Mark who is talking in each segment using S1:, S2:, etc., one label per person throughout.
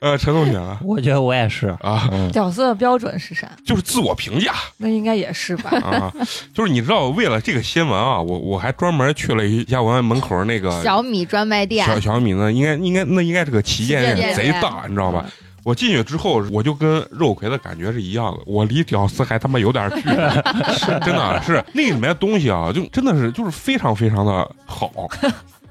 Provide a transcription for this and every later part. S1: 呃陈同学呢
S2: 我觉得我也是。
S1: 啊，
S2: 嗯，
S3: 屌丝的标准是啥？
S1: 就是自我评价？
S3: 那应该也是吧
S4: 嗯
S1: 啊，就是你知道，为了这个新闻啊，我我还专门去了一下我们门口那个
S5: 小米专卖店，
S1: 小小米呢，应该应该那应该是个旗舰
S5: 旗
S1: 店，
S5: 舰
S1: 贼
S5: 店嗯
S1: 大，你知道吧？我进去之后，我就跟肉葵的感觉是一样的，我离屌丝还他妈有点距 离，是真的是那里面的东西啊，就真的是就是非常非常的 好，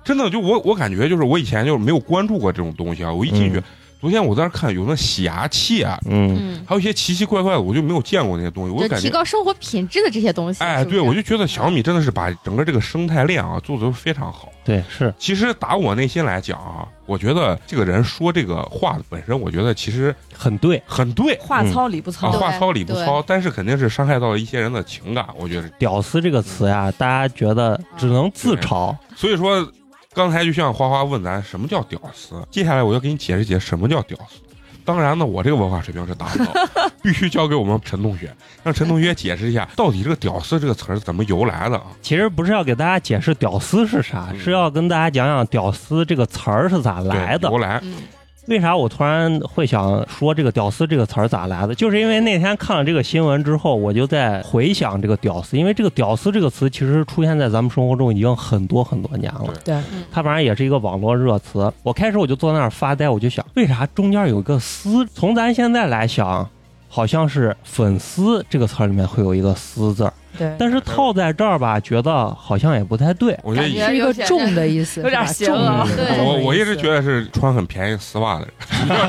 S1: 真的就我我感觉就是我以前就是没有关注过这种东西啊，我一进去，
S2: 嗯
S1: 昨天我在那看有那洗牙器啊，
S2: 嗯，
S5: 嗯，
S1: 还有一些奇奇怪怪的，我就没有见过那些东西，我
S5: 就
S1: 就感
S5: 提
S1: 觉。
S5: 高生活品质的这些东西。
S1: 哎，
S5: 是不是
S1: 对，我就觉得小米真的是把整个这个生态链啊做得非常好。
S2: 对，是
S1: 其实打我内心来讲啊，我觉得这个人说这个话本身，我觉得其实
S2: 很对。
S1: 很对，
S4: 话糙理不
S1: 啊，
S4: 糙，
S5: 对
S1: 话糙理不糙，但是肯定是伤害到了一些人的情感，我觉得。
S2: 屌丝这个词呀，大家觉得只能自嘲，
S1: 所以说，刚才就像花花问咱什么叫屌丝，接下来我要给你解释解释什么叫屌丝。当然呢，我这个文化水平是达不到， 必须交给我们陈同学，让陈同学解释一下到底这个“屌丝”这个词儿是怎么由来的啊？
S2: 其实不是要给大家解释屌丝是啥，
S1: 嗯
S2: 是要跟大家讲讲屌丝这个词儿是咋
S1: 对
S2: 来的
S1: 由。来，
S5: 嗯，
S2: 为啥我突然会想说这个“屌丝”这个词儿咋来的？就是因为那天看了这个新闻之后，我就在回想这个“屌丝”，因为这个“屌丝”这个词其实出现在咱们生活中已经很多很多年了。
S4: 对
S5: 嗯
S2: 它反正也是一个网络热词。我开始我就坐那儿发呆，我就想，为啥中间有一个“丝”？从咱现在来想，好像是“粉丝”这个词儿里面会有一个“丝”字儿，
S4: 对，
S2: 但是套在这儿吧，觉得好像也不太对。
S1: 我觉得以
S4: 是一个重的意思，
S3: 有点
S4: 是吧
S3: 邪恶啊
S4: 重的
S5: 对
S1: 我我一直觉
S4: 得
S1: 得是穿很便宜丝袜的人。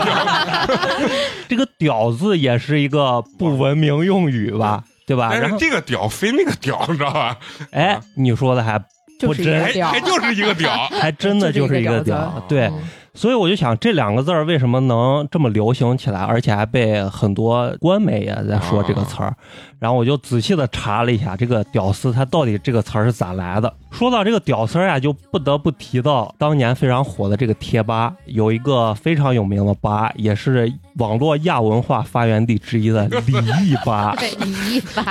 S2: 这个“屌”字也是一个不文明用语吧，对吧？
S1: 但
S2: 啊然
S1: 是
S2: 后，
S1: 这个屌非那个屌，你知道吧？
S2: 哎，你说的还
S4: 嗯就是一个
S2: 还
S1: 还
S4: 屌
S1: 还哎就是一个屌。
S2: 还 真的就是一个
S4: 就是一个
S2: 屌
S4: 屌
S1: 丝，
S2: 对
S4: 嗯，
S2: 所以我就想这两个字儿为什么能这么流行起来，而且还被很多官媒也在说这个词儿。然后我就仔细的查了一下这个“屌丝”它到底这个词儿是咋来的。说到这个“屌丝”呀，就不得不提到当年非常火的这个贴吧，有一个非常有名的吧，也是网络亚文化发源地之一的李毅吧
S5: 对你一 发，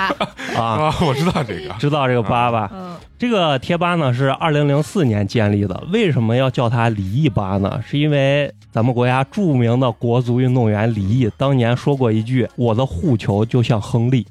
S2: 啊。
S1: 啊，我知道这 个。
S2: 知道这个吧吧？
S3: 嗯，
S2: 这个贴吧呢是二零零四年建立的，为什么要叫它李毅吧呢？是因为咱们国家著名的国足运动员李毅当年说过一句：“我的护球就像亨利。”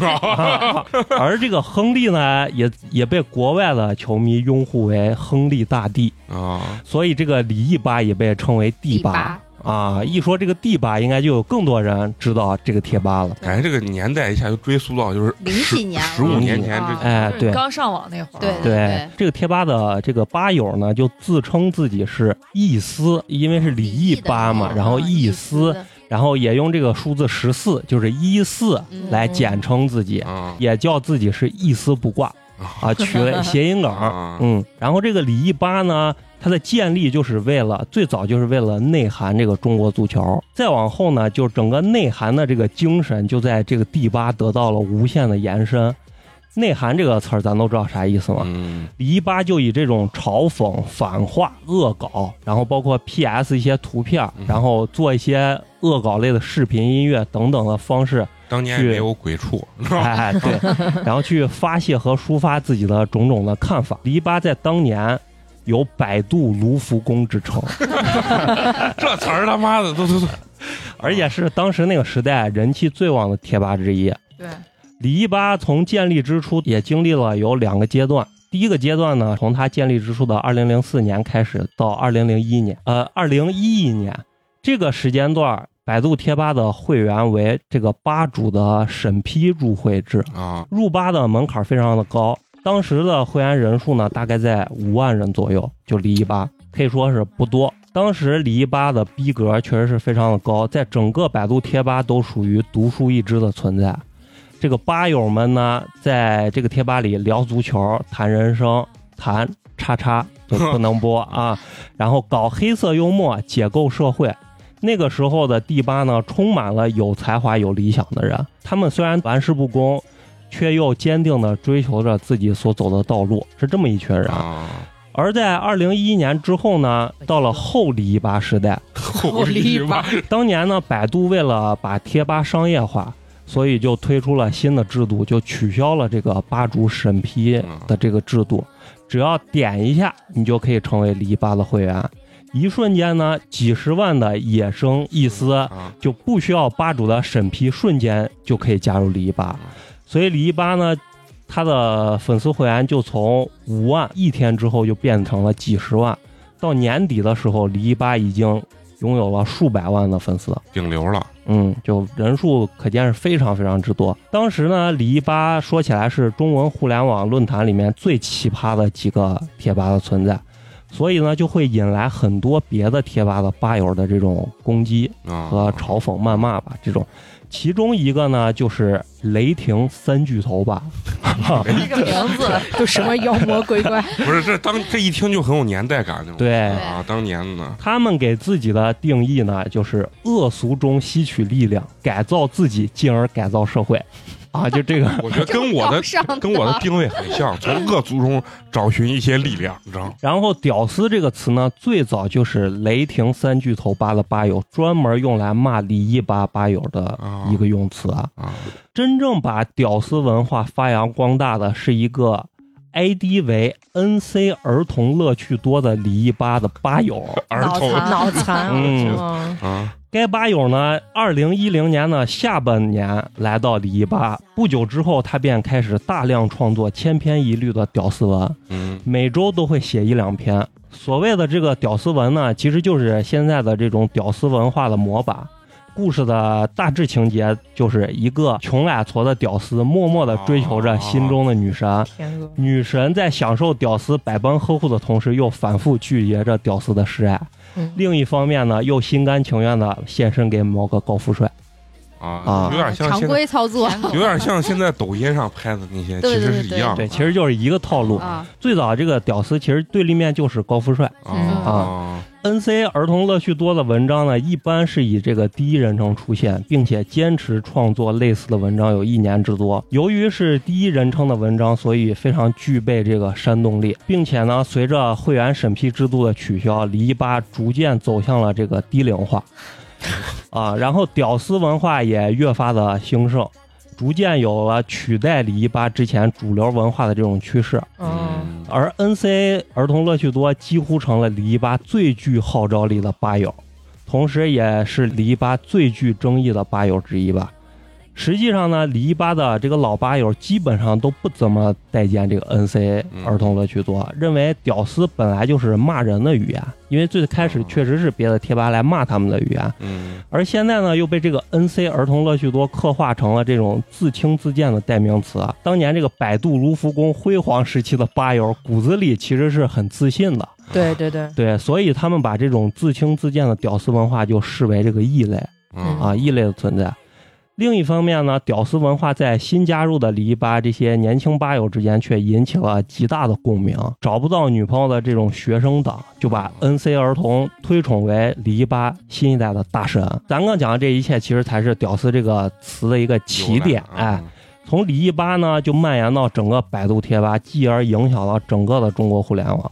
S1: 啊
S2: 啊 而这个亨利呢，也也被国外的球迷拥护为亨利大帝，
S1: 啊，
S2: 所以这个里义巴也被称为帝巴
S5: 巴，
S2: 啊。一说这个帝巴，应该就有更多人知道这个贴吧了。
S1: 感觉这个年代一下就追溯到就是
S5: 零
S1: 十
S5: 几年
S1: 十五
S5: 了啊
S1: 年前之前。
S4: 啊
S2: 哎，对，
S3: 刚上网那会儿，
S5: 对
S1: 啊
S2: 对，这个贴吧的这个吧友呢，就自称自己是义思，因为是礼义吧
S5: 啊
S2: 嘛，然后义思，然后也用这个数字十四，就是一四
S5: 嗯
S2: 来简称自己，
S1: 啊
S2: 也叫自己是一丝不挂
S1: 啊
S2: 啊，取了谐音梗。
S1: 啊
S2: 嗯，然后这个礼义吧呢，它的建立就是为了最早就是为了内涵这个中国足球，再往后呢，就整个内涵的这个精神就在这个第八得到了无限的延伸。内涵这个词儿咱都知道啥意思吗？
S1: 嗯
S2: 李一吧就以这种嘲讽、反话、恶搞，然后包括 PS 一些图片
S1: 嗯，
S2: 然后做一些恶搞类的视频、音乐等等的方式，
S1: 当年也没有鬼畜，
S2: 哎，对，然后去发泄和抒发自己的种种的看法。李一吧在当年有“百度卢浮宫”之称，
S1: 这词儿他妈的都都 都
S2: 而且是当时那个时代人气最旺的贴吧之一。
S3: 对，
S2: 李一吧从建立之初也经历了有两个阶段。第一个阶段呢，从他建立之初的二零零四年开始到二零零一年，呃，二零一一年这个时间段，百度贴吧的会员为这个吧主的审批入会制，
S1: 啊
S2: 入吧的门槛非常的高。当时的会员人数呢，大概在五万人左右，就李一吧可以说是不多。当时李一吧的逼格确实是非常的高，在整个百度贴吧都属于独树一帜的存在。这个吧友们呢，在这个贴吧里聊足球、谈人生、谈叉叉，就不能播啊。然后搞黑色幽默，解构社会。那个时候的第八呢，充满了有才华、有理想的人。他们虽然玩世不恭，却又坚定地追求着自己所走的道路，是这么一群人。
S1: 啊！
S2: 而在二零一一年之后呢，到了后里一吧时代，
S1: 后篱笆
S2: 当年呢，百度为了把贴吧商业化，所以就推出了新的制度，就取消了这个吧主审批的这个制度，只要点一下，你就可以成为篱笆的会员。一瞬间呢，几十万的野生一丝
S1: 啊
S2: 就不需要吧主的审批，瞬间就可以加入篱
S1: 啊
S2: 笆。所以篱笆呢，它的粉丝会员就从五万一天之后就变成了几十万，到年底的时候，篱笆已经拥有了数百万的粉丝。
S1: 顶流了
S2: 嗯，就人数可见是非常非常之多。当时呢，篱笆说起来是中文互联网论坛里面最奇葩的几个贴吧的存在，所以呢，就会引来很多别的贴吧的吧友的这种攻击
S1: 啊！
S2: 和嘲讽、谩骂吧这种。其中一个呢，就是雷霆三巨头吧，
S3: 这个名字，
S4: 都什么妖魔鬼怪，
S1: 不是这当这一听就很有年代感，那种
S2: 对
S1: 啊，当年呢，
S2: 他们给自己的定义呢，就是恶俗中吸取力量，改造自己，进而改造社会，啊，就这个
S1: 我觉得跟我的
S5: 的
S1: 跟我的定位很像，从恶族中找寻一些力量，你知道吗？
S2: 然后“屌丝”这个词呢，最早就是雷霆三巨头吧的吧友专门用来骂李一吧吧友的一个用词啊。
S1: 啊
S2: 真正把屌丝文化发扬光大的是一个 ID 为 NC 儿童乐趣多的李一吧的吧友。
S1: 儿童
S3: 脑残
S4: 脑残，
S2: 嗯
S4: 嗯，
S1: 啊
S2: 该吧友呢，二零一零年的下半年来到李一吧，不久之后他便开始大量创作千篇一律的屌丝文。
S1: 嗯
S2: 每周都会写一两篇。所谓的这个屌丝文呢，其实就是现在的这种屌丝文化的模板。故事的大致情节就是一个穷矮矬的屌丝默默地追求着心中的女神，
S4: 哦天鹅，
S2: 女神在享受屌丝百般呵护的同时，又反复拒绝着屌丝的示爱
S4: 嗯。
S2: 另一方面呢，又心甘情愿地献身给某个高富帅。
S1: 啊
S2: 啊，
S1: 有点像
S5: 常
S1: 现在
S5: 规操作
S1: 有点像现在抖音上拍的那 些，其
S5: 对
S1: 实
S5: 对
S1: 是一
S5: 对
S1: 样的
S2: 对，其实就是一个套路。
S5: 啊，
S2: 最早这个屌丝其实对立面就是高富帅。
S1: 啊
S5: 嗯
S1: 啊
S2: NC 儿童乐趣多的文章呢，一般是以这个第一人称出现，并且坚持创作类似的文章有一年之多。由于是第一人称的文章，所以非常具备这个煽动力，并且呢，随着会员审批制度的取消，黎巴逐渐走向了这个低龄化，啊，然后屌丝文化也越发的兴盛。逐渐有了取代黎巴之前主流文化的这种趋势，
S4: 嗯，
S1: 嗯
S2: 而 NC 儿童乐趣多几乎成了李一吧最具号召力的吧友，同时也是李一吧最具争议的吧友之一吧。实际上呢，离吧的这个老吧友基本上都不怎么待见这个 NC
S1: 嗯
S2: 儿童乐趣多，认为“屌丝”本来就是骂人的语言，因为最开始
S1: 哦
S2: 确实是别的贴吧来骂他们的语言，
S1: 嗯，
S2: 而现在呢，又被这个 NC 儿童乐趣多刻画成了这种自轻自贱的代名词啊。当年这个百度卢浮宫辉煌时期的吧友，骨子里其实是很自信的，
S4: 对对对，
S2: 对，所以他们把这种自轻自贱的屌丝文化就视为这个异类
S1: 嗯
S2: 啊，异类的存在。另一方面呢，屌丝文化在新加入的离吧这些年轻吧友之间却引起了极大的共鸣。找不到女朋友的这种学生党，就把 NC 儿童推崇为离吧新一代的大神。咱刚讲的这一切，其实才是“屌丝”这个词的一个起点。
S1: 有了啊
S2: 哎，，从离吧呢就蔓延到整个百度贴吧，继而影响到整个的中国互联网。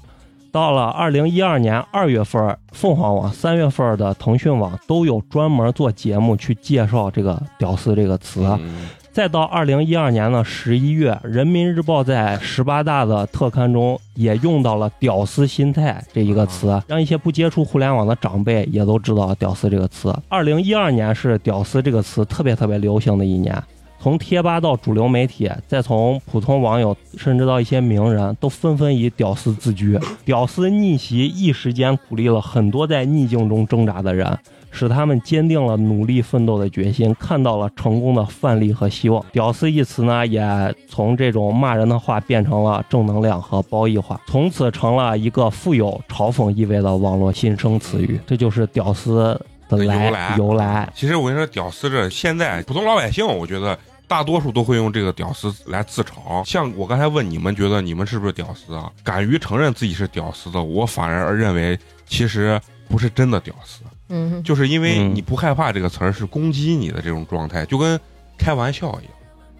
S2: 到了二零一二年二月份，凤凰网、三月份的腾讯网都有专门做节目去介绍这个“屌丝”这个词。啊
S1: 嗯
S2: 再到二零一二年的十一月，《人民日报》在十八大的特刊中也用到了“屌丝心态”这一个词，啊让一些不接触互联网的长辈也都知道“屌丝”这个词。二零一二年是“屌丝”这个词特别特别流行的一年，从贴吧到主流媒体，再从普通网友，甚至到一些名人，都纷纷以“屌丝”自居。“屌丝逆袭”一时间鼓励了很多在逆境中挣扎的人。使他们坚定了努力奋斗的决心，看到了成功的范例和希望。“屌丝”一词呢，也从这种骂人的话变成了正能量和褒义化，从此成了一个富有嘲讽意味的网络新生词语。这就是“屌丝”的来
S1: 由来
S2: 由来。
S1: 其实我跟你说，屌丝这现在普通老百姓，我觉得大多数都会用这个“屌丝”来自嘲。像我刚才问你们，觉得你们是不是屌丝啊？敢于承认自己是屌丝的，我反而认为其实不是真的屌丝，
S3: 嗯，
S1: 就是因为
S2: 嗯
S1: 你不害怕这个词儿是攻击你的这种状态，就跟开玩笑一样。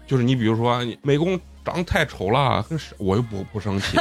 S1: 就是你比如说，你美工长得太丑了，跟屎我又不不生气，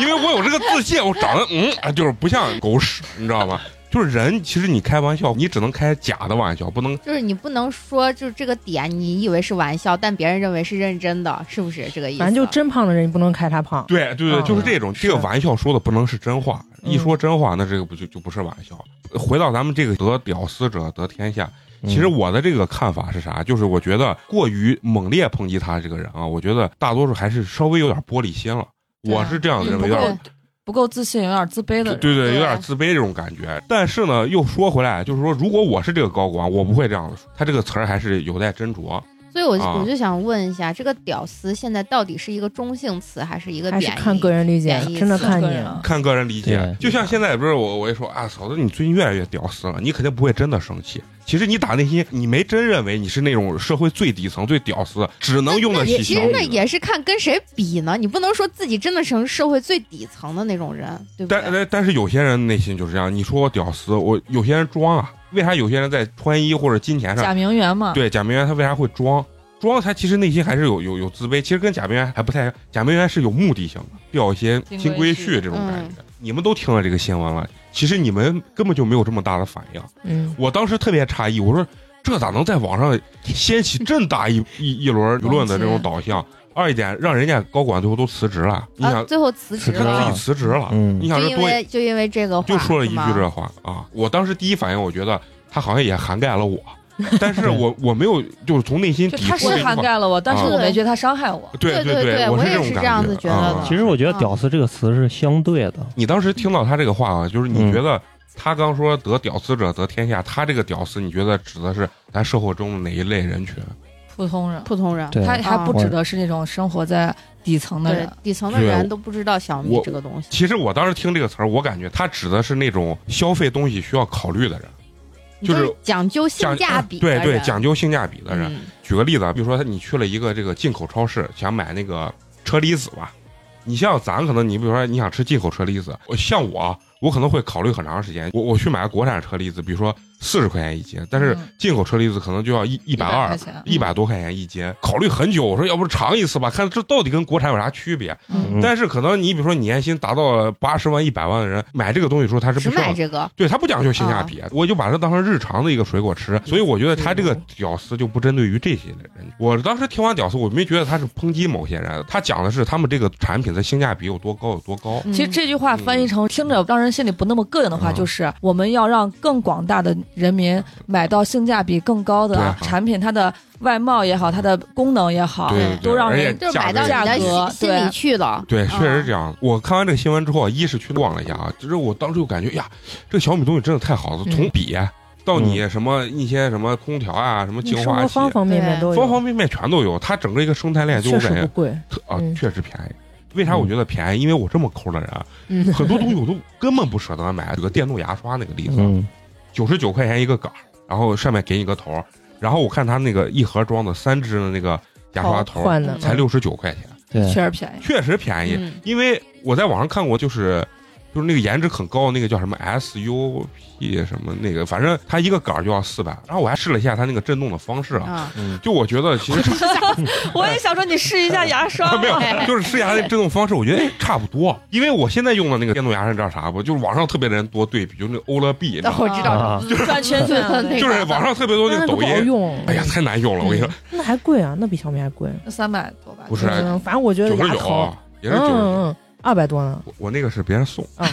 S1: 因为我有这个自信，我长得嗯，啊就是不像狗屎，你知道吗？就是人，其实你开玩笑，你只能开假的玩笑，不能
S5: 就是你不能说，就是这个点你以为是玩笑，但别人认为是认真的，是不是这
S3: 啊
S5: 个意思？
S4: 反正就真胖的人，你不能开他胖。
S1: 对对对，
S4: 嗯
S1: 就是这种，这个
S4: 是
S1: 玩笑说的不能是真话，
S4: 嗯
S1: 一说真话，那这个不就就不是玩笑。回到咱们这个得屌丝者得天下，
S2: 嗯
S1: 其实我的这个看法是啥？就是我觉得过于猛烈抨击他这个人啊，我觉得大多数还是稍微有点玻璃心了。
S5: 对啊
S1: 我是这样认
S3: 嗯不
S1: 为，有点
S3: 够不够自信，有点自卑的人，
S1: 对对，有
S5: 对
S1: 点自卑这种感觉。但是呢，又说回来，就是说，如果我是这个高管，我不会这样子说。他这个词儿还是有待斟酌。
S5: 所以我就、
S1: 啊
S5: 我就想问一下，这个“屌丝”现在到底是一个中性词还是一个
S4: 还是
S5: 贬义？
S4: 看个人理解
S5: 贬义，
S4: 真的看
S3: 个
S4: 你
S3: 人。啊
S1: 看个人理解
S2: 对。
S1: 就像现在不是我，我一说啊，嫂子，你最近越来越屌丝了，你肯定不会真的生气。其实你打内心，你没真认为你是那种社会最底层、最屌丝，只能用得
S5: 也
S1: 起
S5: 其
S1: 小
S5: 实
S1: 语
S5: 那
S1: 的。
S5: 也是看跟谁比呢，你不能说自己真的成社会最底层的那种人，对不啊
S1: 但
S5: 对？
S1: 但但是有些人内心就是这样，你说我屌丝，我有些人装啊。为啥有些人在穿衣或者金钱上，
S3: 假名媛嘛，
S1: 对贾明媛他为啥会装？装他其实内心还是有有有自卑，其实跟贾明媛还不太一样。贾明媛是有目的性的，钓一些
S3: 金
S1: 金
S3: 龟
S1: 龟
S3: 婿
S1: 婿这种
S5: 嗯
S1: 感觉。你们都听了这个新闻了，其实你们根本就没有这么大的反应。
S4: 嗯，
S1: 我当时特别诧异，我说这咋能在网上掀起这大 一一一轮舆论的这种导向？二一点，让人家高管最后都辞职了，你
S5: 啊，
S1: 想
S5: 最后辞职
S1: 辞职自
S5: 了
S1: 己，辞职了，
S2: 嗯
S1: 你想
S5: 就
S1: 这
S5: 因
S1: 多
S5: 为就因为这个话，
S1: 就说了一句
S5: 是吗
S1: 这话啊！我当时第一反应，我觉得他好像也涵盖了 我，但是我我没有就是从内心
S3: 就
S1: 抵
S3: 他是
S1: 触这句
S3: 涵
S1: 话，
S3: 盖了我，但是
S1: 啊
S3: 我没觉得他伤害我。
S1: 对
S5: 对对
S1: 对，
S5: 对我
S1: 是
S5: 也
S1: 种
S5: 是
S1: 感
S5: 这样子觉得
S1: 啊
S5: 的
S2: 其实我觉得
S5: 嗯
S2: “屌丝”这个词是相对的，
S1: 你当时听到他这个话啊，就是你
S2: 嗯
S1: 觉得他刚说得屌丝者得天下，他这个屌丝，你觉得指的是咱社会中的哪一类人群？
S3: 普通人，
S5: 普通人，
S2: 对
S3: 他还不
S4: 哦
S2: 我
S3: 指的是那种生活在底层的
S5: 对
S3: 人，
S5: 底层的
S1: 对
S5: 人都不知道小米
S1: 我
S5: 这个东西，
S1: 其实我当时听这个词儿，我感觉他指的是那种消费东西需要考虑的人，
S5: 你
S1: 就是
S5: 讲究性
S1: 讲
S5: 价
S1: 啊
S5: 比的
S1: 对
S5: 人，
S1: 对，讲究性价比的人。
S5: 嗯
S1: 举个例子啊，比如说你去了一个这个进口超市，想买那个车厘子吧，你像咱可能你比如说你想吃进口车厘子，我像我，啊我可能会考虑很长时间，我我去买个国产车厘子，比如说四十块钱一斤，但是
S3: 嗯
S1: 进口车厘子可能就要一一
S3: 一
S1: 百二
S3: 块。钱，
S1: 一百多块钱一斤，考虑很久。我说，要不尝一次吧，看这到底跟国产有啥区别？啊
S3: 嗯
S2: 嗯
S1: 但是可能你比如说年薪达到八十万、一百万的人买这个东西的时候，他是
S5: 只
S1: 不需要
S5: 买这个，
S1: 对他不讲究性价
S4: 啊
S1: 比，啊我就把它当成日常的一个水果吃，
S4: 嗯
S1: 所以我觉得他这个屌丝就不针对于这些人。我当时听完屌丝，我没觉得他是抨击某些人，啊他讲的是他们这个产品的性价比有多高有多高。
S5: 嗯
S3: 其实这句话翻译成听着让人心里不那么膈应的话，
S1: 嗯
S3: 就是我们要让更广大的人民买到性价比更高
S1: 对
S3: 的
S1: 啊
S3: 产品，它的外貌也好，它的功能也好，
S1: 对对
S3: 都
S1: 对，
S3: 让
S1: 而且
S3: 人
S5: 就是
S1: 价
S5: 买
S1: 格
S5: 到
S1: 也
S3: 价
S5: 你
S1: 低
S3: 格
S5: 的心心里去了。
S1: 对，确实
S3: 嗯
S1: 这样。我看完这个新闻之后，一是去逛了一下啊，就是我当时就感觉，哎呀，这个小米东西真的太好了，
S4: 嗯
S1: 从笔啊到你什么一些什么空调啊，什么
S4: 你
S1: 净
S4: 生
S1: 化
S4: 活
S1: 器，
S4: 方方面面都有，
S1: 方方面面全都有。它整个一个生态链，就
S4: 确
S1: 我感
S4: 实不
S1: 觉
S4: 贵。
S1: 特啊，
S4: 嗯
S1: 确实便宜。为啥我觉得便宜？因为我这么抠的人，啊
S4: 嗯，
S1: 很多东西我都根本不舍得买。举个电动牙刷那个例子，
S2: 嗯，
S1: 九十九块钱一个杆儿，然后上面给你个头儿，然后我看它那个一盒装的三支的那个牙刷头儿
S4: 哦换的
S1: 才六十九块钱，
S2: 对，
S3: 确实便宜。
S1: 确实便宜。
S5: 嗯，
S1: 因为我在网上看过，就是就是那个颜值很高的那个叫什么 SUP 什么那个，反正它一个杆儿就要四百。然后我还试了一下它那个震动的方式啊，
S5: 啊，
S1: 就我觉得其实
S3: 我也想说，你试一下牙 刷
S1: 没有，就是试一下它那个震动方式，我觉得哎差不多。因为我现在用的那个电动牙刷，你知道啥不？就是网上特别的人多对比，就是那个欧乐 B，你知道吗
S5: 我知道
S2: 啊，
S3: 转圈圈的那
S5: 对
S3: 个，
S1: 就是网上特别多那
S4: 那
S1: 个
S4: 都
S1: 抖
S4: 不好
S1: 音。
S4: 用。
S1: 哎呀，太难用了！我跟你说，
S4: 那还贵啊，那比小米还贵。
S3: 三百多吧，
S1: 不是啊
S4: 嗯，反正我觉得
S1: 九十
S4: 牙
S1: 九
S4: 膏，
S1: 也
S4: 嗯
S1: 是九十九。
S4: 嗯，二百多呢。
S1: 我我那个是别人送，
S4: 啊，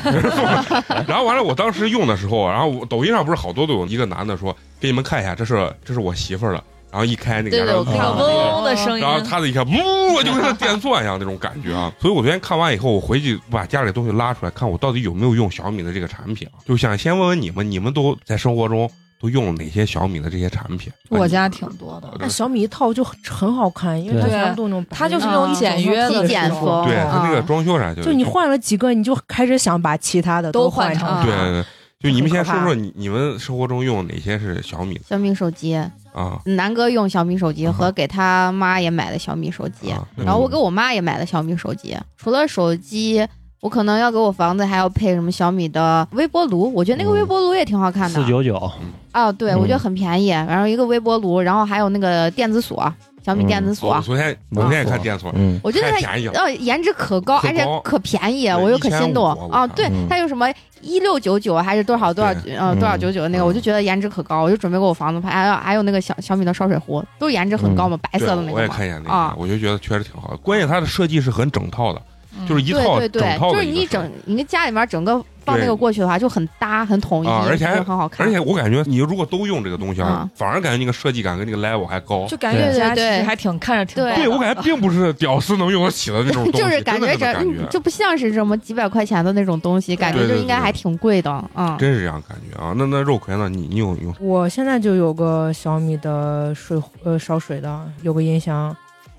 S1: 然后完了，我当时用的时候，然后我抖音上不是好多都有一个男的说，给你们看一下，这是这是我媳妇儿的，然后一开那个
S5: 对
S1: 牙
S5: 对，我
S1: 刷啊头
S5: 看到
S3: 那个
S5: 过
S3: 嗡嗡的声音
S1: 然后他的一看，呜，就跟他电钻一样那种感觉啊。所以我昨天看完以后，我回去把家里东西拉出来，看我到底有没有用小米的这个产品啊，就想先问问你们，你们都在生活中都用了哪些小米的这些产品？
S3: 我家挺多的，
S1: 啊
S4: 那小米一套就很很好看，因为它
S2: 对
S4: 全部都那种白的，啊
S3: 它就是那种简约的
S5: 体检
S3: 那种
S5: 风
S1: 对他那个
S5: 嗯
S1: 装修啥就
S4: 就你换了几个，你就开始想把其他的
S3: 都
S4: 换
S3: 换
S4: 成
S3: 成
S1: 对对，
S5: 啊
S1: 对就你们先
S4: 很可
S1: 说
S4: 怕
S1: 说你你们生活中用哪些是小米
S5: 小米手机，
S1: 的啊？
S5: 南哥用小米手机
S1: 嗯
S5: 和给他妈也买的小米手机，
S1: 啊
S5: 然后我给我妈也买了小米手机。除了手机，我可能要给我房子还要配什么小米的微波炉，我觉得那个
S2: 嗯
S5: 微波炉也挺好看的。
S2: 四九九，
S5: 啊，对，
S2: 嗯
S5: 我觉得很便宜。然后一个微波炉，然后还有那个电子锁，小米
S2: 嗯
S5: 电子锁
S1: 我，昨天我昨天也看电锁，
S2: 嗯，
S5: 我觉得
S1: 太
S5: 它
S1: 便宜了。
S5: 呃，颜值可高，
S1: 可
S5: 而且
S1: 高
S5: 可便宜，
S1: 对
S5: 我又可心动
S1: 1500我
S5: 啊！
S1: 看
S5: 对
S2: 嗯，
S5: 它有什么一六九九还是多少多少呃
S2: 嗯
S5: 多少九九那个，
S1: 嗯
S5: 我就觉得颜值可高，我就准备给我房子拍，还有还有那个小小米的烧水壶，都是颜值很高
S4: 嗯
S5: 嘛，白
S1: 对，
S5: 色的那
S1: 我
S5: 个
S1: 也
S5: 嘛，
S1: 看一眼那个，
S5: 啊
S1: 我就觉得确实挺好的。关键它的设计是很整套的，就是
S3: 嗯
S1: 一套
S5: 嗯对对
S1: 整
S5: 对，
S1: 套
S5: 就
S1: 的
S5: 是
S1: 一个设计，
S5: 你一整你跟家里面整个放那
S1: 对
S5: 个过去的话，就很搭很统一，
S1: 啊而且还
S5: 就很好看，
S1: 而且我感觉你如果都用这个东西啊
S5: 啊，
S1: 反而感觉那个设计感跟那个 level 还高。
S3: 就感觉
S5: 对
S3: 家其
S5: 对
S3: 实
S5: 对
S3: 还挺看着挺
S5: 对
S3: 高
S1: 对，
S3: 的
S1: 我感觉并不是屌丝能用得起的那种东西，
S5: 就是
S1: 真
S5: 感
S1: 的
S5: 觉
S1: 这种
S5: 这
S1: 感
S5: 嗯
S1: 觉，
S5: 就不像是什么几百块钱的那种东西，感
S1: 对
S5: 觉
S1: 对
S5: 就
S1: 对
S5: 应该还挺贵的，嗯。
S1: 真是这样感觉啊。那那肉葵呢？你你有用？
S4: 我现在就有个小米的水壶呃烧水的，有个音箱，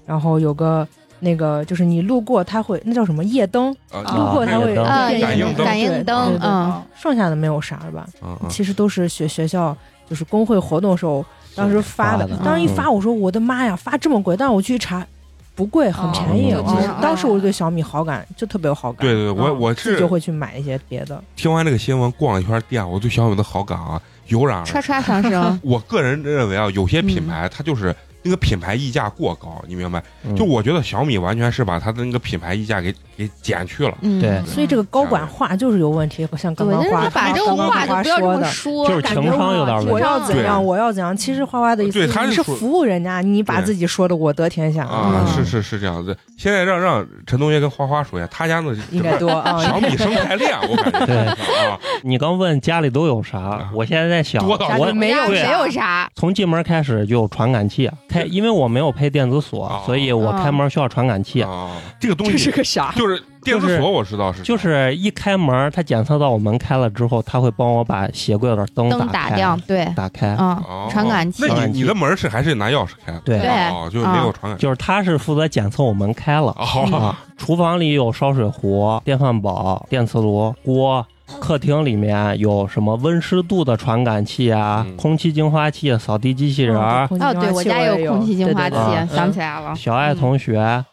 S4: 然后有个那个就是你路过它会那叫什么夜灯，
S1: 啊
S3: 啊
S4: 路过它会
S2: 夜灯
S5: 啊
S4: 变
S1: 感应灯
S5: 感应
S4: 对
S5: 灯
S4: 对对
S5: 嗯
S4: 剩下的没有啥了吧？
S1: 啊啊！
S4: 其实都是学学校就是工会活动的时候当时发的
S2: 发的，
S4: 当时一
S2: 嗯
S4: 发我说我的妈呀，发这么贵！但我去一查，不贵，很便宜。
S2: 哦
S4: 我
S5: 就是
S4: 当时我就对小米好感就特别有好感，
S1: 对对，对我
S4: 嗯
S1: 我
S4: 自己
S1: 是
S4: 就会去买一些别
S5: 嗯
S4: 的。
S1: 听完这个新闻，逛了一圈店，我对小米的好感啊油然而生，
S5: 唰。唰上升
S1: 我个人认为啊，有些品牌它就是那个品牌溢价过高，你明白？
S2: 嗯
S1: 就我觉得小米完全是把它的那个品牌溢价给给减去了。
S5: 嗯，
S2: 对
S4: 所以这个高管化就是有问题，像刚
S5: 对，
S4: 刚
S5: 但是
S4: 花
S5: 他把这个话就不要这
S4: 说
S5: 么
S4: 的。
S5: 说，嗯
S2: 就是
S5: 感
S2: 情
S5: 觉
S2: 商
S5: 我
S2: 有点问题
S4: 我要
S5: 情
S4: 怎样？我要怎样？其实花花的意思
S1: 啊对他
S4: 是，你
S1: 是
S4: 是
S1: 说
S4: 服务人家，你把
S1: 对
S4: 自己说的我得天下
S1: 啊，
S4: 嗯
S1: 是是是这样子。现在让让陈同学跟花花说一下他家的整
S4: 应该
S1: 个
S4: 多啊。
S1: 小 米生态链，我感觉
S2: 对
S1: 啊，
S2: 你刚问家里都有啥，我现在在想，
S1: 多到
S5: 哦
S4: 家里
S2: 我
S4: 没
S5: 没
S4: 有
S2: 对
S5: 有啥，
S2: 从进门开始就有传感器，开，因为我没有配电
S1: 嗯
S2: 子
S1: 哦
S2: 锁，所以我开门需要传感器。
S1: 啊，这个东
S4: 这
S1: 西
S4: 是个啥？
S1: 就是电子锁，我知道是啥
S2: 就是一开门，它检测到我门开了之后，它会帮我把鞋柜的灯
S5: 灯
S2: 打
S5: 打
S2: 开
S5: 亮，对，
S2: 打开。
S1: 哦
S5: 嗯，传感器，
S1: 那你你的门是还是拿钥匙开的？
S2: 对
S5: 对
S1: 哦，就是没有传感器。
S2: 就是它是负责检测我门开了。
S1: 哦，
S2: 啊，厨房里有烧水壶、电饭煲、电磁炉、锅。客厅里面有什么温湿度的传感器啊，
S1: 嗯
S2: 空气净化器、扫地机器人
S1: 啊
S2: 儿、
S4: 空气
S5: 哦，
S4: 净化
S5: 对嗯我
S4: 器
S5: 家
S4: 也
S5: 有空气净化器
S4: 对对对
S2: 啊，
S5: 想起来了，
S2: 小爱同
S4: 嗯
S2: 学、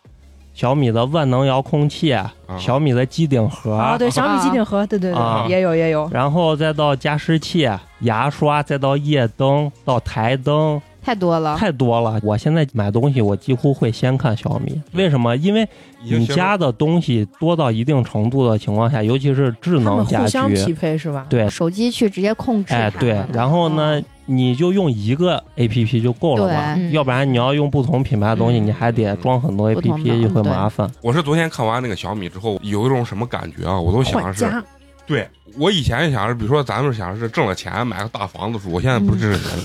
S2: 小米的万能遥控器、嗯
S1: 嗯
S2: 小米的机顶盒，
S4: 啊，对小米机顶盒，对对
S2: 啊
S4: 对，也有也有。
S2: 然后再到加湿器、牙刷，再到夜灯、到台灯，
S5: 太多了，
S2: 太多了。我现在买东西，我几乎会先看小米，为什么？因为
S1: 已经
S2: 你
S1: 先说
S2: 家的东西多到一定程度的情况下，尤其是智
S4: 他
S2: 能
S4: 们
S2: 家
S4: 互相匹
S2: 居，
S4: 配是吧？
S2: 对，
S5: 手机去直接控制它
S2: 哎
S5: 们，
S2: 对，然后呢
S5: 嗯，，
S2: 你就用一个 A P P 就够了吧？
S5: 对
S4: 嗯
S2: 要不然你要用不同品牌的东西，
S5: 嗯
S2: 你还得装很多 A
S5: 不
S2: P
S5: 同的
S2: P，就会麻烦。
S1: 我是昨天看完那个小米之后，有一种什么感觉啊？我都想
S4: 换
S1: 的是，
S4: 家，
S1: 对我以前想是，比如说咱们想是挣了钱买个大房子住，我现在不是这种人，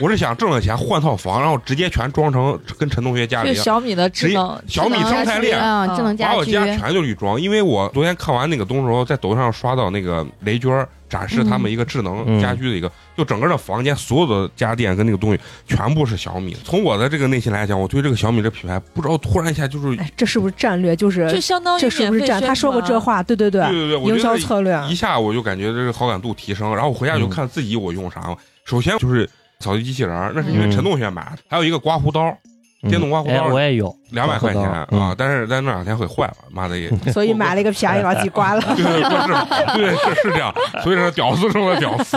S1: 我是想挣了钱换套房，然后直接全装成跟陈同学家
S3: 就
S1: 里一样，
S3: 小米的智能
S1: 小米生态链
S5: 啊，
S3: 嗯
S5: 智能
S1: 把
S5: 家
S1: 我
S5: 居，
S1: 家全就绿装。因为我昨天看完那个东时候，在抖音上刷到那个雷军儿展示他们一个智能
S2: 嗯
S1: 家居的一个，就整个的房间所有的家电跟那个东西全部是小米。从我的这个内心来讲，我对这个小米这品牌不知道突然一下就是，
S4: 哎，这是不是战略？就是
S3: 就相当于
S4: 这是不是战？他说过
S3: 啊
S4: 这，话，对对对
S1: 对，对对，我
S4: 营
S1: 觉
S4: 销
S1: 得
S4: 策略啊
S1: 一下我就感觉这个好感度提升，然后我回家就
S2: 嗯
S1: 看自己我用啥嘛。首先就是扫地机器人儿，那是因为
S2: 嗯
S1: 陈同学买的，还有一个刮胡刀，电动刮胡刀
S2: 哎，我也有
S1: 两百块钱
S2: 刮胡刀嗯
S1: 啊，但是在那两天会坏了，妈的也。
S4: 所以买了一个便宜把自己刮了。
S1: 对对对，是，对是是这样，所以说屌丝中的屌丝，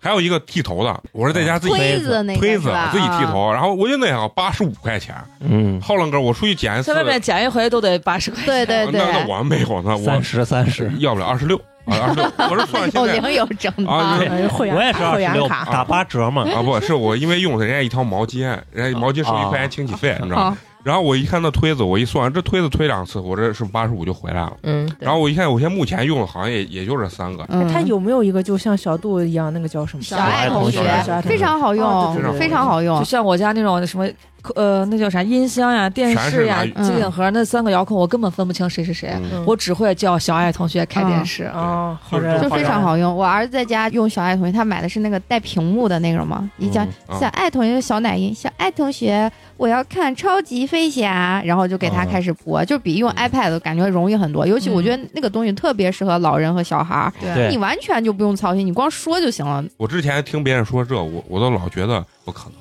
S1: 还有一个剃头的，我是在家自己
S5: 推子那个
S1: 推
S5: 是
S1: 子
S5: 吧
S1: 自己剃
S5: 啊
S1: 头，然后我就那样八十五块钱，
S2: 嗯，
S1: 浩浪哥，我出去剪一次，
S3: 在外面捡一回都得八十块钱。
S5: 嗯对对
S1: 那那我没有呢，
S2: 三
S1: 我
S2: 十三十，
S1: 要不了二十六啊二十 六，我是算
S5: 有
S1: 现在
S5: 零有整的，
S1: 啊
S4: 哎呀会员
S2: 我也是
S4: 卡
S2: 二
S4: 会
S2: 十
S4: 员
S2: 六
S4: 卡，
S2: 打八折嘛，
S1: 啊，不是我，因为用的人家一条毛巾，人家毛巾收一块钱清洗费，你知
S5: 哦
S1: 道吗？然后我一看那推子，我一算，这推子推两次，我这是八十五就回来了。
S5: 嗯，对
S1: 然后我一看，我现在目前用的好像也也就这三个，
S4: 哎
S5: 嗯
S4: 他有没有一个就像小度一样，那个叫什么？
S5: 小
S2: 爱
S5: 爱
S2: 同
S5: 同
S2: 学嗯小
S5: 学
S2: 爱同学
S5: 嗯非常好
S4: 哦对
S1: 对
S5: 用，
S1: 对
S5: 啊非常好用
S3: 就，像我家那种什么，呃，那叫啥音箱呀、电视呀、
S1: 全
S5: 是拿
S3: 机顶盒，那三个遥控我根本分不清谁是谁，
S1: 嗯
S4: 嗯
S3: 我只会叫小爱同学开电视。
S4: 啊，好
S1: 就是
S4: 人
S5: 就
S1: 好
S5: 非
S1: 用
S5: 常好用。我儿子在家用小爱同学，他买的是那个带屏幕的那种嘛，一
S2: 哦
S5: 讲
S1: 嗯
S5: 小爱同学小奶音，小爱同学，我要看超级飞侠，然后就给他开始播，就比用
S1: 啊嗯
S5: iPad 的感觉容易很多。尤其
S3: 嗯
S5: 我觉得那个东西特别适合老人和小孩儿，
S1: 嗯
S3: 对
S2: 对
S5: 你完全就不用操心，你光说就行了。
S1: 我之前听别人说这，我我都老觉得不可能，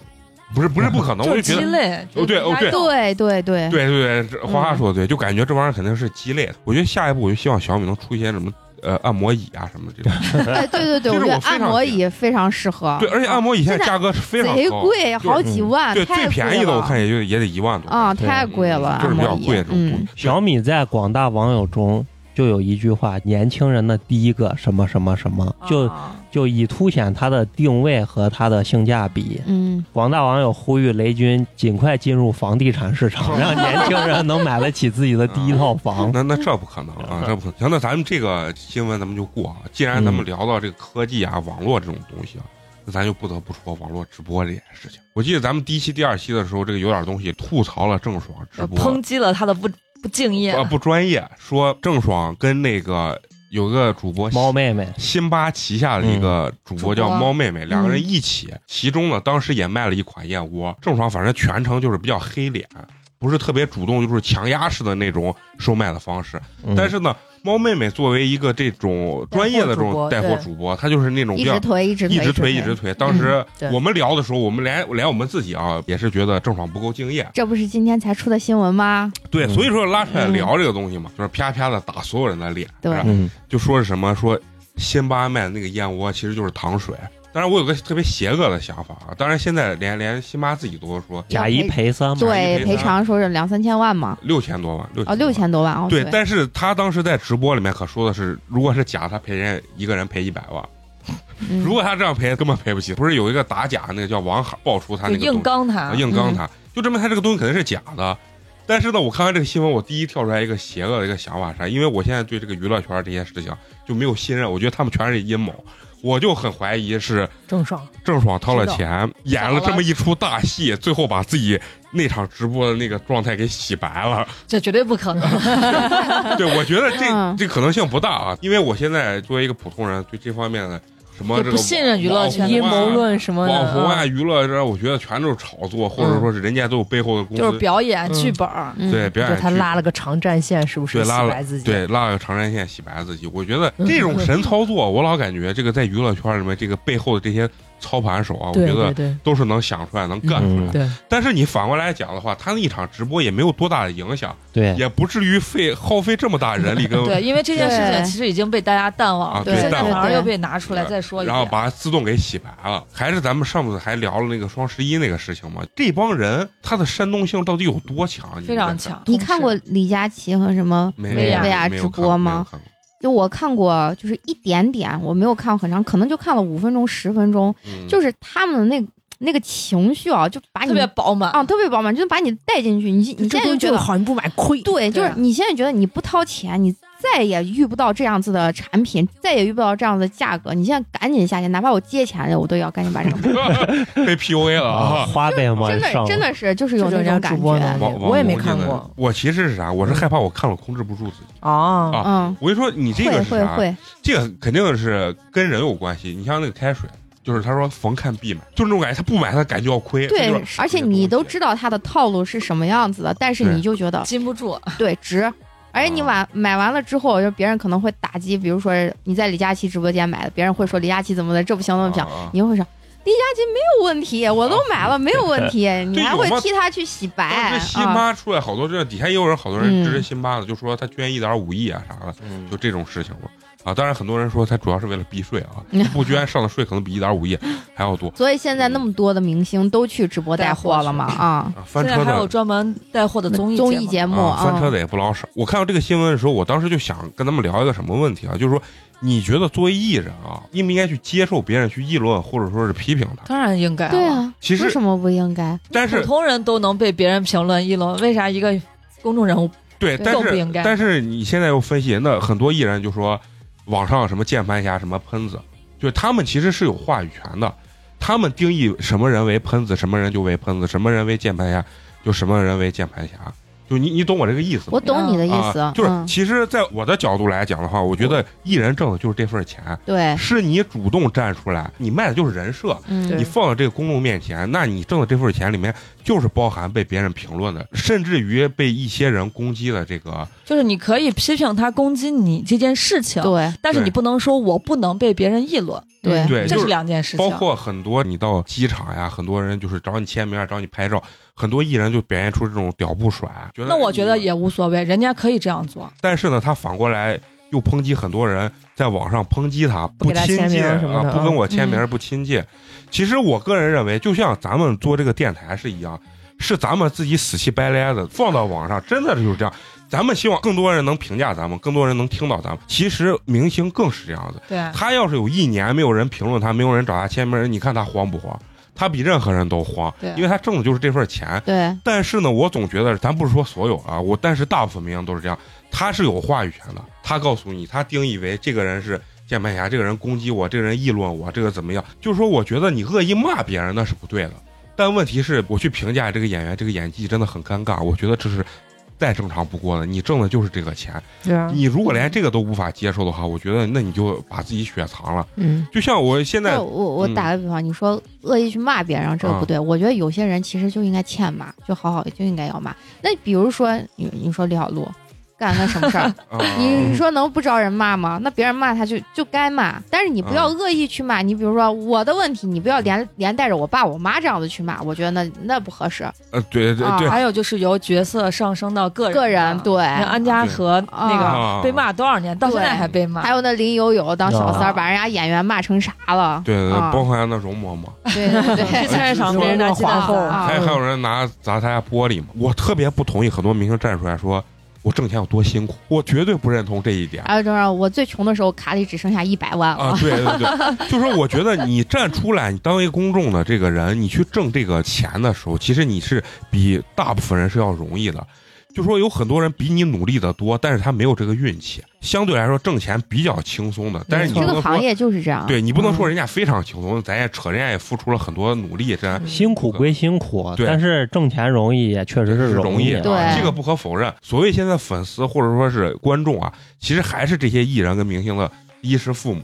S1: 不是不是不 可能，我就
S3: 就
S1: 是觉
S3: 鸡
S1: 得。
S3: 肋，
S1: 哦对哦对
S3: 就是
S5: 对对对，
S1: 对对对，这花花说的对，就感觉这玩意儿肯定是鸡肋的。我觉得下一步我就希望小米能出一些什么呃按摩椅啊什么这种。
S5: 哎对 对对，
S1: 这
S5: 我
S1: 是
S5: 觉
S1: 我
S5: 得
S1: 非常
S5: 按摩椅非常适合。
S1: 对，而且按摩椅现在价格是非常
S5: 贼
S1: 高，
S5: 贵，好几万，
S1: 对
S5: 太
S1: 最便宜
S5: 啊贵
S1: 的我
S5: 了
S1: 看也就也得一万多。
S5: 啊，
S2: 对
S5: 太贵了，
S1: 就是
S5: 按
S1: 比
S5: 摩
S1: 较
S5: 椅
S1: 贵这种东西
S5: 嗯，。
S2: 小米在广大网友中就有一句话：“年轻人的第一个什么什么什么”，
S3: 哦
S2: 就
S3: 啊
S2: 就以凸显它的定位和它的性价比。
S5: 嗯，
S2: 广大网友呼吁雷军尽快进入房地产市 场，让年轻人能买得起自己的第一套 房。
S1: 那那这不可能
S5: 嗯
S1: 啊，这不可能。行，那咱们这个新闻咱们就过啊。既然咱们聊到这个科技啊、网络这种东西啊，那咱就不得不说网络直播这件事情。我记得咱们第一期、第二期的时候，这个有点东西吐槽了郑爽直
S5: 呃
S1: 播
S3: 抨击了他的不不敬业
S1: 啊，不专业，说郑爽跟那个有个主播
S2: 猫妹嗯妹，
S1: 辛巴旗下的一个主播叫猫妹妹，两个人一起，其中呢，当时也卖了一款燕窝。郑爽反正全程就是比较黑脸，不是特别主动，就是强压式的那种售卖的方式。
S2: 嗯
S1: 但是呢，猫妹妹作为一个这种专业的这种带
S3: 带货
S1: 货
S3: 主播
S1: 主播，她就是那种比
S5: 一
S1: 较
S5: 直推，一直
S1: 一
S5: 推，
S1: 直推
S5: 推，
S1: 一直。推。当时
S4: 对
S1: 我们聊的时候，我们连连我们自己啊，也是觉得郑爽不够敬业。
S5: 这不是今天才出的新闻吗？
S1: 对，
S2: 嗯
S1: 所以说拉出来聊这个东西嘛，就是啪啪的打所有人的脸，
S5: 对
S1: 是吧
S2: 嗯，
S1: 就说是什么说辛巴卖的那个燕窝其实就是糖水。当然，我有个特别邪恶的想法啊！当然，现在连连辛巴自己都说
S2: 假一赔三嘛，
S1: 赔
S5: 对，赔
S1: 偿
S5: 偿说是两三千万嘛，
S1: 六千多万，六
S5: 哦，六
S1: 多万。
S5: 千多万哦，
S1: 对，但是他当时在直播里面可说的是，如果是假，他赔人一个人赔一百万。
S5: 嗯
S1: 如果他这样赔，根本赔不起。不是有一个打假那个叫王海爆出他
S3: 就
S1: 那个东
S3: 硬
S1: 西
S3: 刚他
S1: 啊，。硬
S3: 嗯
S1: 刚他，就证明他这个东西肯定是假的。但是呢，我看完这个新闻，我第一跳出来一个邪恶的一个想法啥？因为我现在对这个娱乐圈这些事情就没有信任，我觉得他们全是阴谋，我就很怀疑是
S4: 郑爽，
S1: 郑爽掏了钱演了
S3: 了
S1: 这么一出大戏，最后把自己那场直播的那个状态给洗白了。
S3: 这绝对不可 能。
S1: 对，我觉得这
S5: 嗯
S1: 这可能性不大啊，因为我现在作为一个普通人，对这方面的什么
S3: 也
S1: 这个
S3: 不信任娱乐
S1: 网
S3: 圈
S1: 红
S3: 的
S4: 阴谋
S1: 啊
S4: 论什么的，
S1: 网红啊、
S4: 嗯
S1: 娱乐这，我觉得全都是炒作，或者说是人家都有背后的公司，
S3: 嗯就是表演、
S4: 嗯
S3: 剧本儿，
S5: 嗯
S1: 对表
S4: 就
S1: 演
S4: 他
S1: 剧
S4: 拉了个长战线，是不是？
S1: 对拉了
S4: 洗白自己，
S1: 对，拉个长战线洗白自己。我觉得这种神操作，我老感觉这个在娱乐圈里面，这个背后的这些操盘手啊，我
S4: 对
S1: 觉
S4: 对
S1: 得
S4: 对
S1: 都是能想出来、能干出来
S2: 嗯。
S4: 对，
S1: 但是你反过来讲的话，他那一场直播也没有多大的影响，
S2: 对，
S1: 也不至于费耗费这么大人力跟
S3: 对，因为这件事
S5: 对
S3: 情其实已经被大家淡
S1: 嗯
S3: 忘
S1: 啊
S3: 了，
S1: 对
S3: 现在
S1: 淡
S3: 反
S1: 忘
S3: 而
S5: 了
S3: 又被拿出来再说一
S1: 然后
S3: 遍。
S1: 把它自动给洗白了。还是咱们上次还聊了那个双十一那个事情嘛，这帮人他的煽动性到底有多强？你
S3: 非常
S1: 们在
S3: 强。
S5: 你看过李佳琦和什么
S1: 没有？
S3: 薇
S1: 没
S3: 娅
S1: 有
S5: 薇娅
S1: 没有
S5: 直
S1: 看
S5: 播
S1: 过没有
S5: 吗
S1: 看过
S5: 就我看过，就是一点点，我没有看很长，可能就看了五分钟、十分钟，
S1: 嗯
S5: 就是他们的那那个情绪啊，就把
S3: 特
S5: 你
S3: 别饱满
S5: 啊特别饱满，就把你带进去。你你现在就
S4: 这东西
S5: 觉
S4: 就
S5: 得
S4: 好，你啊不买亏。
S5: 对，就
S3: 对
S5: 是你现在觉得你不掏钱，你再也遇不到这样子的产品，再也遇不到这样子的价格。你现在赶紧下去，哪怕我借钱了，我都要赶紧把 这个。
S1: 被 PUA 了
S2: 啊，
S1: 啊！
S2: 花呗往
S5: 真
S2: 上
S5: 的
S2: 了，
S5: 真的是就是有
S4: 这
S5: 那
S4: 种
S5: 种
S4: 人
S5: 感
S4: 主播
S5: 觉
S4: 呢，
S1: 王
S4: 我也没
S1: 王姑娘
S4: 看
S1: 呢
S4: 过
S1: 我其实是啥？我是害怕我看了控制不住自己。
S4: 啊
S1: 啊
S5: 嗯，
S1: 我跟你说，你这
S5: 会
S1: 个是
S5: 会
S1: 啥？
S5: 会，
S1: 这个肯定是跟人有关系。你像那个开水，就是他说逢看必买，就那种感觉，他不买他感觉要 亏。
S5: 对
S1: 他就是，
S5: 而且你都知道它的套路是什么样子的，但是
S1: 对啊
S5: 你就觉 得
S3: 禁不住，
S1: 哦
S5: 对值。而且你买买完了之后，就别人可能会打击，比如说你在李佳琦直播间买的，别人会说李佳琦怎么的，这不行那
S1: 啊
S5: 不行，
S1: 啊
S5: 你就会说李佳琦没有问题，我都买了没有问题，你
S1: 啊对
S5: 还
S1: 有
S5: 会
S1: 吗
S5: 替他去洗白
S1: 当时辛
S5: 啊？
S1: 巴出来好多这底下也有人，好多人
S5: 嗯
S1: 支持辛巴的，就说他捐一点五亿啊啥的，
S2: 嗯
S1: 就这种事情嘛。啊，当然很多人说他主要是为了避税 啊，不捐上的税可能比一点五亿还要多
S5: 所以现在那么多的明星都去直播带货了嘛
S1: 啊。
S5: 啊？
S1: 翻
S3: 现在
S1: 车
S3: 还有
S1: 的
S3: 专门带货的综艺
S5: 综艺节目
S1: 啊，翻车
S5: 啊，
S1: 的也不老少。我看到这个新闻的时候，我当时就想跟他们聊一个什么问题啊，就是说你觉得作为艺人啊，应不应该去接受别人去议论或者说是批评他？
S3: 当然应该了
S5: 对，啊，
S1: 其
S5: 为
S1: 实，
S5: 什么不应该？
S1: 但是
S3: 普通人都能被别人评论议论，为啥一个公众人物
S1: 对，
S5: 对
S1: 但
S3: 更不
S1: 是
S3: 应该
S1: 但是你现在又分析，那很多艺人就说网上什么键盘侠、什么喷子，就他们其实是有话语权的，他们定义什么人为喷子，什么人就为喷子，什么人为键盘侠，就什么人为键盘侠，就你你懂我这个意思吗？
S5: 我懂你的意思，
S1: 啊，就是
S5: 嗯
S1: 其实，在我的角度来讲的话，我觉得艺人挣的就是这份钱，
S5: 对，
S1: 是你主动站出来，你卖的就是人设，
S5: 嗯，
S1: 你放到这个公众面前，那你挣的这份钱里面就是包含被别人评论的，甚至于被一些人攻击的这个
S3: 就是你可以批评他攻击你这件事情，
S5: 对
S3: 但是
S1: 对嗯
S3: 你不能说我不能被别人议论，
S5: 对
S1: 对就
S3: 这
S1: 是
S3: 是两件事情。
S1: 包括很多你到机场呀，很多人就是找你签名啊，找你拍照，很多艺人就表现出这种屌不甩。觉得
S3: 那我觉得
S1: 你，
S3: 也无所谓，人家可以这样做。
S1: 但是呢，他反过来又抨击很多人在网上抨击他，
S4: 不给他
S1: 亲
S4: 签
S1: 近
S4: 名什么的
S1: 啊，不
S4: 啊
S1: 跟我签名，
S5: 嗯
S1: 不亲近。其实我个人认为，就像咱们做这个电台是一样，是咱们自己死乞白赖的放到网上，真的就是这样。咱们希望更多人能评价咱们，更多人能听到咱们。其实明星更是这样的。
S3: 对，
S4: 嗯
S1: 他要是有一年没有人评论他，没有人找他签名，你看他慌不慌？他比任何人都慌
S3: 对，
S1: 因为他挣的就是这份钱。
S5: 对，
S1: 但是呢，我总觉得，咱不是说所有啊，我但是大部分明星都是这样，他是有话语权的。他告诉你，他定义为这个人是键盘侠，这个人攻击我，这个人议论我，这个怎么样？就是说，我觉得你恶意骂别人那是不对的。但问题是我去评价这个演员这个演技真的很尴尬，我觉得这是再正常不过的。你挣的就是这个钱，
S4: 对啊，
S1: 你如果连这个都无法接受的话，我觉得那你就把自己雪藏了。
S4: 嗯，
S1: 就像我现在
S5: 那，我我
S1: 嗯
S5: 打个比方，你说恶意去骂别人，这个
S1: 啊
S5: 不对。我觉得有些人其实就应该欠骂，就好好就应该要骂。那比如说你你说李小璐干了什么 事儿，
S1: 啊
S5: 你你说能不招人骂吗？那别人骂他就就该骂，但是你不要
S1: 嗯
S5: 恶意去骂。你比如说我的问题，你不要连连带着我爸我妈这样子去骂，我觉得那那不合
S3: 哎
S5: 适。
S1: 呃，对对
S5: 啊
S1: 对，
S3: 还有就是由角色上升到个人
S5: 个
S3: 个
S5: 人对，
S3: 像安家和那
S1: 啊
S3: 个被骂多少年，到现在
S5: 哎对
S3: 还被骂
S5: 还。有那林有有当小三儿，
S3: 啊
S5: 把人家演员骂成啥了？
S1: 对对，
S5: 啊
S1: 包括那容嬷嬷，
S5: 对对对，
S3: 去菜市场被人家记得
S4: 皇后
S5: 啊
S1: 还还有人拿砸他家玻璃嘛。我特别不同意很多明星站出来说我挣钱有多辛苦，我绝对不认同这一点。
S5: 还有就是我最穷的时候卡里只剩下一百万了。
S1: 啊，对对对，就是我觉得你站出来，你当一个公众的这个人，你去挣这个钱的时候，其实你是比大部分人是要容易的。就说有很多人比你努力的多，但是他没有这个运气，相对来说挣钱比较轻松的。但是你
S5: 这
S1: 不
S5: 个
S1: 能
S5: 行
S1: 说，
S5: 业嗯就是这样。
S1: 嗯对你不能说人家非常轻松，咱也扯，人家也付出了很多努力，这
S2: 辛苦归辛苦，
S1: 对
S2: 但是挣钱容易也确实
S1: 是
S2: 是
S1: 容易
S2: 易
S1: 的，
S2: 啊。
S5: 对
S1: 这个不可否认。所谓现在粉丝或者说是观众啊，其实还是这些艺人跟明星的衣食父母。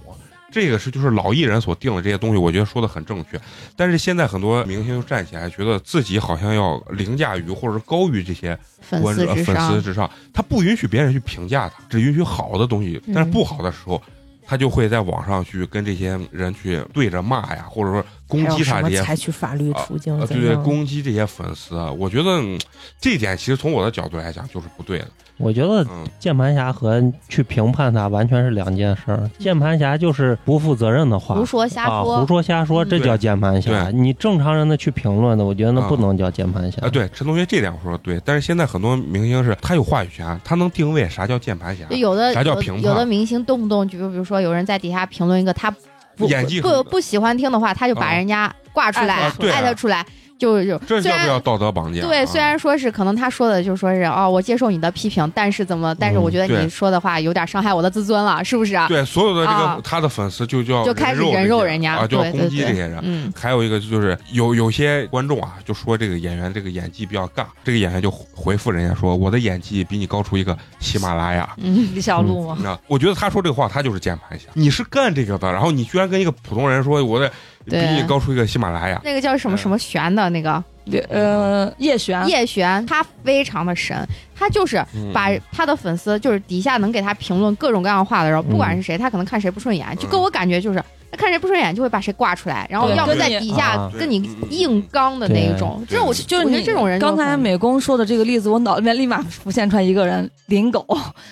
S1: 这个是就是老艺人所定的这些东西，我觉得说的很正确。但是现在很多明星就站起来，觉得自己好像要凌驾于或者是高于这些
S5: 粉
S1: 观
S5: 丝
S1: 众呃
S5: 至
S1: 粉丝
S5: 上，
S1: 之上，他不允许别人去评价他，只允许好的东西。但是不好的时候，他就会在网上去跟这些人去对着骂呀，或者说攻
S4: 还有
S1: 击他
S4: 什
S1: 这
S4: 么
S1: 些
S4: 采取法律途径
S1: 呃，
S4: 怎
S1: 对对，
S4: 样？
S1: 攻击这些粉丝，啊，我觉得嗯这一点其实从我的角度来讲就是不对的。
S2: 我觉得
S1: 嗯，
S2: 键盘侠和去评判他完全是两件事儿。键盘侠就是不负责任的话
S5: 嗯胡，说瞎
S2: 啊，
S5: 说
S2: 胡。说瞎说，
S5: 嗯
S2: 这叫键盘侠。你正常人的去评论的，我觉得那不能叫键盘侠
S1: 啊，。对，陈同学这点我说的对，但是现在很多明星是他有话语权，他能定位啥叫键盘侠
S5: 就。有的
S1: 啥叫
S5: 有
S1: 评判
S5: 有的明星动不动就比如说有人在底下评论一个他不
S1: 演技
S5: 不不喜欢听的话，他就把
S1: 啊
S5: 人家挂出来
S1: 啊，对啊
S5: 艾特出来，就就
S1: 这
S5: 虽
S1: 叫不
S5: 然
S1: 叫道德绑架？
S5: 对，
S1: 啊
S5: 虽然说是可能他说的就说是哦，我接受你的批评，但是怎么？但是我觉得
S1: 嗯对
S5: 你说的话有点伤害我的自尊了，是不是啊？
S1: 对所有的这
S5: 啊
S1: 个他的粉丝就叫
S5: 就开始
S1: 人
S5: 人肉人家，
S1: 啊，就要
S5: 对
S1: 攻
S5: 对
S1: 击这
S5: 对，
S1: 些人。
S5: 嗯，
S1: 还有一个就是有有些观众啊，就说这个演员这个演技比较尬，这个演员就回复人家说我的演技比你高出一个喜马拉雅。
S5: 嗯，
S3: 李小璐吗？
S1: 那我觉得他说这个话，他就是键盘侠。你是干这个的，然后你居然跟一个普通人说我的比
S5: 对
S1: 你高出一个喜马拉雅，
S5: 那个叫什么什么玄的那个
S3: 对，呃，叶璇，
S5: 叶璇，他非常的神，他就是
S1: 嗯
S5: 把他的粉丝就是底下能给他评论各种各样的话的，然后不管
S2: 嗯
S5: 是谁，他可能看谁不顺眼，就跟我感觉就是。他看谁不顺眼就会把谁挂出来，然
S1: 嗯
S5: 后
S1: 对
S5: 要不
S3: 跟
S5: 在
S3: 你
S5: 底下
S2: 啊
S5: 跟你硬刚的那一种，
S1: 对
S5: 这我
S1: 对
S3: 就是
S5: 我觉
S3: 你
S5: 得这种人就
S3: 刚才
S5: 很
S3: 美工说的这个例子，我脑里面立马浮现出来一个人，林狗，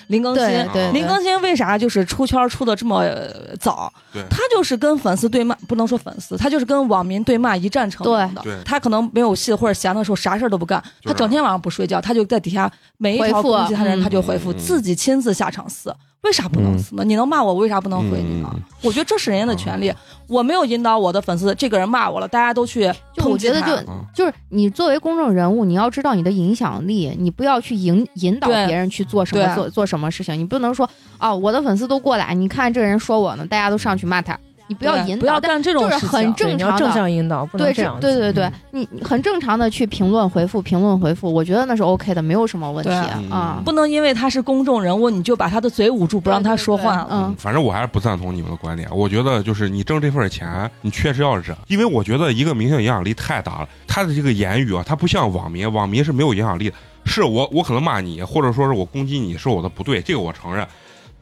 S3: 林更
S5: 对
S3: 新。
S5: 对
S1: 啊
S5: 对
S3: 林更新为啥就是出圈出的这么呃早
S1: 对？
S3: 他就是跟粉丝对骂，不能说粉丝，他就是跟网民对骂一战成名的。
S1: 对
S3: 他可能没有戏或者闲的时候啥事儿都不干，
S1: 就是
S3: 他整天晚上不睡觉，他就在底下每一
S5: 回
S3: 条
S5: 复
S3: 攻击他的人，
S5: 嗯
S3: 他就回复，
S1: 嗯
S3: 自己亲自下场撕。为啥不能撕呢？你能骂我，我为啥不能回你呢
S1: 嗯？
S3: 我觉得这是人家的权利，我没有引导我的粉丝，这个人骂我了，大家都去
S5: 就我
S3: 抨击
S5: 觉得
S3: 他。
S5: 就
S1: 嗯
S5: 就是你作为公众人物，你要知道你的影响力，你不要去引引导
S3: 对
S5: 别人去做什么
S3: 对
S5: 做做什么事情，你不能说哦，我的粉丝都过来，你看这个人说我呢，大家都上去骂他，你不要
S3: 对
S5: 引
S3: 不
S5: 导，
S3: 要
S5: 但
S3: 干这种
S5: 就
S3: 事
S5: 是
S3: 情。
S5: 很
S4: 对
S5: 正
S4: 你要
S5: 常
S4: 正
S5: 的。
S4: 向引导，不能
S5: 对，是
S4: 这样子。嗯
S5: 对对对，你你很正常的去评论回复、评论回复，我觉得那是 OK 的，没有什么问题
S3: 对
S5: 啊
S1: 嗯。
S3: 不能因为他是公众人物，你就把他的嘴捂住，不让他说话了。
S5: 嗯，
S1: 反正我还是不赞同你们的观点。我觉得就是你挣这份钱，你确实要忍，因为我觉得一个明星影响力太大了，他的这个言语啊，他不像网民，网民是没有影响力的。是我我可能骂你，或者说是我攻击你是我的不对，这个我承认。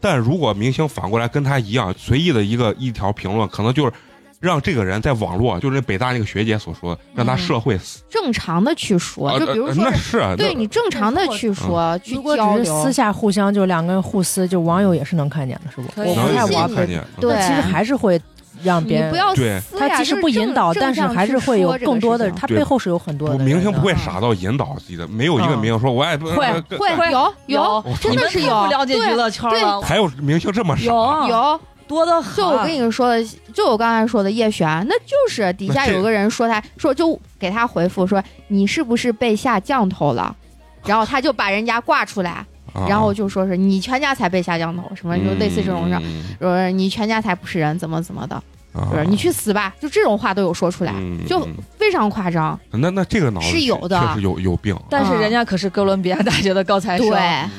S1: 但如果明星反过来跟他一样随意的一个一条评论，可能就是让这个人在网络，就是北大那个学姐所说的，让他社会死。
S5: 正常的去说，
S1: 啊
S5: 嗯就比如
S1: 呃
S5: 说
S1: 那
S5: 是，
S1: 是啊
S5: 对
S1: 那
S5: 你正常的去说去
S4: 嗯如果
S5: 交
S4: 只是
S5: 流
S4: 私，下互相就两个人互撕，就网友也是能看见的，是不？
S3: 可以
S4: 我
S3: 我
S1: 能
S4: 不太
S1: 有
S5: 信
S4: 玩
S5: 你
S1: 看见，嗯
S5: 对
S4: 但其实还是会让别
S5: 你
S4: 人
S5: 不。要
S1: 对
S5: 撕呀
S4: 他即使
S5: 就是
S4: 不引
S5: 正
S4: 导，
S5: 正
S4: 但是
S5: 向
S4: 还
S5: 去
S4: 是会有
S5: 说这个
S4: 更多
S5: 事
S4: 的，
S5: 情
S4: 他
S1: 对
S4: 背后是有很多
S1: 我
S4: 的。
S1: 明星不会
S5: 啊
S1: 傻到引导自己的，没有一个明星说我爱不
S3: 会
S1: 跟
S5: 会
S3: 会
S5: 有有
S1: 我
S5: 真的是有
S3: 不了解娱
S5: 对
S3: 乐圈了，
S1: 还有明星这么啊傻，
S3: 有
S4: 嗯
S5: 有，
S3: 多的很。
S5: 就
S4: 啊
S5: 我跟你说的，就我刚才说的叶璇，那就是底下
S1: 那这
S5: 有个人说他说就给他回复说你是不是被下降头了，然后他就把人家挂出来，
S1: 啊
S5: 然后就说是你全家才被下降头，什么就类似这种事儿，
S1: 嗯
S5: 说是你全家才不是人，怎么怎么的，
S1: 啊
S5: 就是你去死吧，就这种话都有说出来，
S1: 嗯
S5: 就
S1: 嗯
S5: 非常夸张，
S1: 那那这个脑子
S5: 是有的
S1: 确实有有病。啊
S3: 但是人家可是哥伦比亚大学的高材生，
S5: 对。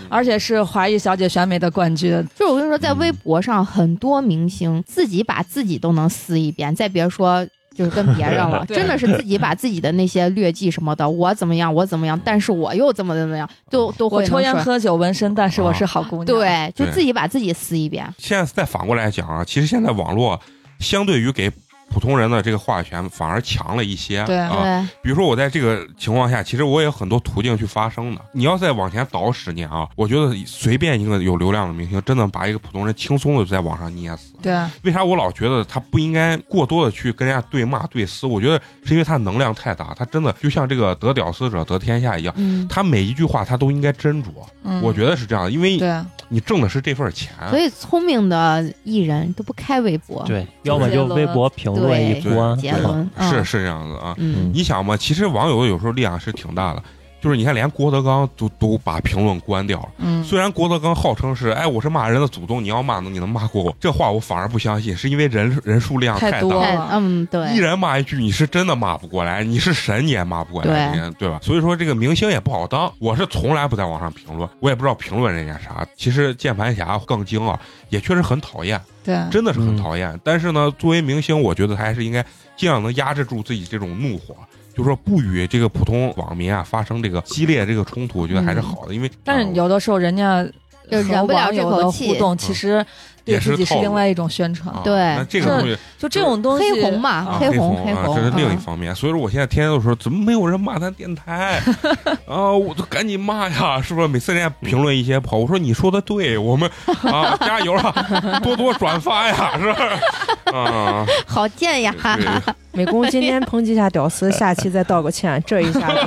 S3: 而且是华裔小姐选美的冠军。
S5: 哎就是我跟你说，在
S1: 嗯
S5: 微博上，很多明星自己把自己都能撕一遍，再别说就是跟别人 了，
S3: 对
S5: 真的是自己把自己的那些劣迹什么的，我怎么样，我怎么样，但是我又怎么怎么样，都都
S3: 我
S5: 会
S3: 抽
S5: 能
S3: 烟
S5: 说。啊
S3: 喝酒纹身，但是我是好姑娘。，
S5: 对，就
S1: 对
S5: 自己把自己撕一遍。
S1: 现在再反过来讲啊，其实现在网络相对于给普通人的这个话语权反而强了一些。
S3: 对
S1: 啊，比如说我在这个情况下，其实我也有很多途径去发声的。你要再往前倒十年啊，我觉得随便一个有流量的明星，真的把一个普通人轻松的在网上捏死。
S3: 对啊，
S1: 为啥我老觉得他不应该过多的去跟人家对骂对撕？我觉得是因为他能量太大，他真的就像这个得屌丝者得天下一样，
S5: 嗯，
S1: 他每一句话他都应该斟酌。
S3: 嗯，
S1: 我觉得是这样的，因为
S3: 对啊，
S1: 你挣的是这份钱。
S5: 所以聪明的艺人都不开微博，
S2: 对，要么就微博评论一关，
S5: 杰伦
S1: 是
S5: 嗯
S1: 是这样子啊。
S5: 嗯，
S1: 你想嘛，其实网友有时候力量是挺大的，就是你看，连郭德纲都都把评论关掉了。
S3: 嗯，
S1: 虽然郭德纲号称是，哎，我是骂人的祖宗，你要骂呢，你能骂过我？这话我反而不相信，是因为人人数量
S3: 太
S1: 太
S3: 多
S1: 大
S3: 了
S1: 了。
S5: 哎嗯，
S1: 一
S5: 对，
S1: 人骂一句，你是真的骂不过来，你是神你也骂不过来，
S5: 对
S1: 你对吧？所以说这个明星也不好当。我是从来不在网上评论，我也不知道评论人家啥。其实键盘侠更精啊，也确实很讨厌，
S3: 对啊，
S1: 真的是很讨厌。但是呢，作为明星，我觉得他还是应该尽量能压制住自己这种怒火，就说不与这个普通网民啊发生这个激烈这个冲突，我觉得还是好的，因为
S3: 嗯但是
S1: 啊
S3: 有的时候人家
S5: 就忍不了这口气
S3: 和网友的互
S1: 嗯
S3: 动，其实对自己是另外一种宣传
S1: 啊。
S5: 对
S1: 那这个
S3: 这
S1: 东西
S3: 就这种东西，
S5: 黑红
S1: 啊
S5: 嘛，
S1: 黑
S5: 红黑
S1: 啊
S5: 红，
S1: 这是另一
S5: 嗯
S1: 方面。所以说，我现在天天都说，怎么没有人骂咱电台 啊？我就赶紧骂呀，是不是？每次人家评论一些不好，我说你说的对，我们啊加油啊， 多多转发呀，是不是？啊，
S5: 好贱呀，
S1: 对
S4: 美工今天抨击一下 屌丝，下期再道个歉，这一下子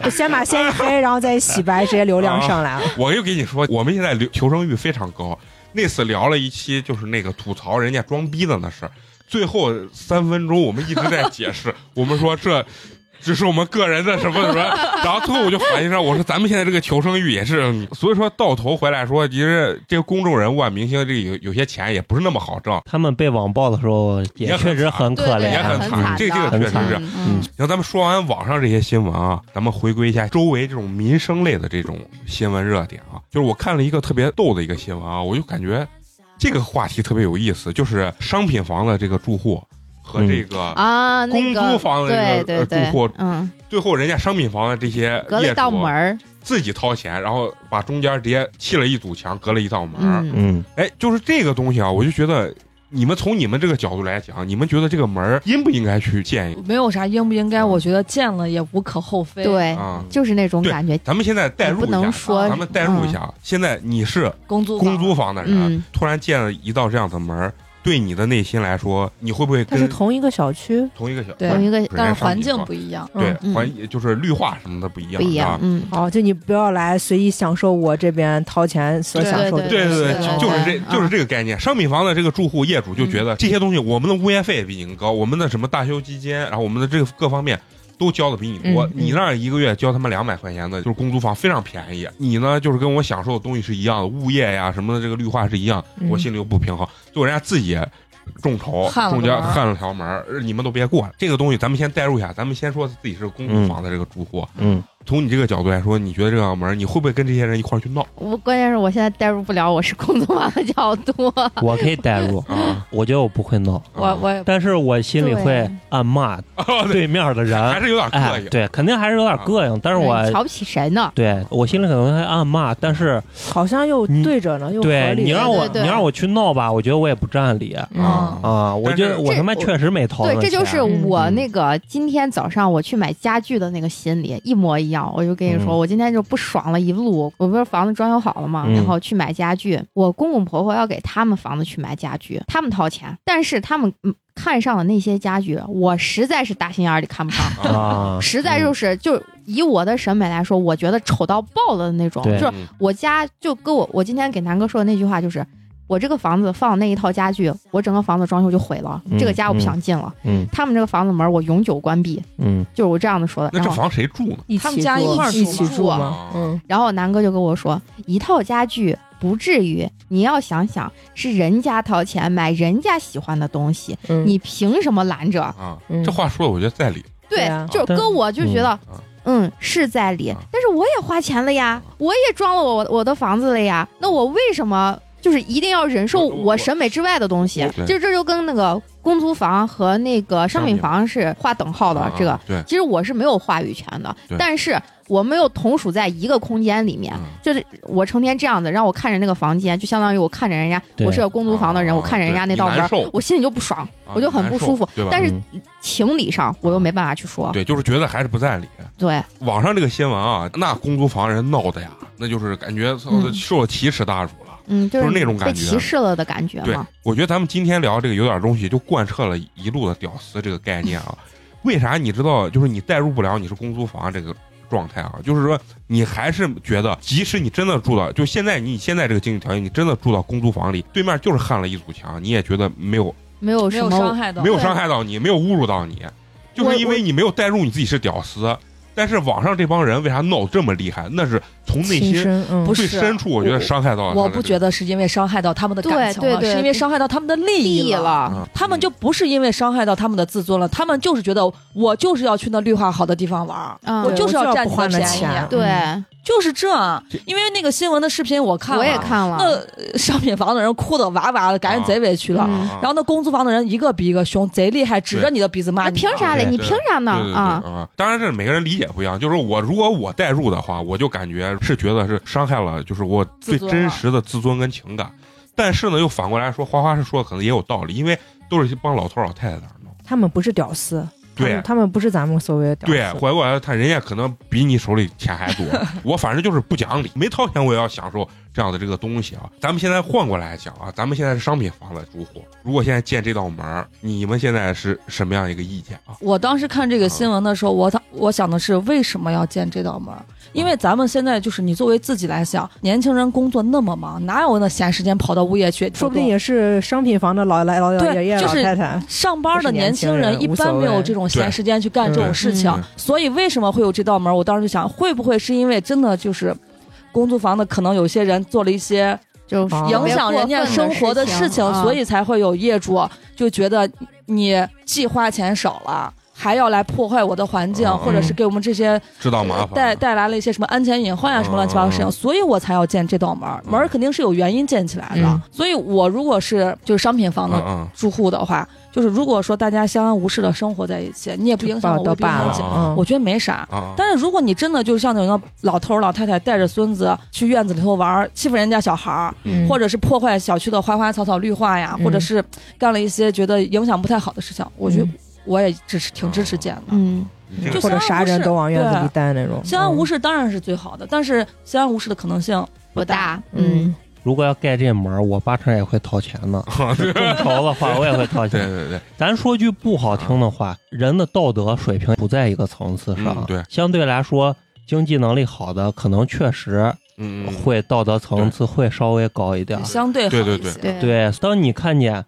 S4: 把先把先黑，然后再洗白，直接流量上来了。
S1: 我又跟你说，我们现在留求生欲非常高。那次聊了一期，就是那个吐槽人家装逼的那事儿。最后三分钟我们一直在解释， 我们说这。这是我们个人的什么什 么，然后最后我就反应上，我说咱们现在这个求生欲也是，所以说到头回来说，其实这个公众人物啊，明星这个有有些钱也不是那么好挣，
S2: 他们被网暴的时候
S1: 也很
S2: 确实很
S5: 对
S2: 可
S5: 对
S2: 怜，啊
S1: 也很
S5: 惨的，
S1: 这这个
S2: 很
S1: 确实
S2: 惨
S1: 是
S5: 嗯
S2: 嗯
S5: 嗯，
S1: 然后咱们说完网上这些新闻啊，咱们回归一下周围这种民生类的这种新闻热点啊。就是我看了一个特别逗的一个新闻啊，我就感觉这个话题特别有意思，就是商品房的这个住户和这个、
S5: 啊，那
S1: 公
S5: 个
S1: 租房的
S5: 对
S1: 这
S5: 对
S1: 个呃
S5: 对
S1: 住户，
S5: 嗯，
S1: 最后人家商品房的这些
S5: 隔了
S1: 业
S5: 一道
S1: 主
S5: 门儿，
S1: 自己掏钱，然后把中间直接砌了一堵墙，隔了一道门儿。
S5: 嗯，
S2: 嗯，
S1: 哎，就是这个东西啊，我就觉得你们从你们这个角度来讲，你们觉得这个门儿应不应该去建一个
S3: 没有啥应不应该，
S1: 嗯
S3: 我觉得见了也无可厚非。，
S5: 对，
S1: 啊？
S5: 就是那种
S1: 对
S5: 感觉，
S1: 咱们现在代
S5: 你
S1: 入
S5: 不
S1: 一下
S5: 能，说
S1: 咱们代入一下，啊，现在你是
S3: 公租
S1: 公
S3: 公
S1: 租房的人，啊
S5: 嗯，
S1: 突然建了一道这样的门儿，对你的内心来说，你会不会
S4: 它是
S1: 跟
S4: 同一个小区，
S1: 同一个小
S3: 对
S5: 同一个
S3: 但是环境不一样。
S1: 对
S5: 嗯
S1: 环就是绿化什么的不啊一样，
S5: 不一
S1: 是
S5: 样
S1: 吧，
S5: 嗯，
S4: 哦，就你不要来随意享受我这边掏钱所
S5: 对
S4: 享受的
S1: 对
S4: 东西。
S1: 对
S5: 对
S1: 对，就是这
S5: 对
S1: 就是这个概念。商品房的这个住户业主就觉得这些东西，我们的物业费也比你高，我们的什么大修基金，然后我们的这个各方面都交的比你多
S5: 嗯。嗯
S1: 你那儿一个月交他妈两百块钱的，就是公租房非常便宜。你呢，就是跟我享受的东西是一样的，物业呀什么的这个绿化是一样，
S4: 嗯
S1: 我心里又不平衡，就人家自己。众筹
S3: 焊了个
S1: 中间
S3: 门儿
S1: 焊了条门儿，你们都别过来。这个东西咱们先代入一下，咱们先说自己是公租房的这个住户。
S2: 嗯，
S1: 从你这个角度来说，你觉得这道门儿，你会不会跟这些人一块儿去闹，
S5: 我关键是我现在代入不了，我是工作忙的较多，
S2: 我可以代入
S1: 啊？
S2: 我觉得我不会闹，
S3: 我我也
S2: 但是我心里会
S5: 对
S2: 暗 骂
S1: 啊，对，
S2: 对面的
S1: 还
S2: 人，
S1: 是有点啊膈
S2: 哎，
S1: 应。啊
S2: 对，肯定还是有点膈应，但是我
S5: 嗯瞧不起谁呢？
S2: 对我心里可能会暗骂，但是
S4: 好像又
S2: 你
S4: 对着呢，又合
S2: 对
S4: 理
S2: 你
S4: 了
S2: 让我
S5: 对对
S2: 你让我去闹吧，我觉得我也不占理
S3: 嗯
S1: 啊
S2: 啊，我觉
S1: 但
S2: 得
S1: 是
S2: 我他妈
S5: 这
S2: 确实没掏
S5: 对
S2: 那，钱，
S5: 这就是
S4: 嗯
S5: 我
S2: 嗯
S5: 那个今天早上我去买家具的那个心理一模一样。我就跟你说，
S2: 嗯
S5: 我今天就不爽了一路。我不是房子装修好了嘛，
S2: 嗯
S5: 然后去买家具。我公公婆婆要给他们房子去买家具，他们掏钱，但是他们嗯看上了那些家具，我实在是大心眼儿里看不上。
S2: 啊，
S5: 实在就是，就以我的审美来说，我觉得丑到爆了的那种。
S2: 对
S5: 就是我家就跟我我今天给南哥说的那句话就是，我这个房子放那一套家具，我整个房子装修就毁了，
S2: 嗯
S5: 这个家我不想进了。
S2: 嗯
S5: 他们这个房子门我永久关闭，
S2: 嗯
S5: 就是我这样的说的。
S1: 那
S5: 然
S1: 这
S5: 后，
S1: 房谁住呢？
S4: 一
S3: 他们
S4: 起
S3: 家
S4: 住
S3: 一块儿
S4: 一
S3: 住
S4: 起
S3: 嘛
S4: 住
S1: 啊
S4: 嘛，嗯，
S5: 然后南哥就跟我说，一套家具不至于，你要想想是人家掏钱买人家喜欢的东西，
S4: 嗯
S5: 你凭什么拦着？
S1: 啊，
S4: 嗯
S1: 这话说的我觉得在理。
S5: 对，
S4: 对啊
S5: 就是
S2: 但
S5: 跟我就觉得，
S1: 嗯啊
S5: 嗯是在理
S1: 啊，
S5: 但是我也花钱了呀，我也装了我我的房子了呀，那我为什么就是一定要忍受
S1: 我我
S5: 我审美之外的东西
S1: 我？对
S5: 就这就跟那个公租房和那个商
S1: 商
S5: 品
S1: 品
S5: 房是划等号的
S1: 啊，
S5: 这个。
S1: 对，
S5: 其实我是没有话语权的
S1: 对，
S5: 但是我们又同属在一个空间里面
S1: 嗯，
S5: 就是我成天这样子，让我看着那个房间，就相当于我看着人家，
S2: 对
S5: 我是个公租房的人，
S1: 啊
S5: 我看着人家那道
S1: 对你
S5: 门
S1: 难受，
S5: 我心里就不爽，
S1: 啊
S5: 我就很不舒服
S1: 难受对吧？
S5: 但是
S2: 嗯
S5: 情理上我又没办法去说，
S1: 对，就是觉得还是不在理。
S5: 对，
S1: 网上这个新闻啊，那公租房人闹的呀，那就是感觉操
S5: 嗯
S1: 受了奇耻大辱了。
S5: 嗯，就
S1: 就是那种
S5: 被
S1: 感觉
S5: 歧视了的感觉
S1: 对
S5: 嘛。，
S1: 我觉得咱们今天聊这个有点东西，就贯彻了一路的屌丝这个概念啊。为啥你知道？就是你代入不了你是公租房这个状态啊，就是说你还是觉得，即使你真的住到，就现在你现在这个经济条件，你真的住到公租房里，对面就是焊了一堵墙，你也觉得没有
S5: 没有
S3: 没
S5: 什
S3: 有伤
S5: 么，
S3: 害到，
S1: 没有伤害到你，没有侮辱到你，就
S5: 我
S1: 是因为你没有代入你自己是屌丝。但是网上这帮人为啥闹得这么厉害？那是从内
S4: 亲
S1: 心
S4: 身嗯
S3: 不
S1: 最
S3: 是
S1: 深处，我觉得伤害到了哦
S3: 我
S1: 他的
S3: 不
S1: 这
S3: 觉
S1: 个
S3: 得是因为伤害到他们的感情
S5: 对对
S3: 了，
S5: 对
S3: 是因为伤害到他们的利
S5: 利
S3: 益了。
S5: 了。
S1: 啊
S3: 他们就不是因为伤害到他们的自尊了，他们就是觉得我就是要去那绿化好的地方玩儿，
S5: 嗯
S3: 我就是要
S4: 我就要
S3: 占
S4: 不
S3: 你
S4: 花那
S3: 便宜啊
S4: 钱，嗯
S5: 对，
S3: 就是这。因为那个新闻的视频我看了，
S5: 我也看了。
S3: 那呃商品房的人哭的哇哇的，感觉贼委屈了。
S5: 嗯
S1: 啊
S3: 然后那公租房的人一个比一个凶，贼厉害，指着你的鼻子骂
S5: 那
S3: 你。
S5: 哎凭啥嘞？
S2: 对
S5: 你
S1: 对
S5: 凭啥呢
S1: 对对？对
S5: 啊，
S1: 啊！当然，这每个人理解不一样。就是我，如果我代入的话，我就感觉是觉得是伤害了，就是我最
S3: 自尊
S1: 真
S3: 了
S1: 实的自尊跟情感。但是呢，又反过来说，花花是说的可能也有道理，因为都是一帮老头老太太在那儿弄。
S4: 他们不是屌丝，他
S1: 对
S4: 们他们不是咱们所谓的屌丝，
S1: 对，回过来看人家可能比你手里钱还多，我反正就是不讲理，没掏钱我也要享受这样的这个东西啊。咱们现在换过来讲啊，咱们现在是商品房的住户，如果现在建这道门儿，你们现在是什么样一个意见啊？
S3: 我当时看这个新闻的时候，我当我想的是为什么要建这道门儿？因为咱们现在就是你作为自己来想，年轻人工作那么忙，哪有那闲时间跑到物业去？
S4: 说不定也是商品房的老来老老
S3: 对
S4: 爷爷
S3: 就
S4: 老
S3: 是
S4: 太太。
S3: 上班的年轻人一般没有这种闲时间去干这种事情
S1: 对嗯，
S3: 所以为什么会有这道门？我当时就想，会不会是因为真的就是公租房的可能有些人做了一些
S5: 就
S4: 啊
S5: 特
S3: 影
S5: 别
S3: 响人家
S5: 过分
S3: 生活的事情，
S5: 啊
S3: 所以才会有业主就觉得你既花钱少了。还要来破坏我的环境，
S1: 嗯
S3: 或者是给我们这些
S1: 知道麻烦啊
S3: 带
S1: 了，
S3: 带来了一些什么安全隐患啊，什么乱七八糟的事
S1: 嗯嗯
S3: 情，
S1: 嗯
S3: 所以我才要建这道门儿。
S1: 嗯
S3: 门儿肯定是有原因建起来的
S4: 嗯，
S3: 所以我如果是就是商品房的
S1: 嗯嗯，
S3: 住户的话，就是如果说大家相安无事的生活在一起，你也不影响我，我
S4: 就
S3: 也不影
S4: 罢
S3: 响
S4: 了
S3: 你
S1: 嗯
S4: 嗯，
S3: 我觉得没啥。
S1: 啊，
S3: 但是如果你真的就是像那种老头儿老太太带着孙子去院子里头玩儿，欺负人家小孩儿，
S4: 嗯
S3: 或者是破坏小区的花花草草绿化呀，
S4: 嗯
S3: 或者是干了一些觉得影响不太好的事情，我觉得
S4: 嗯
S3: 我也支持，挺支持建的。
S5: 嗯，
S1: 你这
S3: 就
S1: 个
S4: 或者
S3: 相安无
S4: 啥
S3: 事
S4: 人都往院子里带那种，嗯
S3: 相安无
S4: 事。
S3: 事当然是最好的，但是相安无事的可能性
S5: 不
S3: 不大。
S5: 大，嗯
S4: 嗯，
S2: 如果要盖这门儿，我八成也会 掏钱的。众筹的话，我也会掏
S1: 哦对
S2: 钱。
S1: 对对，
S2: 咱说句不好听的话，人的道德水平不在一个层次上。
S1: 嗯对，
S2: 相对来说，经济能力好的，可能确实
S1: 嗯嗯，
S2: 会道德层次会稍微高一点。
S3: 相对好
S1: 对对
S3: 一些，
S5: 嗯对，
S2: 对，当你看见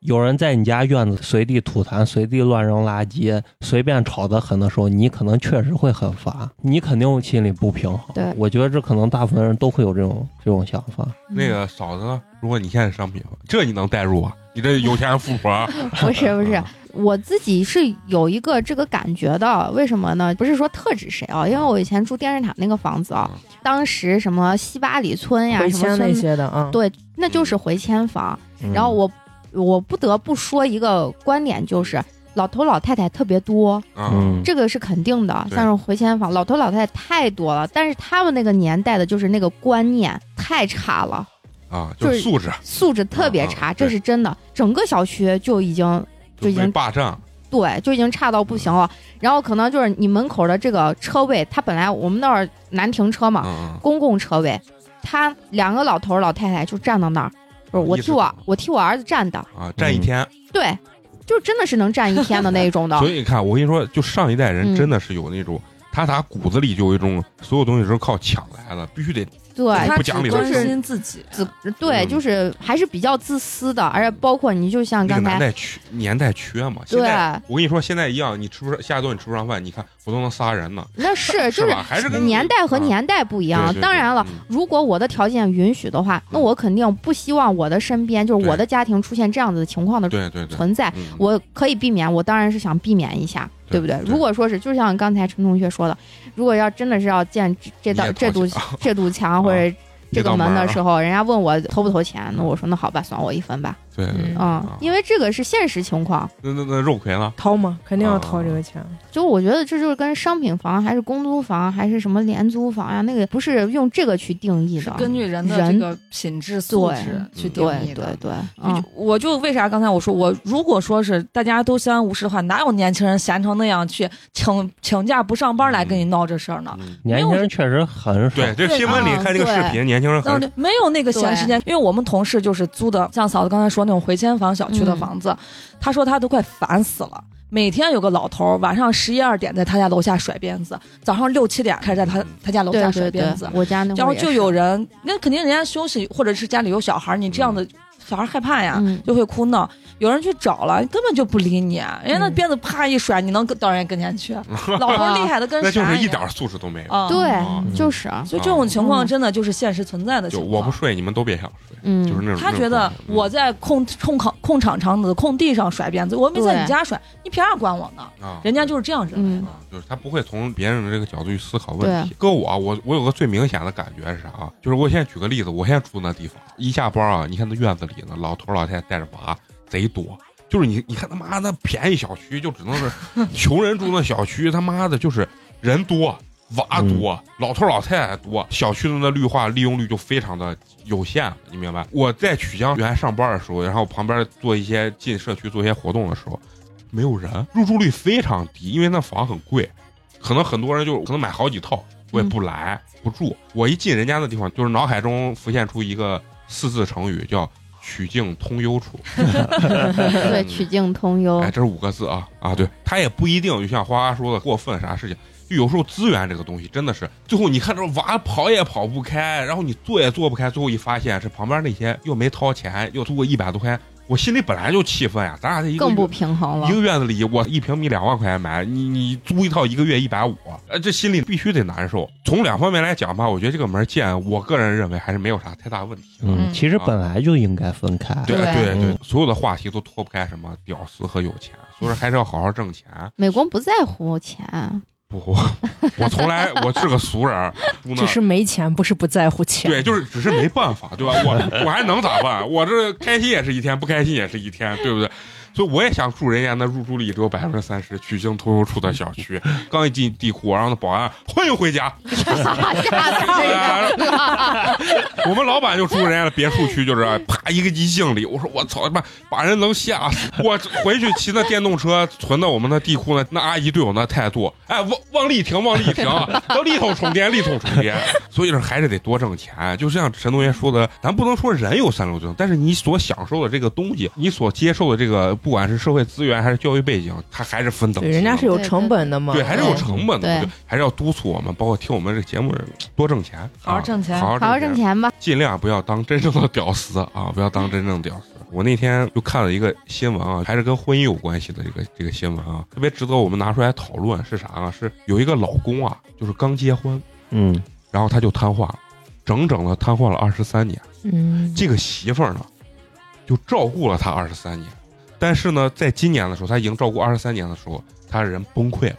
S2: 有人在你家院子随地吐痰、随地乱扔垃圾、随便吵得很的时候，你可能确实会很烦，你肯定心里不平衡。
S5: 对
S2: 我觉得这可能大部分人都会有这种这种想法。
S1: 那个嫂子呢，如果你现在是商品房，这你能代入啊？你这有钱人富婆，
S5: 不是不是，我自己是有一个这个感觉的，为什么呢？不是说特指谁啊，因为我以前住电视塔那个房子啊，当时什么西八里村呀，
S4: 回
S5: 什么
S4: 迁那
S5: 村，
S4: 些的啊，
S5: 对，那就是回迁房。
S2: 嗯
S5: 然后我我不得不说一个观点，就是老头老太太特别多，
S1: 嗯，
S2: 嗯，
S5: 这个是肯定的。
S1: 对
S5: 像是回迁房，老头老太太太多了，但是他们那个年代的就是那个观念太差了，
S1: 啊，
S5: 就
S1: 就是素质
S5: 素质特别
S1: 啊
S5: 差，
S1: 啊
S5: 这
S1: 对
S5: 是真的。整个小区就已经就啊已
S1: 没
S5: 经
S1: 霸占，
S5: 对，就已经差到不行了。然后可能就是你门口的这个车位，它本来我们那儿难停车嘛，
S1: 嗯
S5: 公共车位，他两个老头儿老太太就站到那儿，就是我
S1: 一直
S5: 替我
S1: 站
S5: 我替我儿子站的，
S1: 嗯啊，占一天，
S5: 对，就真的是能站一天的那种的
S1: 所。以你看，我跟你说，就上一代人
S5: 嗯
S1: 真的是有那种，他打骨子里就有一种所有东西都是靠抢来的，必须得
S5: 对，
S3: 他
S1: 不
S3: 只
S1: 讲理
S3: 关
S5: 就是
S3: 心自己，
S5: 子对，
S1: 嗯
S5: 就是还是比较自私的，而且包括你就像
S1: 那个
S5: 刚
S1: 年
S5: 才，
S1: 代缺年代缺嘛。现
S5: 对，啊
S1: 在我跟你说，现在一样，你吃不上下一顿你吃不上饭，你看我都能仨人呢，
S5: 那是就是是
S1: 吧？还是跟啊
S5: 年代和年代不一
S1: 一
S5: 样。当然了，，
S1: 嗯
S5: 如果我的条件允许的话，那我肯定不希望我的身边就是我的家庭出现这样子的情况的
S1: 对对对，
S5: 存在。
S1: 嗯
S5: 我可以避免，我当然是想避免一下，
S1: 对
S5: 对不对？
S1: 对
S5: 如果说是就像刚才陈同学说的，如果要真的是要建这这
S1: 你
S5: 道
S1: 也
S5: 这
S1: 掏
S5: 堵
S1: 钱啊
S5: 这堵墙或者这个门的时候，人家问我投不投钱，那我说那好吧，算我一分吧。
S1: 对对对，
S4: 嗯
S5: 嗯
S1: 嗯啊，
S5: 因为这个是现实情况，
S1: 那那那肉葵呢？
S4: 掏嘛，
S1: 啊
S4: 肯定要掏这个钱。
S5: 就我觉得这就是跟商品房还是公租房还是什么廉租房呀、那个不是用这个去定义的。
S3: 根据人的这
S5: 人
S3: 个品质素
S5: 对
S1: 嗯
S3: 质去定
S5: 对
S3: 义的
S5: 对。对，
S3: 就
S5: 嗯，
S3: 我就为啥刚才我说我如果说是大家都相安无事的话，哪有年轻人闲成那样去请请假不上班来跟你闹这事儿呢？
S1: 嗯
S2: 年轻人确实很少。
S1: 对，这
S3: 对
S1: 新闻里
S5: 啊
S1: 看这个视
S5: 对
S1: 频，年轻人
S3: 那
S1: 很
S3: 没有那个闲时间，因为我们同事就是租的，像嫂子刚才说那种回迁房小区的房子，他说他都快烦死了。每天有个老头儿晚上十一二点在他家楼下甩鞭子，早上六七点开始在他
S1: 嗯
S3: 他家楼
S5: 对
S3: 下
S5: 对
S3: 甩
S5: 对
S3: 鞭子，，
S5: 我家那会
S3: 然
S5: 儿
S3: 后
S5: 也
S3: 就是有人，那肯定人家休息或者是家里有小孩儿，你这样的小孩儿害怕呀，
S5: 嗯
S3: 就会哭闹。有人去找了，根本就不理你，人家那
S4: 嗯
S3: 鞭子啪一甩，你能跟到人家跟前去？老头儿厉害的 跟
S1: 那
S3: 啥
S1: 就是
S3: 样
S1: 一点素质都没有。
S3: 啊，
S5: 对，
S1: 嗯
S5: 就是啊，
S3: 所以这种情况
S5: 嗯
S3: 真的就是现实存在的
S1: 就
S3: 情
S1: 我不
S3: 况。
S1: 睡，你们都别想睡，
S5: 嗯，
S1: 就是那种。
S3: 他
S1: 那种嗯
S3: 觉得
S1: 状态
S3: 我在空空场空场场子空地上甩鞭子，我又没在
S5: 对嗯
S3: 你家甩，你凭啥管我呢？
S1: 啊，
S3: 人家就是这样认为的。
S1: 就是他不会从别人的这个角度去思考问题。搁我，我我有个最明显的感觉是啥啊？就是我现在举个例子，我现在住那地方，一下班啊，你看那院子里呢，老头老太太带着娃贼多。就是你，你看他妈那便宜小区，就只能是穷人住那小区，他妈的就是人多。娃多，老头老太太多，小区的那绿化利用率就非常的有限，你明白？我在曲江原来上班的时候，然后旁边做一些进社区做一些活动的时候，
S5: 嗯
S1: 没有人，入住率非常低，因为那房很贵，可能很多人就可能买好几套，我也不来不住。我一进人家的地方，就是脑海中浮现出一个四字成语，叫“曲径通幽处”。嗯
S5: 对，曲径通幽
S1: 哎，，这是五个字啊啊！对，他也不一定，就像花花说的过分啥事情。就有时候资源这个东西真的是，最后你看这娃跑也跑不开，然后你做也做不开，最后一发现是旁边那些又没掏钱，又租个一百多块钱，我心里本来就气愤呀、咱俩这一个
S5: 更不
S1: 月
S5: 平衡了
S1: 一。个院子里，我一平米两万块钱买，你你租一套一个月一百五，呃，这心里必须得难受。从两方面来讲吧，我觉得这个门建，我个人认为还是没有啥太大问题的。
S2: 嗯，其实本来就应该分开。
S1: 对
S6: 对
S1: 对对
S2: 嗯，
S1: 所有的话题都脱不开什么屌丝和有钱，所以说还是要好好挣钱。
S5: 美工不在乎钱，
S1: 不，我我从来我是个俗人儿，不能
S4: 只是没钱，不是不在乎钱。
S1: 对，就是只是没办法，对吧？我我还能咋办？我这开心也是一天，不开心也是一天，对不对？所以我也想住人家那入住率只有百分之三十曲径通幽处的小区，刚一进地库，然后那保安欢迎回家，
S5: 吓死人了！
S1: 我们老板就住人家的别墅区，就是啪一个一敬礼。我说我操他妈，把人能吓死！我回去骑那电动车存到我们那地库那那阿姨对我那态度，哎，往往里停，往里停，要力桶充电，力桶充电。所以说还是得多挣钱。就像陈同学说的，咱不能说人有三六九等，但是你所享受的这个东西，你所接受的这个，不管是社会资源还是教育背景，它还是分等级
S4: 对，
S1: 的。
S4: 人家是有成本的嘛。嗯
S1: 对，还是有成本的，
S5: 对
S1: 对还是要督促我们，包括听我们这个节目的人多挣钱，
S3: 好好
S1: 啊
S3: 挣钱
S1: 好
S5: 好好挣钱吧，
S1: 尽量不要当真正的屌丝啊，不要当真正的屌丝。我那天就看了一个新闻啊，还是跟婚姻有关系的这个这个新闻啊，特别值得我们拿出来讨论是啥啊？是有一个老公啊，就是刚结婚，
S2: 嗯，
S1: 然后他就瘫痪了，整整的瘫痪了二十三年。
S4: 嗯，
S1: 这个媳妇儿呢，就照顾了他二十三年，但是呢，在今年的时候，他已经照顾二十三年的时候，他人崩溃了。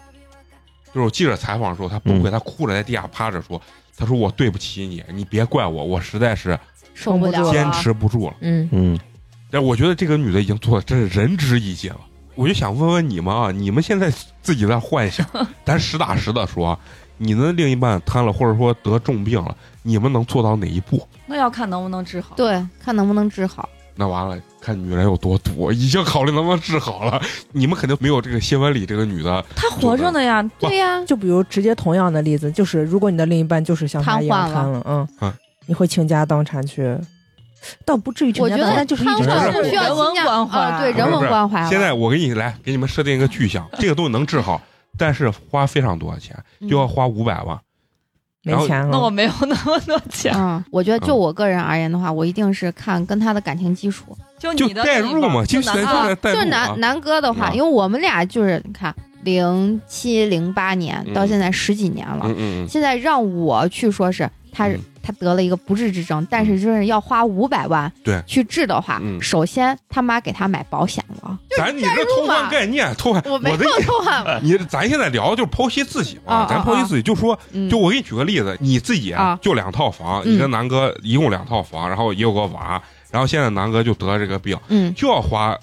S1: 就是记者采访的时候，他崩溃，他哭着在地下趴着说：“他说我对不起你，你别怪我，我实在是
S5: 受不了
S4: 好
S1: 坚
S5: 了。
S1: 持不住了。
S4: 嗯，
S2: 嗯，
S1: 但我觉得这个女的已经做的真是仁至义尽了。我就想问问你们啊，你们现在自己在幻想，咱实打实的说啊，你的另一半瘫了，或者说得重病了，你们能做到哪一步？
S3: 那要看能不能治好。
S5: 对，看能不能治好。
S1: 那完了，看女人有多毒，已经考虑能不能治好了。你们肯定没有这个新闻里这个女的，
S3: 他活着呢呀，
S1: 哇
S5: 对呀，
S4: 就比如直接同样的例子，就是如果你的另一半就是像他一样
S5: 瘫
S4: 瘫
S5: 痪
S4: 了，嗯，
S1: 嗯
S4: 你会倾家荡产去，倒不至于倾
S5: 我
S4: 家
S5: 觉
S4: 荡
S5: 得
S4: 产，但就是一
S5: 瘫
S4: 直
S1: 是
S5: 痪
S3: 不
S5: 是
S3: 是
S5: 需要
S3: 人文
S5: 倾家
S3: 关怀
S5: 啊对
S1: 不是
S5: 人文
S1: 不是
S5: 关怀了。
S1: 现在我给你来给你们设定一个具象，这个东西能治好，但是花非常多的钱，
S5: 嗯
S1: 就要花五百万。然后
S4: 没钱
S3: 那我
S4: 了。
S3: 没有那么多钱，
S5: 嗯，我觉得就我个人而言的话，我一定是看跟他的感情基础。
S3: 就
S1: 就
S3: 你的
S1: 代入嘛，
S3: 就
S1: 就
S3: 男
S1: 现
S3: 二
S1: 在代入
S5: 就
S1: 啊
S5: 南南哥的话，
S1: 嗯
S5: 因为我们俩就是你看零七零八年
S1: 嗯
S5: 到现在十几年了，
S1: 嗯嗯
S5: 现在让我去说是他、
S1: 嗯
S5: 他得了一个不治之症，但是就是要花五百万
S1: 对
S5: 去治的话，
S1: 嗯
S5: 首先他妈给他买保险了，
S1: 嗯，咱你这偷换概念，偷换
S5: 啊我没
S1: 的
S5: 空
S1: 意思呃
S5: 痛啊，
S1: 你咱现在聊就是剖析自己嘛，
S5: 啊
S1: 咱剖析自己就说，
S5: 嗯
S1: 就我给你举个例子，你自己
S5: 啊
S1: 就两套房，
S5: 嗯
S1: 你跟南哥一共两套房，然后也有个娃，然后现在南哥就得了这个病，
S5: 嗯
S1: 就要花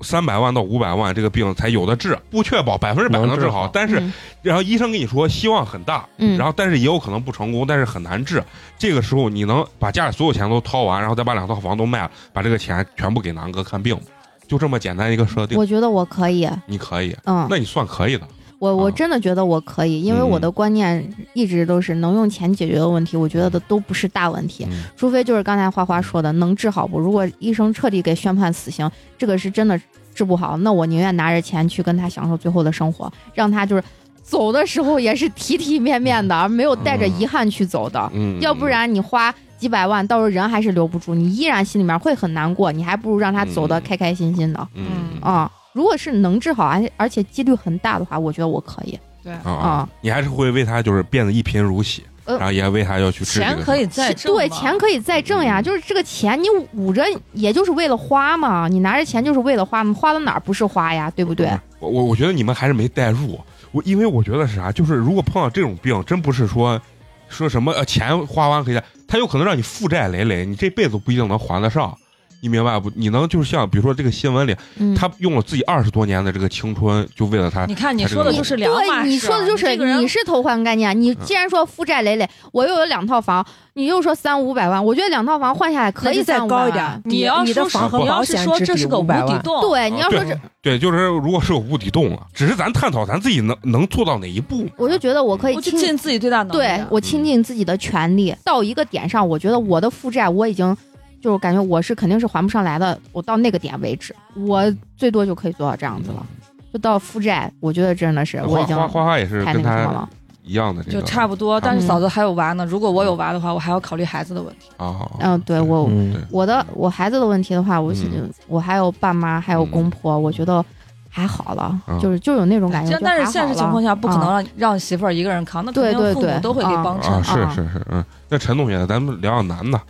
S1: 三百万到五百万，这个病才有的治，不确保百分之百能
S2: 能
S1: 治
S2: 治
S1: 好
S2: 好，
S1: 但是
S5: 嗯
S1: 然后医生跟你说希望很大，
S5: 嗯
S1: 然后但是也有可能不成功，但是很难治。这个时候你能把家里所有钱都掏完，然后再把两套房都卖了，把这个钱全部给南哥看病吗，就这么简单一个设定，
S5: 我觉得我可以，
S1: 你可以，
S5: 嗯，
S1: 那你算可以的。
S5: 我我
S1: 啊
S5: 真的觉得我可以，因为
S1: 嗯
S5: 我的观念一直都是能用钱解决的问题，我觉得都不是大问题，
S1: 嗯
S5: 除非就是刚才花花说的能治好不？如果医生彻底给宣判死刑，这个是真的治不好，那我宁愿拿着钱去跟他享受最后的生活，让他就是走的时候也是体体面面的，而没有带着遗憾去走的。
S1: 嗯，
S5: 要不然你花几百万，到时候人还是留不住，你依然心里面会很难过，你还不如让他走的
S1: 嗯
S5: 开开心心的
S1: 嗯啊
S5: 啊。如果是能治好，而且而且几率很大的话，我觉得我可以。
S1: 啊
S5: 啊
S1: 你还是会为他就是变得一贫如洗，
S5: 呃
S1: 然后也为他要去治这
S3: 钱
S1: 个
S3: 可以
S1: 病
S3: 再挣嘛，
S5: 对，钱可以再挣呀，
S1: 嗯
S5: 就是这个钱你捂着，也就是为了花嘛，你拿着钱就是为了花嘛，花到哪儿不是花呀，对不对？
S1: 我我我觉得你们还是没带入我，因为我觉得是啥，就是如果碰到这种病，真不是说说什么呃钱花完可以的，他有可能让你负债累累，你这辈子不一定能还得上。你明白不？你能就是像比如说这个新闻里，
S5: 嗯
S1: 他用了自己二十多年的这个青春，就为了他
S3: 你看你说的就是两码
S5: 对，
S3: 事。啊
S5: 你说的就是
S3: 这个人
S5: 你是偷换概念。啊你既然说负债累累，我又有两套房，你又说三五百万，我觉得两套房换下来可
S4: 那
S5: 以
S4: 就再
S5: 三五百
S4: 高一
S5: 万
S4: 点儿，
S3: 你要
S4: 你的
S3: 说是
S4: 房和
S3: 你要
S4: 保
S3: 是
S4: 险
S3: 说
S4: 只
S3: 这
S4: 比
S3: 是个
S4: 五
S3: 无
S4: 百
S3: 底
S4: 万。
S3: 洞，
S5: 哦对，你要说是，
S1: 对，就是如果是有无底洞了，只是咱探讨咱自己能能做到哪一步。
S5: 我就觉得我可以
S3: 我就
S5: 倾
S3: 尽自己最大能力。
S5: 对我倾尽自己的全力，到一个点上，我觉得我的负债我已经就是感觉我是肯定是还不上来的，我到那个点为止，我最多就可以做到这样子了。就到负债，我觉得真的是我
S1: 花
S5: 已经
S1: 花花花也是
S5: 太那
S1: 跟
S5: 个什么
S1: 他
S5: 了。
S1: 一样的这个，
S3: 就差不多，但
S5: 嗯
S3: 是嫂子还有娃呢。如果我有娃的话，我还要考虑孩子的问题。
S1: 啊，
S5: 嗯，对我
S2: 嗯
S1: 对
S5: 我的我孩子的问题的话，我是
S1: 嗯
S5: 我还有爸妈，还有
S2: 嗯
S5: 公婆，我觉得还好了，
S2: 啊
S5: 就是就有那种感觉
S3: 这。但
S5: 就是还好
S3: 现实情
S5: 了
S3: 况下，不可能
S5: 啊
S3: 让让媳妇儿一个人扛，那肯
S5: 对对
S3: 定父母
S5: 对
S3: 都会给
S5: 啊
S3: 帮衬
S1: 啊，。是
S5: 啊
S1: 是是，嗯，那陈同学，咱们聊聊男的，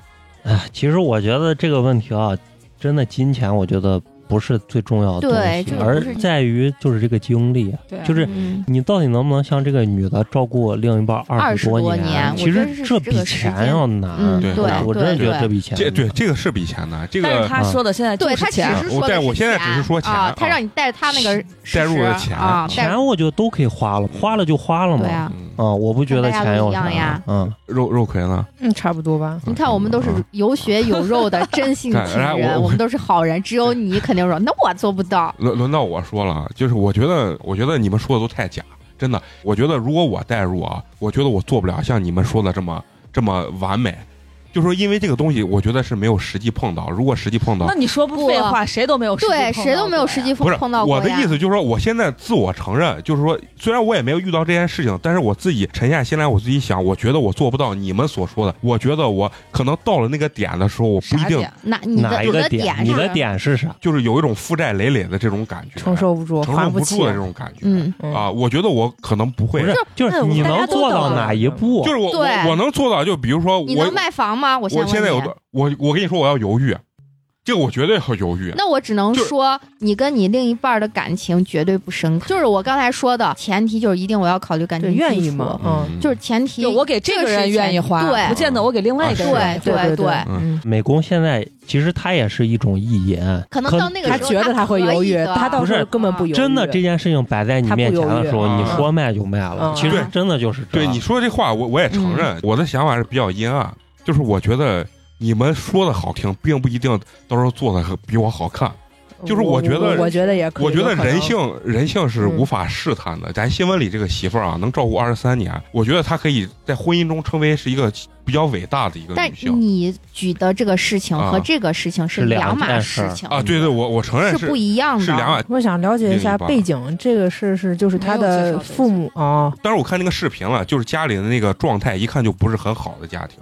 S2: 哎，其实我觉得这个问题啊，真的金钱，我觉得不是最重要的
S5: 对
S2: 东
S5: 这
S2: 西，
S5: 个不是
S2: 而在于就是这个经历，
S3: 对啊，
S2: 就是
S5: 嗯
S2: 你到底能不能像这个女的照顾另一半
S5: 20
S2: 十
S5: 多
S2: 年？
S5: 年
S2: 其
S5: 我觉得
S2: 实
S5: 是
S2: 这
S5: 这
S2: 比
S5: 个时间
S2: 钱要难。
S5: 嗯，
S1: 对
S5: 对
S2: 我真的觉得这
S5: 对
S2: 比钱
S1: 这对这个是比钱难，这
S3: 但
S1: 个
S3: 是他说的现在就
S5: 对，
S3: 是
S5: 他只
S3: 钱，
S5: 是说
S1: 我
S5: 的
S1: 但我现在
S5: 钱
S1: 只是说钱
S5: 啊，他
S1: 啊
S5: 让你带着他那个
S1: 带入
S5: 事
S1: 了
S5: 实
S1: 钱
S5: 啊，带
S2: 钱，我觉得都可以花了，花了就花了嘛。
S5: 对啊，
S1: 嗯
S2: 啊，我不觉得钱有
S5: 大家
S2: 啥
S5: 都一样呀。
S2: 嗯，
S1: 肉肉葵呢？
S4: 嗯，差不多吧。
S5: 你看，我们都是
S1: 嗯
S5: 有血有肉的真性
S1: 看
S5: 情
S1: 来我
S5: 人，
S1: 我
S5: 我们都是好人。只有你肯定说，那我做不到。
S1: 轮轮到我说了，啊就是我觉得，我觉得你们说的都太假，真的。我觉得如果我代入啊，我觉得我做不了像你们说的这么这么完美。就说因为这个东西，我觉得是没有实际碰到。如果实际碰到
S3: 那，你说不废话，谁都没有实际碰到
S5: 对，
S3: 过呀
S5: 谁都没有实际
S1: 不
S5: 碰
S1: 是
S5: 碰到过
S1: 我的
S5: 呀
S1: 意思，就是说我现在自我承认，就是说虽然我也没有遇到这件事情，但是我自己沉下心来，我自己想，我觉得我做不到你们所说的。我觉得我可能到了那个点的时候，我不一
S3: 啥
S1: 定
S3: 点？
S5: 哪你
S2: 嗯哪
S5: 的
S2: 一
S5: 有
S2: 个
S5: 的点
S2: 你
S5: 是
S2: 的点是啥？
S1: 就是有一种负债累累的这种感觉，
S4: 承受不住，
S1: 承
S4: 还
S1: 受不
S4: 起
S1: 住。的这种感觉。
S5: 嗯，
S4: 嗯
S1: 啊，，我觉得我可能不
S2: 不
S1: 会，
S2: 是，就是
S4: 嗯
S2: 你
S4: 大家
S2: 能
S4: 都
S2: 做
S4: 懂
S2: 到
S4: 了
S2: 哪一步？
S1: 就是我
S5: 对
S1: 我我能做到，就比如说
S5: 你
S1: 我
S5: 能卖房吗？我
S1: 我
S5: 问
S1: 现在有
S5: 你。
S1: 的我我跟你说我要犹豫，这个我绝对要犹豫。
S5: 那我只能
S1: 就是
S5: 说，你跟你另一半的感情绝对不深刻。就是我刚才说的，前提就是一定我要考虑感
S4: 对，
S5: 情
S4: 愿
S5: 基
S4: 意
S5: 础
S4: 嘛，嗯，
S5: 就是前提
S3: 就我给这个人愿意花，
S5: 对
S3: 不见得我给另外一个人愿意
S5: 对
S3: 花。
S5: 对
S4: 对
S5: 对
S4: 嗯，
S2: 美工现在其实他也是一种意淫，
S5: 可能到那个
S4: 他
S5: 时候
S4: 觉得
S5: 他
S4: 他会
S5: 可
S4: 犹
S5: 以
S4: 豫，
S5: 的
S4: 他到时候根本不犹豫。
S2: 真的这件事情摆在你
S4: 他不
S2: 面前的时候，
S1: 犹
S5: 嗯
S1: 豫
S2: 你
S1: 啊
S2: 说卖就卖了，
S4: 嗯
S5: 啊
S2: 其实
S1: 对
S2: 真的就是这
S1: 对
S2: 样
S1: 你说这话，我我也承
S5: 嗯
S1: 认，我的想法是比较阴暗，就是我觉得你们说的好听，并不一定到时候做的比我好看。就是我
S4: 我
S1: 觉得
S4: 我觉得也可以，
S1: 我觉得
S4: 有可能
S1: 人性人性是
S4: 嗯
S1: 无法试探的。咱新闻里这个媳妇儿啊，能照顾二十三年，我觉得她可以在婚姻中成为是一个比较伟大的一个
S5: 但
S1: 女性
S5: 你举的这个事情和
S1: 啊
S5: 这个事情是
S2: 是两
S5: 两码
S2: 件
S5: 事
S2: 事儿
S5: 情，
S1: 啊。对对，我我承认
S5: 嗯是
S1: 是
S5: 不一样的。啊
S1: 是两码
S4: 我想了解一下背景，这个事是就是他的父母啊，
S1: 当时我看那个视频了，就是家里的那个状态，一看就不是很好的家庭，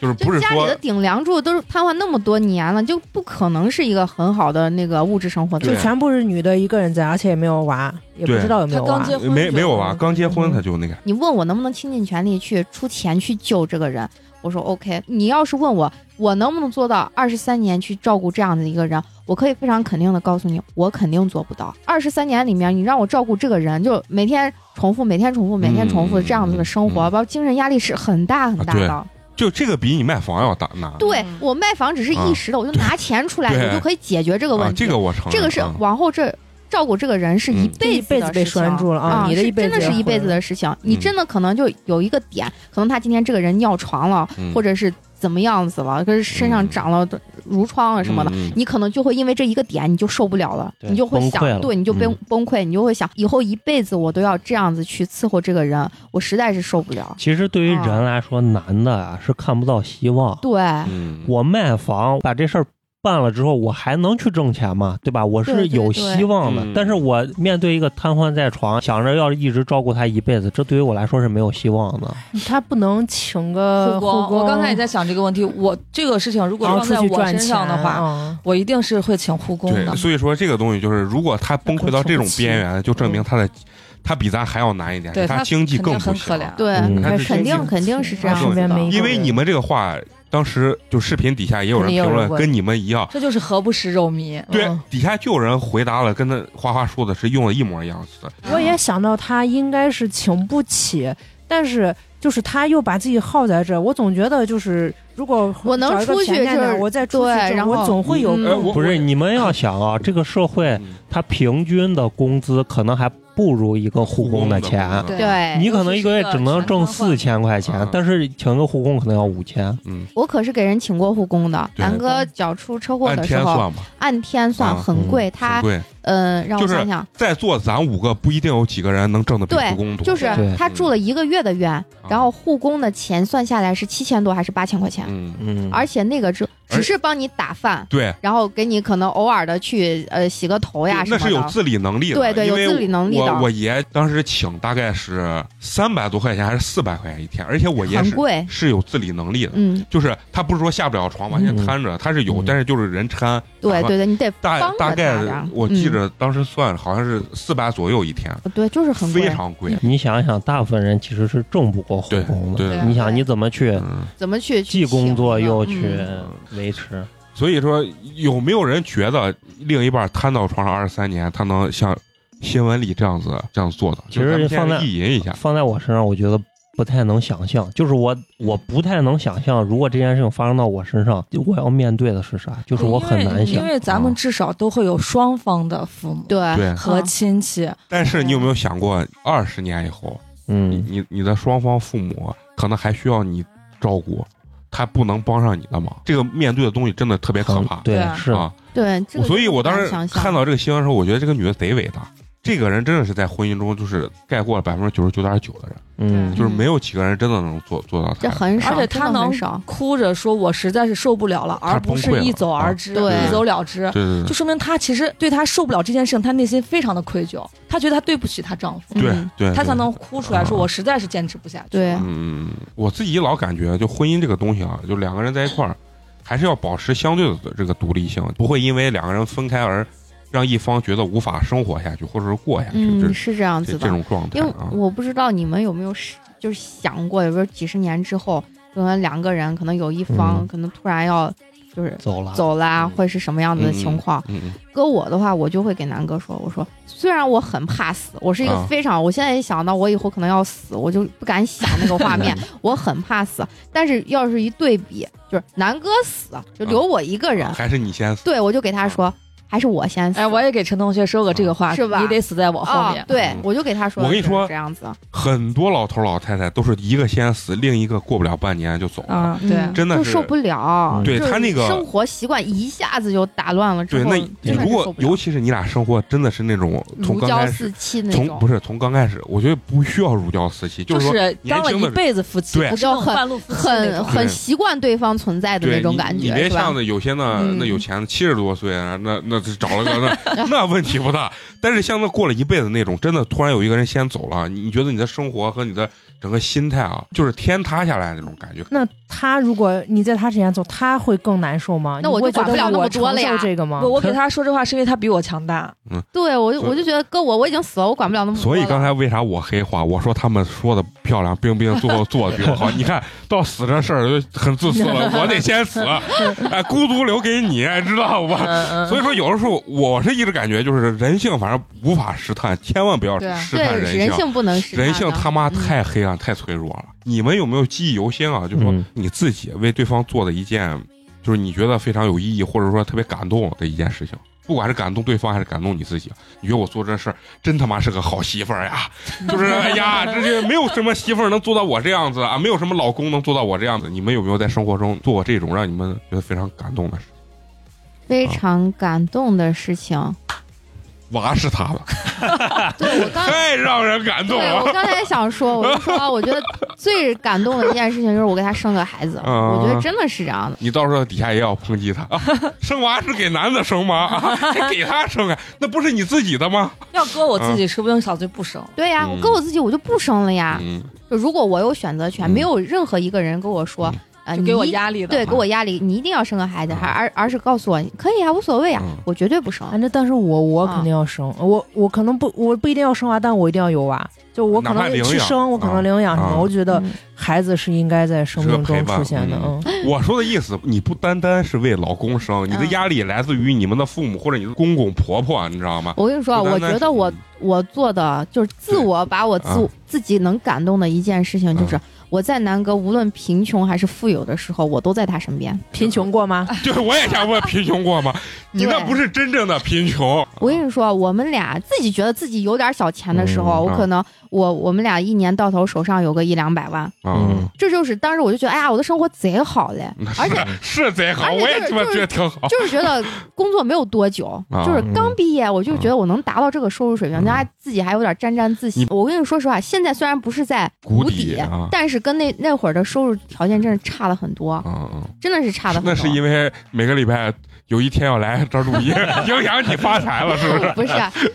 S1: 就是
S5: 就
S1: 不是
S5: 家里
S1: 说
S5: 的顶梁柱都是瘫痪那么多年了，就不可能是一个很好的那个物质生活的
S1: 对
S4: 就全部是女的一个人在，而且也没有娃，也不
S1: 对
S4: 知道有没有
S3: 他
S4: 娃
S3: 刚。结婚
S1: 没没有啊，
S3: 就
S1: 刚结
S5: 嗯
S1: 婚他就那个，
S5: 你问我能不能倾尽全力去出钱去救这个人，我说 OK。你要是问我，我能不能做到二十三年去照顾这样的一个人，我可以非常肯定的告诉你，我肯定做不到。二十三年里面，你让我照顾这个人，就每天重复、每天重复、每天重复
S1: 嗯
S5: 这样子的生活，
S1: 嗯啊
S5: 包括精神压力是很大很大的。
S1: 就这个比你卖房要大难。
S5: 对
S3: 嗯
S5: 我卖房只是一时的，我就拿钱出来，
S1: 啊对
S5: 我就可以解决这个问
S1: 啊，
S5: 题。
S1: 这个我承认，
S5: 这个是
S1: 啊
S5: 往后这照顾这个人是一
S1: 嗯
S5: 辈
S4: 这一辈子
S5: 的
S4: 被
S5: 事情
S4: 拴住了啊
S5: 啊！
S4: 你的
S5: 是
S4: 一辈子
S5: 真的是
S4: 也
S5: 一辈
S4: 毁
S5: 子
S4: 了
S5: 的事情，你
S1: 嗯
S5: 真的可能就有一个点，可能他今天这个人尿床了，
S1: 嗯
S5: 或者是怎么样子了，可是身上
S1: 嗯
S5: 长了褥疮啊什么的。
S1: 嗯嗯
S5: 你可能就会因为这一个点，你就受不了了，
S2: 对
S5: 你就会
S2: 崩溃了
S5: 想，对，你就
S1: 嗯
S5: 崩崩溃，你就会想，以后一辈子我都要这样子去伺候这个人，我实在是受不了。
S2: 其实对于
S5: 嗯
S2: 人来说，男的啊是看不到希望。
S5: 对，
S1: 嗯
S2: 我卖房把这事儿办了之后，我还能去挣钱吗？对吧？我是
S5: 对对
S2: 有希望的
S1: 对嗯，
S2: 但是我面对一个瘫痪在床，想着要一直照顾他一辈子，这对于我来说是没有希望的。
S4: 他不能请个
S3: 护
S4: 护
S3: 工，我刚才也在想这个问题。我这个事情如果
S4: 然后
S3: 放在
S4: 出去
S3: 我
S4: 赚
S3: 身
S4: 钱
S3: 上的话，
S5: 嗯
S4: 啊
S3: 我一定是会请护工
S1: 对，
S3: 的。
S1: 所以说这个东西就是，如果他崩溃到这种边缘，就证明他的他比咱还要难一点，
S3: 对
S1: 他
S3: 他
S1: 经济
S3: 肯定
S1: 更不
S3: 很
S1: 行
S3: 可。怜。
S5: 对，
S2: 嗯
S1: 他是
S5: 肯定
S1: 经济
S5: 肯定是这
S1: 啊
S5: 样
S1: 身
S5: 子
S4: 边
S5: 的。
S4: 没
S1: 因为你们这个话，当时就视频底下也有人
S4: 肯定有
S1: 评
S4: 人
S1: 论，
S4: 问
S1: 跟你们一样。
S3: 这就是何不食肉糜。
S1: 对
S4: 嗯，
S1: 底下就有人回答了，跟他花花说的是用的一模一样的词。
S4: 我也想到他应该是请不起，但是就是他又把自己耗在这儿，我总觉得就是如果
S5: 我能
S4: 找一个
S5: 出去就
S4: 前男
S5: 是
S4: 友我再出去
S5: 对
S4: 挣，
S5: 然后
S4: 我总会有
S5: 嗯
S1: 哎，我
S2: 不是，你们要想啊，这个社会
S1: 嗯
S2: 它平均的工资可能还不如一个护工的钱，
S1: 对
S5: 对
S2: 你可能一个月只能挣四千块
S1: 嗯
S2: 钱，但是请一个护工可能要五千。
S1: 嗯，
S5: 我可是给人请过护工的。
S1: 对
S5: 南哥脚出车祸
S1: 按
S5: 的时
S1: 天
S5: 候，
S1: 算吧，
S5: 按天算
S1: 啊
S5: 很贵，
S1: 很
S5: 他
S1: 贵。
S5: 嗯，让我
S1: 就是
S5: 想想，
S1: 在座咱五个不一定有几个人能挣的比
S5: 对
S1: 护工多，
S5: 就是
S2: 对
S5: 他住了一个月的院，
S1: 啊
S5: 然后护工的钱算下来是七千多还是八千块钱，
S1: 嗯，
S2: 嗯，
S5: 而且那个只
S1: 而
S5: 只是帮你打饭，
S1: 对，
S5: 然后给你可能偶尔的去呃洗个头呀什
S1: 那
S5: 么的。
S1: 是有自理能力的，
S5: 对对
S1: 因为
S5: 有自理能力的
S1: 我我爷当时请大概是三百多块钱还是四百块钱一天，而且我爷
S5: 很
S1: 是
S5: 贵，
S1: 是有自理能力的，
S5: 嗯，
S1: 就是他不是说下不了床，完全
S2: 嗯
S1: 瘫着，他是有，
S2: 嗯
S1: 但是就是人瘫。
S5: 对
S1: 打
S5: 对对，你得
S1: 大
S5: 帮着
S1: 大概
S5: 他嗯呀
S1: 我记着当时算好像是四百左右一天，
S5: 对，就是很
S1: 非
S5: 贵，嗯
S1: 常贵。
S2: 你想一想，大部分人其实是挣不过护
S1: 对
S2: 工的。
S1: 对，
S6: 对
S2: 你想你怎么去
S1: 嗯，
S5: 怎么去去
S2: 既工作
S5: 请呢
S2: 又
S5: 嗯
S2: 去维持？
S1: 所以说有没有人觉得另一半瘫到床上二十三年，他能像新闻里这样子这样做的？
S2: 其实
S1: 就是咱
S2: 放
S1: 们
S2: 在
S1: 先意淫一下，
S2: 放在我身上，我觉得不太能想象。就是我，我不太能想象，如果这件事情发生到我身上，就我要面对的是啥？就是我很难
S3: 因为
S2: 想
S3: 因。为咱们至少都会有双方的父母
S5: 对啊
S1: 对。
S3: 和亲戚，
S1: 但是你有没有想过，二十年以后，你
S2: 嗯，
S1: 你你的双方父母可能还需要你照顾，他不能帮上你的忙。这个面对的东西真的特别可
S2: 很
S1: 怕
S2: 对
S3: 对，啊
S2: 是
S1: 啊！
S5: 对，这个
S1: 所以
S5: 就
S1: 我当
S5: 不敢
S1: 时
S5: 想象
S1: 看到这个新闻的时候，我觉得这个女的贼伟大。这个人真的是在婚姻中就是概括了百分之九十九点九的人，
S2: 嗯，
S1: 就是没有几个人真的能做做到她
S5: 这很少，
S3: 而且
S5: 真
S3: 他
S5: 的很
S3: 能
S5: 少，
S3: 哭着说：“我实在是受不了了”，
S1: 他
S3: 而不
S1: 崩溃
S3: 是
S1: 了
S3: 一走
S1: 啊
S3: 而之，
S5: 对
S3: 一走了之，
S1: 对对
S3: 就说明他其实对他受不了这件事情，他内心非常的愧疚，他觉得他对不起他丈夫，
S1: 对对
S5: 嗯
S1: 对，
S3: 他才
S1: 对
S3: 能哭出来说：“
S1: 啊
S3: 我实在是坚持不下去。”
S5: 对，
S1: 嗯，我自己老感觉，就婚姻这个东西啊，就两个人在一块儿，还是要保持相对的这个独立性，不会因为两个人分开而让一方觉得无法生活下去，或者是过下去，
S5: 嗯，
S1: 这
S5: 是这样
S1: 这
S5: 子
S1: 这
S5: 的，
S1: 种状态
S5: 因为
S1: 啊。
S5: 我不知道你们有没有是就是想过，有没有几十年之后，可能两个人可能有一方
S2: 嗯
S5: 可能突然要就是
S2: 走了，
S5: 走啦，
S1: 嗯
S5: 会是什么样子的情况？
S1: 嗯嗯
S5: 搁我的话，我就会给南哥说，我说虽然我很怕死，我是一个
S1: 啊
S5: 非常，我现在一想到我以后可能要死，我就不敢想那个画 面，
S1: 嗯
S5: 我很怕死。但是要是一对比，就是南哥死，就留我一个人，
S1: 还是你先死。
S5: 对我就给他说，还是我先死。
S3: 哎，我也给陈同学说过
S1: 啊
S3: 这个话，
S5: 是吧
S3: 你得死在我后
S5: 啊、
S3: 面。
S5: 对
S1: 嗯，
S5: 我就给他说，
S1: 我跟你说
S5: 这样子，
S1: 很多老头老太太都是一个先死，另一个过不了半年就走了。
S3: 啊，对，
S5: 嗯
S1: 真的嗯
S5: 就是受不了。
S1: 对
S5: 就是
S1: 他那个
S5: 生活习惯一下子就打乱了，之
S1: 对，
S5: 后
S1: 那
S5: 真的
S1: 如
S5: 是
S1: 果
S5: 受不了
S1: 尤其是你俩生活真的是那种从
S5: 如
S1: 刚
S5: 胶
S1: 开始，
S5: 似漆那
S1: 从
S5: 种
S1: 不，是从刚开始，我觉得不需要如胶似漆，
S3: 就
S1: 说
S3: 是当了
S1: 年轻
S3: 一
S1: 的
S3: 辈子夫妻，
S1: 对
S3: 不是那种半路夫妻那
S5: 很
S3: 种。
S5: 很习惯对方存在的
S1: 对
S5: 那种
S1: 你
S5: 感
S1: 你
S5: 觉，
S1: 别
S5: 是吧？嗯
S1: 像那有些那那有钱的七十多岁，啊那那是找了个那 那问题不大。但是像那过了一辈子那种，真的突然有一个人先走了，你你觉得你的生活和你的整个心态啊，就是天塌下来那种感觉。
S4: 那他如果你在他之前走，他会更难受吗？
S5: 那我
S4: 你会
S5: 就管
S4: 觉得
S5: 不了那么
S4: 我
S5: 多了呀
S4: 承受这个吗
S3: 我？我给他说这话是因为他比我强大，
S5: 对我就
S1: 所以
S5: 我就觉得哥我我已经死了，我管不了那么多
S1: 所以
S5: 了
S1: 刚才为啥我黑化？我说他们说的漂亮，冰冰最后做的比我好。你看到死这事儿就很自私了，我得先死，哎，孤独留给你，知道吧？
S3: 嗯
S1: 所以说，有的时候我是一直感觉，就是人性反正无法试探，千万不要
S3: 对啊
S1: 试探
S5: 对人性不能是
S1: 人性他妈
S5: 嗯
S1: 太黑暗、太脆弱了。你们有没有记忆犹新啊？就是说
S2: 嗯
S1: 你自己为对方做的一件，就是你觉得非常有意义，或者说特别感动的一件事情，不管是感动对方还是感动你自己，你觉得我做这事儿真他妈是个好媳妇儿 呀！就是哎呀，这些没有什么媳妇儿能做到我这样子啊，没有什么老公能做到我这样子。你们有没有在生活中做过这种让你们觉得非常感 动的事？
S5: 非
S1: 嗯
S5: 常感动的事 情。
S1: 娃是他的，
S5: 对我刚
S1: 太让人感
S5: 对
S1: 动了。
S5: 我刚才想说，我就说啊我觉得最感动的一件事情就是我给他生个孩子，
S1: 嗯
S5: 我觉得真的是这样的。
S1: 你到时候底下也要抨击他啊！生娃是给男的生吗？啊，还给他生啊？那不是你自己的吗？
S3: 要搁我自己，说不定小就不生。
S5: 对呀、
S1: 嗯
S5: 我跟我自己我就不生了呀。
S1: 嗯，
S5: 就如果我有选择权，
S1: 嗯
S5: 没有任何一个人跟我说，呃，
S3: 就给我
S5: 你一
S3: 压力的，
S5: 对，给我压力，你一定要生个孩子，
S1: 嗯
S5: 还而而是告诉我可以啊，无所谓啊
S1: 嗯，
S5: 我绝对不生。
S4: 反正，但是我我
S5: 啊
S4: 肯定要生，我我可能不我不一定要生啊娃，但我一定要有娃。就我可
S1: 哪怕
S4: 能
S1: 领
S4: 去
S1: 养
S4: 生，我可
S1: 啊
S4: 能领养什么，
S1: 啊
S4: 我觉得
S5: 嗯
S4: 孩子是应该在生
S1: 是个
S4: 命
S1: 陪
S4: 中
S1: 伴
S4: 出现的。
S1: 嗯
S4: 嗯，
S1: 我说的意思，你不单单是为老公生，你的
S5: 嗯
S1: 压力来自于你们的父母或者你的公公婆婆，你知道吗？
S5: 我跟你说啊，
S1: 不单
S5: 我
S1: 单
S5: 觉
S1: 是嗯
S5: 得我我做的就是自我把我自、
S1: 啊嗯
S5: 自己能感动的一件事情，就是我在南哥无论贫穷还是富有的时候，我都在他身边。
S4: 贫穷过吗？
S1: 对，我也想问，贫穷过吗？你那
S5: 对
S1: 不是真正的贫穷。
S5: 我跟你说，我们俩自己觉得自己有点小钱的时候，
S1: 嗯
S5: 我可能我我们俩一年到头手上有个一两百万，
S1: 嗯，
S5: 这就是当时我就觉得，哎呀，我的生活贼好嘞，而且
S1: 是贼好，
S5: 而且
S1: 我也
S5: 就是
S1: 他妈
S5: 就
S1: 觉
S5: 是
S1: 得挺好。
S5: 就是觉得工作没有多久，
S1: 啊
S5: 就是刚毕业，我就觉得我能达到这个收入水平，
S1: 嗯
S5: 然后自己还有点沾沾自喜
S1: 你。
S5: 我跟你说实话，现在虽然不是在
S1: 谷
S5: 底，
S1: 底啊
S5: 但是跟那那会儿的收入条件真是差了很多，
S1: 嗯嗯，
S5: 真的是差了很多。
S1: 那是因为每个礼拜有一天要来这儿录 音，影响你发财了，是不是？
S5: 不是，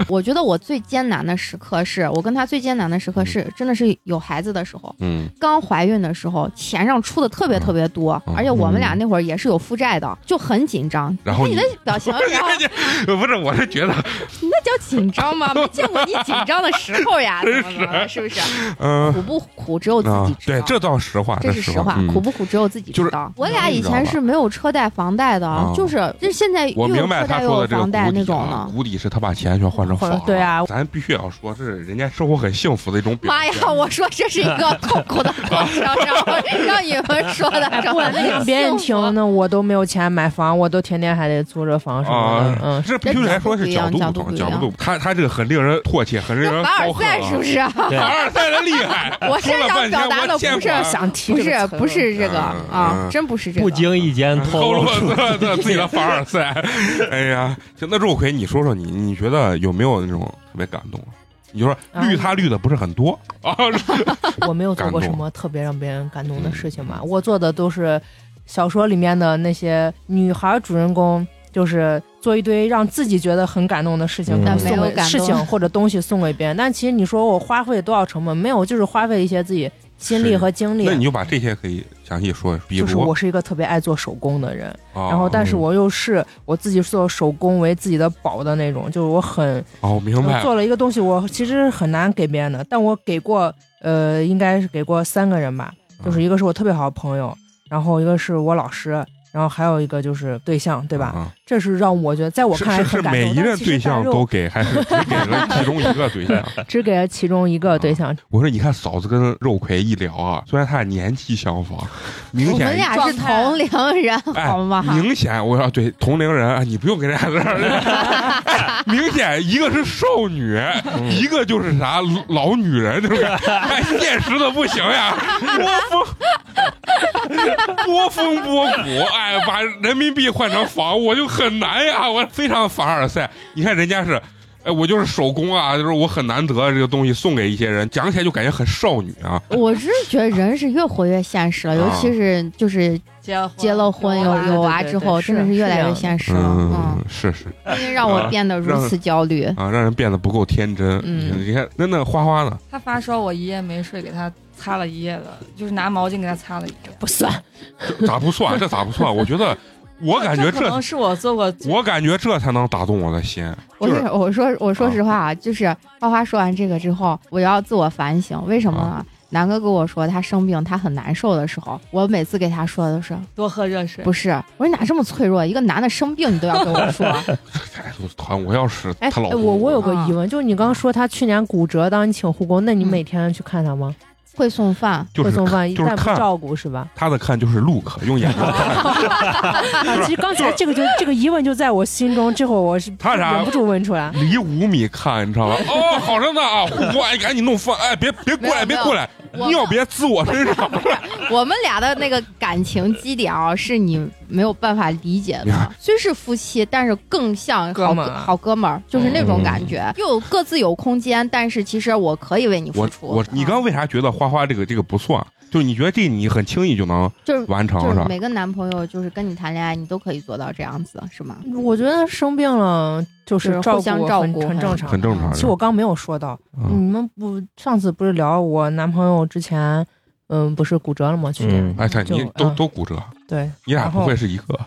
S5: 我觉得我最艰难的时刻是我跟他最艰难的时刻是，真的是有孩子的时候，
S1: 嗯
S5: 刚怀孕的时候，钱上出的特别特别多，
S1: 嗯
S5: 而且我们俩那会儿也是有负债的，就很紧张。
S1: 然后
S5: 你
S1: 你
S5: 看你的表情， 然后啊
S1: 不是，我是觉得，
S5: 你那叫紧张 吗？没见过你紧张的时候呀，怎么怎么了，是不是？
S1: 嗯
S5: 苦不苦只有自己
S1: 啊，
S5: 知道。
S1: 对，这倒实话，
S5: 这是
S1: 实
S5: 实话，
S1: 嗯
S5: 苦不苦只有自己知道。我俩以前是没有车贷、房贷的，
S1: 啊
S5: 就是就是现在又
S1: 我
S5: 有
S1: 明白
S5: 车
S1: 他
S5: 贷又
S1: 说
S5: 有
S1: 的这个
S5: 房贷那
S1: 谷底
S5: 种
S1: 啊，
S5: 了。
S1: 谷底是他把钱全换成
S4: 或
S1: 房
S4: 者
S1: 了，
S4: 对啊
S1: 咱必须要说，这是人家生活很幸福的一种表
S5: 妈
S1: 现。
S5: 呀！ 我说这是一 个痛苦的过程，然后让你们说 的，
S4: 不管让别人听呢，我都没有钱买房，我都天天还得租着房什么
S1: 啊
S4: 的。， 嗯，
S1: 这必须来说是角度不
S5: 角度不
S1: 同，
S5: 一
S1: 角
S5: 样
S1: 度不同。他他这个很令人唾弃，很令人
S5: 那凡
S1: 高
S5: 尔
S1: 恨
S5: 赛
S1: 啊
S5: 是不是？
S2: 对
S1: 凡尔赛的厉害
S5: ，我是
S1: 说了
S5: 想
S1: 半天
S5: 表达
S1: 我
S5: 的
S1: 见
S5: 不是
S1: 过 啊
S4: 想提
S5: 不
S4: 这
S5: 是
S4: 个词
S5: 不是这个
S1: 嗯
S5: 啊
S1: 嗯，
S5: 真不是这
S2: 不
S5: 个。
S2: 经意间
S1: 透
S2: 透
S1: 露
S2: 露出
S1: 了自自己的凡尔 赛。哎呀，行，那肉葵，你说说你，你觉得有没有那种特别感动？啊你就说绿他绿的不是很多 啊，
S4: 我没有做过
S1: 感
S4: 什
S1: 动嗯
S4: 么特别让别人感动的事情吧，我做的都是小说里面的那些女孩主人公，就是做一堆让自己觉得很感动的事情，
S2: 嗯但
S4: 送
S5: 没有
S4: 给
S5: 感动
S4: 事情或者东西送给别人。但其实你说我花费多少成本？没有，就是花费一些自己心力和精
S1: 那你
S4: 力。
S1: 就把这些可以详细说，比
S4: 就是
S1: 如哦啊
S4: 我，是一个特别爱做手工的人，然
S1: 然
S4: 后但是
S2: 嗯
S4: 我又是我自己做手工为自己的宝的那种，就是我很
S1: 哦，我明
S4: 我
S1: 白了，
S4: 做了一个东西，我其实很难给别人的，但我给过，呃，应该是给过三个人吧，
S1: 嗯
S4: 就是一个是我特别好的朋友，然后一个是我老师，然后还有一个就是对象，对吧？
S1: 啊？
S4: 这是让我觉得，在我
S1: 是
S4: 看来
S1: 是
S4: 很
S1: 是
S4: 感动。
S1: 每一
S4: 但
S1: 任
S4: 其实
S1: 对
S4: 大
S1: 象
S4: 肉
S1: 都给，还是只给了其中一个对象？
S4: 只给了其中一
S1: 嗯
S4: 个对象，
S1: 我说，你看嫂子跟肉葵一聊啊，虽然他俩年纪相仿，明
S5: 我们
S1: 显
S5: 俩是同龄人，
S1: 哎
S5: 好吗？
S1: 明显，我要对同龄人，哎你不用跟人家在这儿。 明显，一个是少女，一个就是啥老女人，就是哎，现实的不行呀，波峰，波峰波谷，哎，把人民币换成房，我就很难呀，我非常凡尔赛。你看人家是。哎，我就是手工啊，就是我很难得这个东西送给一些人，讲起来就感觉很少女啊。
S5: 我是觉得人是越活越现实了，
S1: 啊
S5: 尤其是就是
S3: 结婚
S5: 结了婚有有娃之后，真的是越来越现实了。
S1: 嗯，是是
S5: 嗯，因为让我变得如此焦虑。
S1: 啊，让人变得不够天真。
S5: 嗯
S1: 你看，那那花花呢？
S6: 他发烧，我一夜没睡，给他擦了一夜的，就是拿毛巾给他擦了一夜。
S3: 不算。
S1: 咋不算？这咋不算？我觉 得，我感觉
S3: 可能
S1: 这，
S3: 是我做过最
S1: 我感觉这才能打动我的心。
S5: 我
S1: 就是是
S5: 我说我说
S1: 啊
S5: 实话啊，就是花花说完这个之后，我要自我反省，为什么
S1: 啊
S5: 呢？南哥跟我说他生病，他很难受的时候，我每次给他说的是
S3: 多喝热水。
S5: 不是？我说你咋这么脆弱？一个男的生病你都要跟我 说，
S1: 哎，我团，我要是
S4: 哎，
S1: 她老
S4: 哎
S1: 公，
S4: 我我有
S1: 啊
S4: 个疑问，就是你刚刚说他去年骨折，当你请护工，那你
S5: 嗯
S4: 每天去看他吗？
S5: 会送饭，
S1: 就
S4: 会
S1: 是
S4: 送饭，
S1: 就是
S4: 但不
S1: 看
S4: 照顾是吧？
S1: 他的看就是 look，用眼睛看。
S4: 啊，其实刚才这个就这个疑问就在我心中，这会儿我是
S1: 他啥
S4: 忍不住问出来。
S1: 离五米看，你知道吧？哦，好着呢啊！护工，哎，赶紧弄饭，哎，别别过来，
S5: 没
S1: 别
S5: 有
S1: 过来，
S5: 我
S1: 尿别滋我身上。
S5: 我们俩的那个感情基点啊，是你没有办法理解
S1: 你看
S5: 的。虽是夫妻，但是更像好
S4: 哥们儿啊
S5: 好哥们儿，就是那种感觉，又各自有空间，但是其实我可以为你付
S1: 我
S5: 出。
S1: 我，你刚为啥觉得花花这个这个不算？就是你觉得这你很轻易就能
S5: 就是
S1: 完成
S5: 就是
S1: 是吧？
S5: 每个男朋友，就是跟你谈恋爱，你都可以做到这样子，是吗？
S4: 我觉得生病了就是
S5: 就是互相
S4: 顾
S5: 照
S4: 很
S5: 顾
S4: 很正
S5: 很
S4: 常
S1: 很。正常。
S4: 其实我刚没有说到，你
S1: 嗯，
S4: 们不上次不是聊我男朋友之前，嗯，不是骨折了吗？去年
S2: 嗯
S1: 哎，他你
S4: 就
S1: 都
S4: 嗯
S1: 都骨折，
S4: 对，
S1: 你俩
S4: 然后
S1: 不会是一个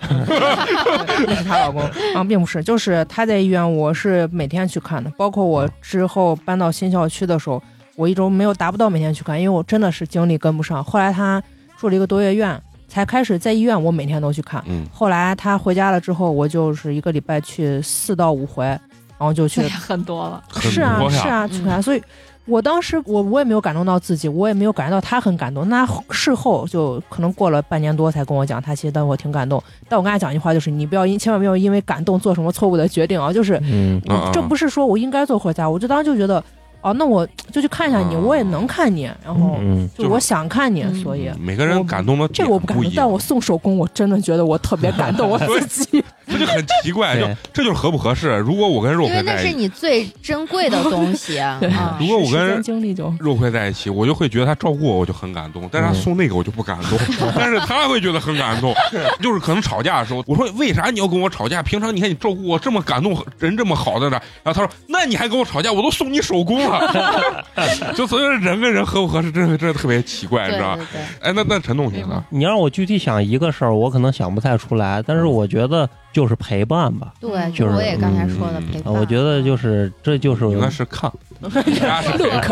S4: 那是她老公啊，并不是，就是她在医院，我是每天去看的，包括我之后搬到新校区的时候，我一周没有达不到每天去看，因为我真的是精力跟不上。后来她住了一个多月院，才开始在医院，我每天都去看。
S1: 嗯
S4: 后来她回家了之后，我就是一个礼拜去四到五回，然后就去
S3: 很多了，
S1: 很
S4: 是啊
S1: 多呀
S5: 嗯
S4: 是啊，去看，所以我当时我我也没有感动到自己，我也没有感觉到他很感动。那后事后就可能过了半年多才跟我讲，他其实当我挺感动。但我跟他讲一句话，就是你不要因千万不要因为感动做什么错误的决定啊！就是
S2: 嗯
S1: 啊啊
S4: 这不是说我应该做或家，我就当时就觉得，哦，那我就去看一下你，
S1: 啊
S4: 我也能看你，然后
S2: 嗯，
S1: 就是
S4: 就我想看你，
S5: 嗯
S4: 所以
S1: 每个人感动的
S4: 这
S1: 点
S4: 个我不敢
S1: 一
S4: 动，但
S1: 样，
S4: 我 送手工，我真的觉得我特别感动我自己。
S1: 这就很奇怪，就
S2: 对
S1: 这就是合不合适。如果我跟肉
S5: 因
S1: 葵
S5: 为那
S1: 在一
S5: 是
S1: 起，
S5: 你最珍贵的东西啊
S1: 如。果我
S4: 时间
S1: 跟
S4: 经 历就
S1: 肉葵在一起，我就会觉得他照顾我，我就很感动；但是他
S2: 嗯
S1: 送那个，我就不感 动。但是他会觉得很感动，就是可能吵架的时候，我说为啥你要跟我吵架？平常你看你照顾我这么感动，人这么好在那，然后他说那你还跟我吵架，我都送你手工了。 就所以说人跟人合不合适，真的真的特别奇怪，
S5: 对
S1: 你知道
S5: 对
S1: 吧？
S5: 对，
S1: 哎，那那陈同学呢？
S2: 你让我具体想一个事儿，我可能想不太出来，但是我觉得就是陪伴吧。
S5: 对，
S2: 就是
S5: 我也刚才说的
S1: 嗯
S5: 陪
S2: 啊
S5: 伴。
S2: 我觉得就是这就是
S1: 应该是 看，他是陪伴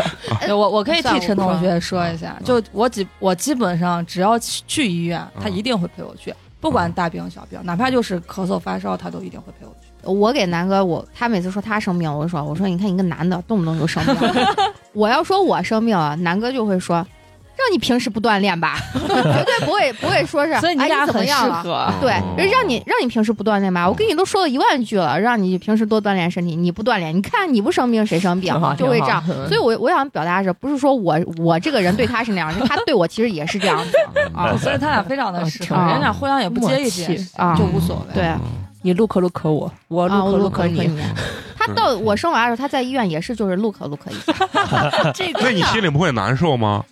S6: 对我我可以
S5: 算
S6: 替
S5: 我
S6: 陈
S5: 不
S6: 同
S5: 说
S6: 学说一下，就我基我基本上只要去去医院，他
S1: 嗯
S6: 一定会陪我去，不管大病小病，哪怕就是咳嗽发烧，他都一定会陪我去。
S5: 我给南哥，我他每次说他生病，我就说，我说你看一个男的动不动就生病，我要说我生病啊，南哥就会说，让你平时不锻炼吧，绝对不会不会说是，
S3: 所以你
S5: 哎
S3: 俩
S5: 怎么
S3: 很适
S5: 样
S6: 啊
S5: 了？
S3: 合。
S5: 对，
S1: 哦
S5: 让你让你平时不锻炼吧，我跟你都说了一万句了，让你平时多锻炼身体，你不锻炼，你看你不生病谁生病
S4: 挺好，
S5: 就会这样。
S4: 挺好
S5: 所以我我想表达的是，不是说我我这个人对他是那样，是他对我其实也是这样的
S1: 哦
S5: 啊
S6: 所以他俩非常的
S3: 哦
S6: 适合，
S5: 啊
S6: 人俩互相也不介意这件事情，
S5: 啊
S6: 就无所谓。
S5: 对
S4: 你 look look 我，我
S5: 啊，我
S4: look
S5: 陆可
S4: look
S5: 以
S4: 你，。
S5: 他到我生娃的时候，他在医院也是就是陆可陆可一下，
S3: 这
S1: 那你心里不会难受吗？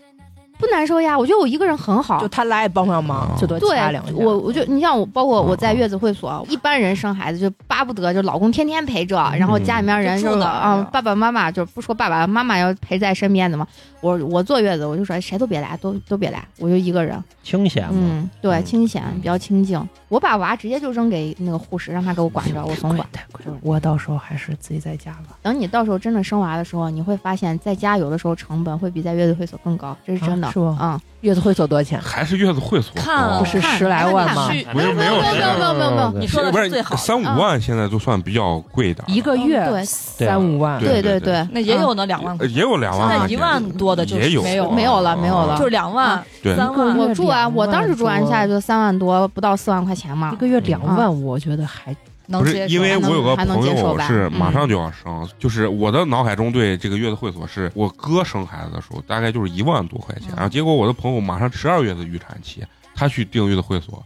S5: 不难受呀。我觉得我一个人很好
S4: 就，他来也帮帮
S1: 啊
S4: 忙，最多
S5: 对
S4: 掐两下。
S5: 我，我就你像我，包括我在
S1: 嗯嗯
S5: 月子会所，一般人生孩子就巴不得就老公天天陪着，然后家里面人
S6: 就
S5: 就
S6: 住
S5: 是
S6: 哪儿
S5: 啊
S6: 啊，
S5: 爸爸妈妈就不说爸爸妈妈要陪在身边的嘛。我我坐月子，我就说谁都别来，都都别来，我就一个人。
S2: 清闲嘛。
S5: 嗯，对，
S1: 嗯
S5: 清闲比较清静。我把娃直接就扔给那个护士，让他给我管着，我总管。
S4: 太快了我到时候还是自己在家吧。
S5: 等你到时候真的生娃的时候，你会发现在家有的时候成本会比在月子会所更高，这是真的。
S4: 啊是吗
S5: 嗯，
S4: 月子会所多少钱？
S1: 还是月子会所
S6: 看啊
S1: 哦
S4: 不是
S5: 看
S4: 十来万
S3: 啊
S4: 吗？
S6: 去
S1: 没有没有
S5: 没有没有没有没有没有，
S6: 你说的
S1: 不
S6: 最好的
S1: 三五万现在就算比较贵的，
S4: 一个
S6: 嗯
S4: 月
S5: 对
S4: 三五万，
S1: 对对
S5: 对对，
S6: 那也有那两万
S1: 呃，也有两
S6: 现
S1: 万块
S6: 在
S1: 钱，
S6: 一万多的就
S1: 也
S6: 是
S1: 有啊嗯
S6: 没有
S5: 没有了没有了
S6: 就是两万
S1: 对
S6: 三
S3: 嗯
S6: 万。
S5: 我住完，我当时住完下来
S4: 就
S5: 就三万多，不到四万块钱嘛
S4: 一。个月两
S5: 啊
S4: 万，我觉得还
S6: 能
S1: 不是
S6: 接受，
S1: 因为
S5: 还能
S1: 我有个
S5: 还能
S1: 朋
S5: 接受
S1: 友
S5: 吧
S1: 是马
S5: 嗯
S1: 上就要生，就是我的脑海中对这个月子会所是我哥生孩子的时候大概就是一万多块钱，
S6: 嗯
S1: 然后结果我的朋友马上十二月的预产期，他去订月子会所，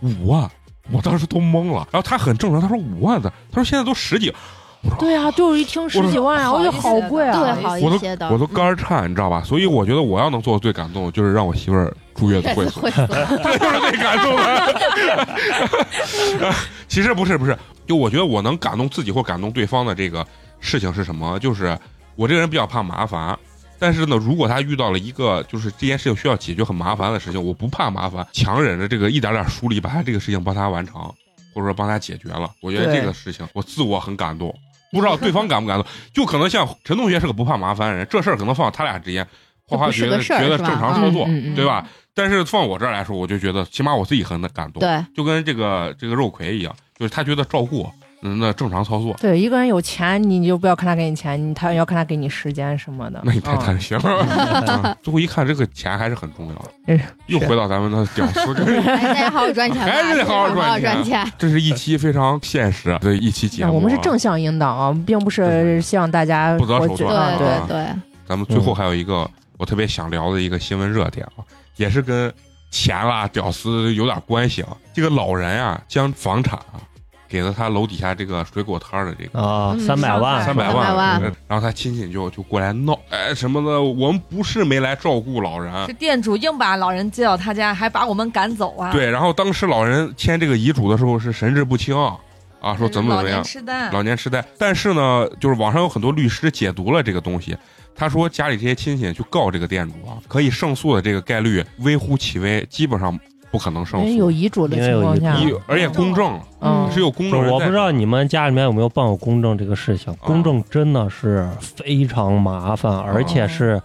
S1: 五万，我当时都懵了，然后他很正常，他说五万的，他说现在都十几，
S4: 对啊，就是一听十几万啊，
S6: 我
S4: 我觉得好贵啊。
S5: 对，好
S1: 我
S5: 一
S1: 都
S5: 些的，
S1: 我都 肝儿颤，你知道吧？所以我觉得我要能做的最感动的就是让我媳妇儿住月子
S5: 月
S1: 会
S5: 子
S1: 所，
S5: 会所，
S1: 这 就是最感动的。其实不是不是，就我觉得我能感动自己或感动对方的这个事情是什么？就是我这个人比较怕麻烦，但是呢，如果他遇到了一个就是这件事情需要解决很麻烦的事情，我不怕麻烦，强忍着这个一点点疏离，把他这个事情帮他完成，或者说帮他解决了。我觉得
S4: 对
S1: 这个事情，我自我很感动。不知道对方感不感动，就可能像陈同学是个不怕麻烦的人，这事儿可能放他俩之间，花花
S5: 就不是
S1: 觉得
S5: 个事儿
S1: 觉得
S5: 是
S1: 正
S5: 吧
S1: 常操作，
S4: 嗯嗯嗯
S1: 对吧？但是放我这儿来说，我就觉得起码我自己很感 动，
S5: 对，哎
S1: 就跟这个这个肉葵一样，就是他觉得照顾我，嗯，那正常操作，
S4: 对，一个人有钱，你就不要看他给你钱，你他要看他给你时间什么的。
S1: 那你太
S4: 嗯
S1: 贪心 了。嗯最后一看，这个钱还是很重要
S4: 嗯
S1: 的，又回到咱们的屌丝跟
S5: 哎大家好好赚钱吧，
S1: 还是得好好
S5: 好
S1: 赚钱
S5: 赚钱。
S1: 这是一期非常现实的一期节
S4: 那
S1: 目啊。
S4: 我们是正向引导啊，并不是希望大家
S1: 不择手
S4: 我觉
S1: 段
S5: 对
S4: 得啊
S1: 啊
S4: 对
S5: 对对，
S1: 咱们最
S4: 嗯
S1: 后还有一个我特别想聊的一个新闻热点啊，也是跟钱啦、屌丝有点关系啊。这个老人啊，将房产啊给了他楼底下这个水果摊儿的这个。
S2: 啊，三百
S6: 哎
S2: 万，
S1: 三百
S5: 万300万
S1: 嗯然后他亲戚就就过来闹，哎什么的，我们不是没来照顾老人，
S6: 这店主硬把老人接到他家，还把我们赶走啊！
S1: 对。然后当时老人签这个遗嘱的时候是神志不清啊，啊说怎么怎么
S6: 老年
S1: 样，
S6: 痴呆，
S1: 老年痴呆。但是呢，就是网上有很多律师解读了这个东西，他说家里这些亲戚去告这个店主啊，可以胜诉的这个概率微乎其微，基本上不可能胜
S4: 因为有
S1: 诉。
S4: 遗嘱的
S2: 因为
S4: 情
S2: 有
S4: 况
S2: 遗
S4: 下，
S2: 嘱
S1: 一而且公证了
S4: 嗯，
S1: 是有公证人在，
S2: 我不知道你们家里面有没有办过公证这个事情，公证真的是非常麻烦，而且是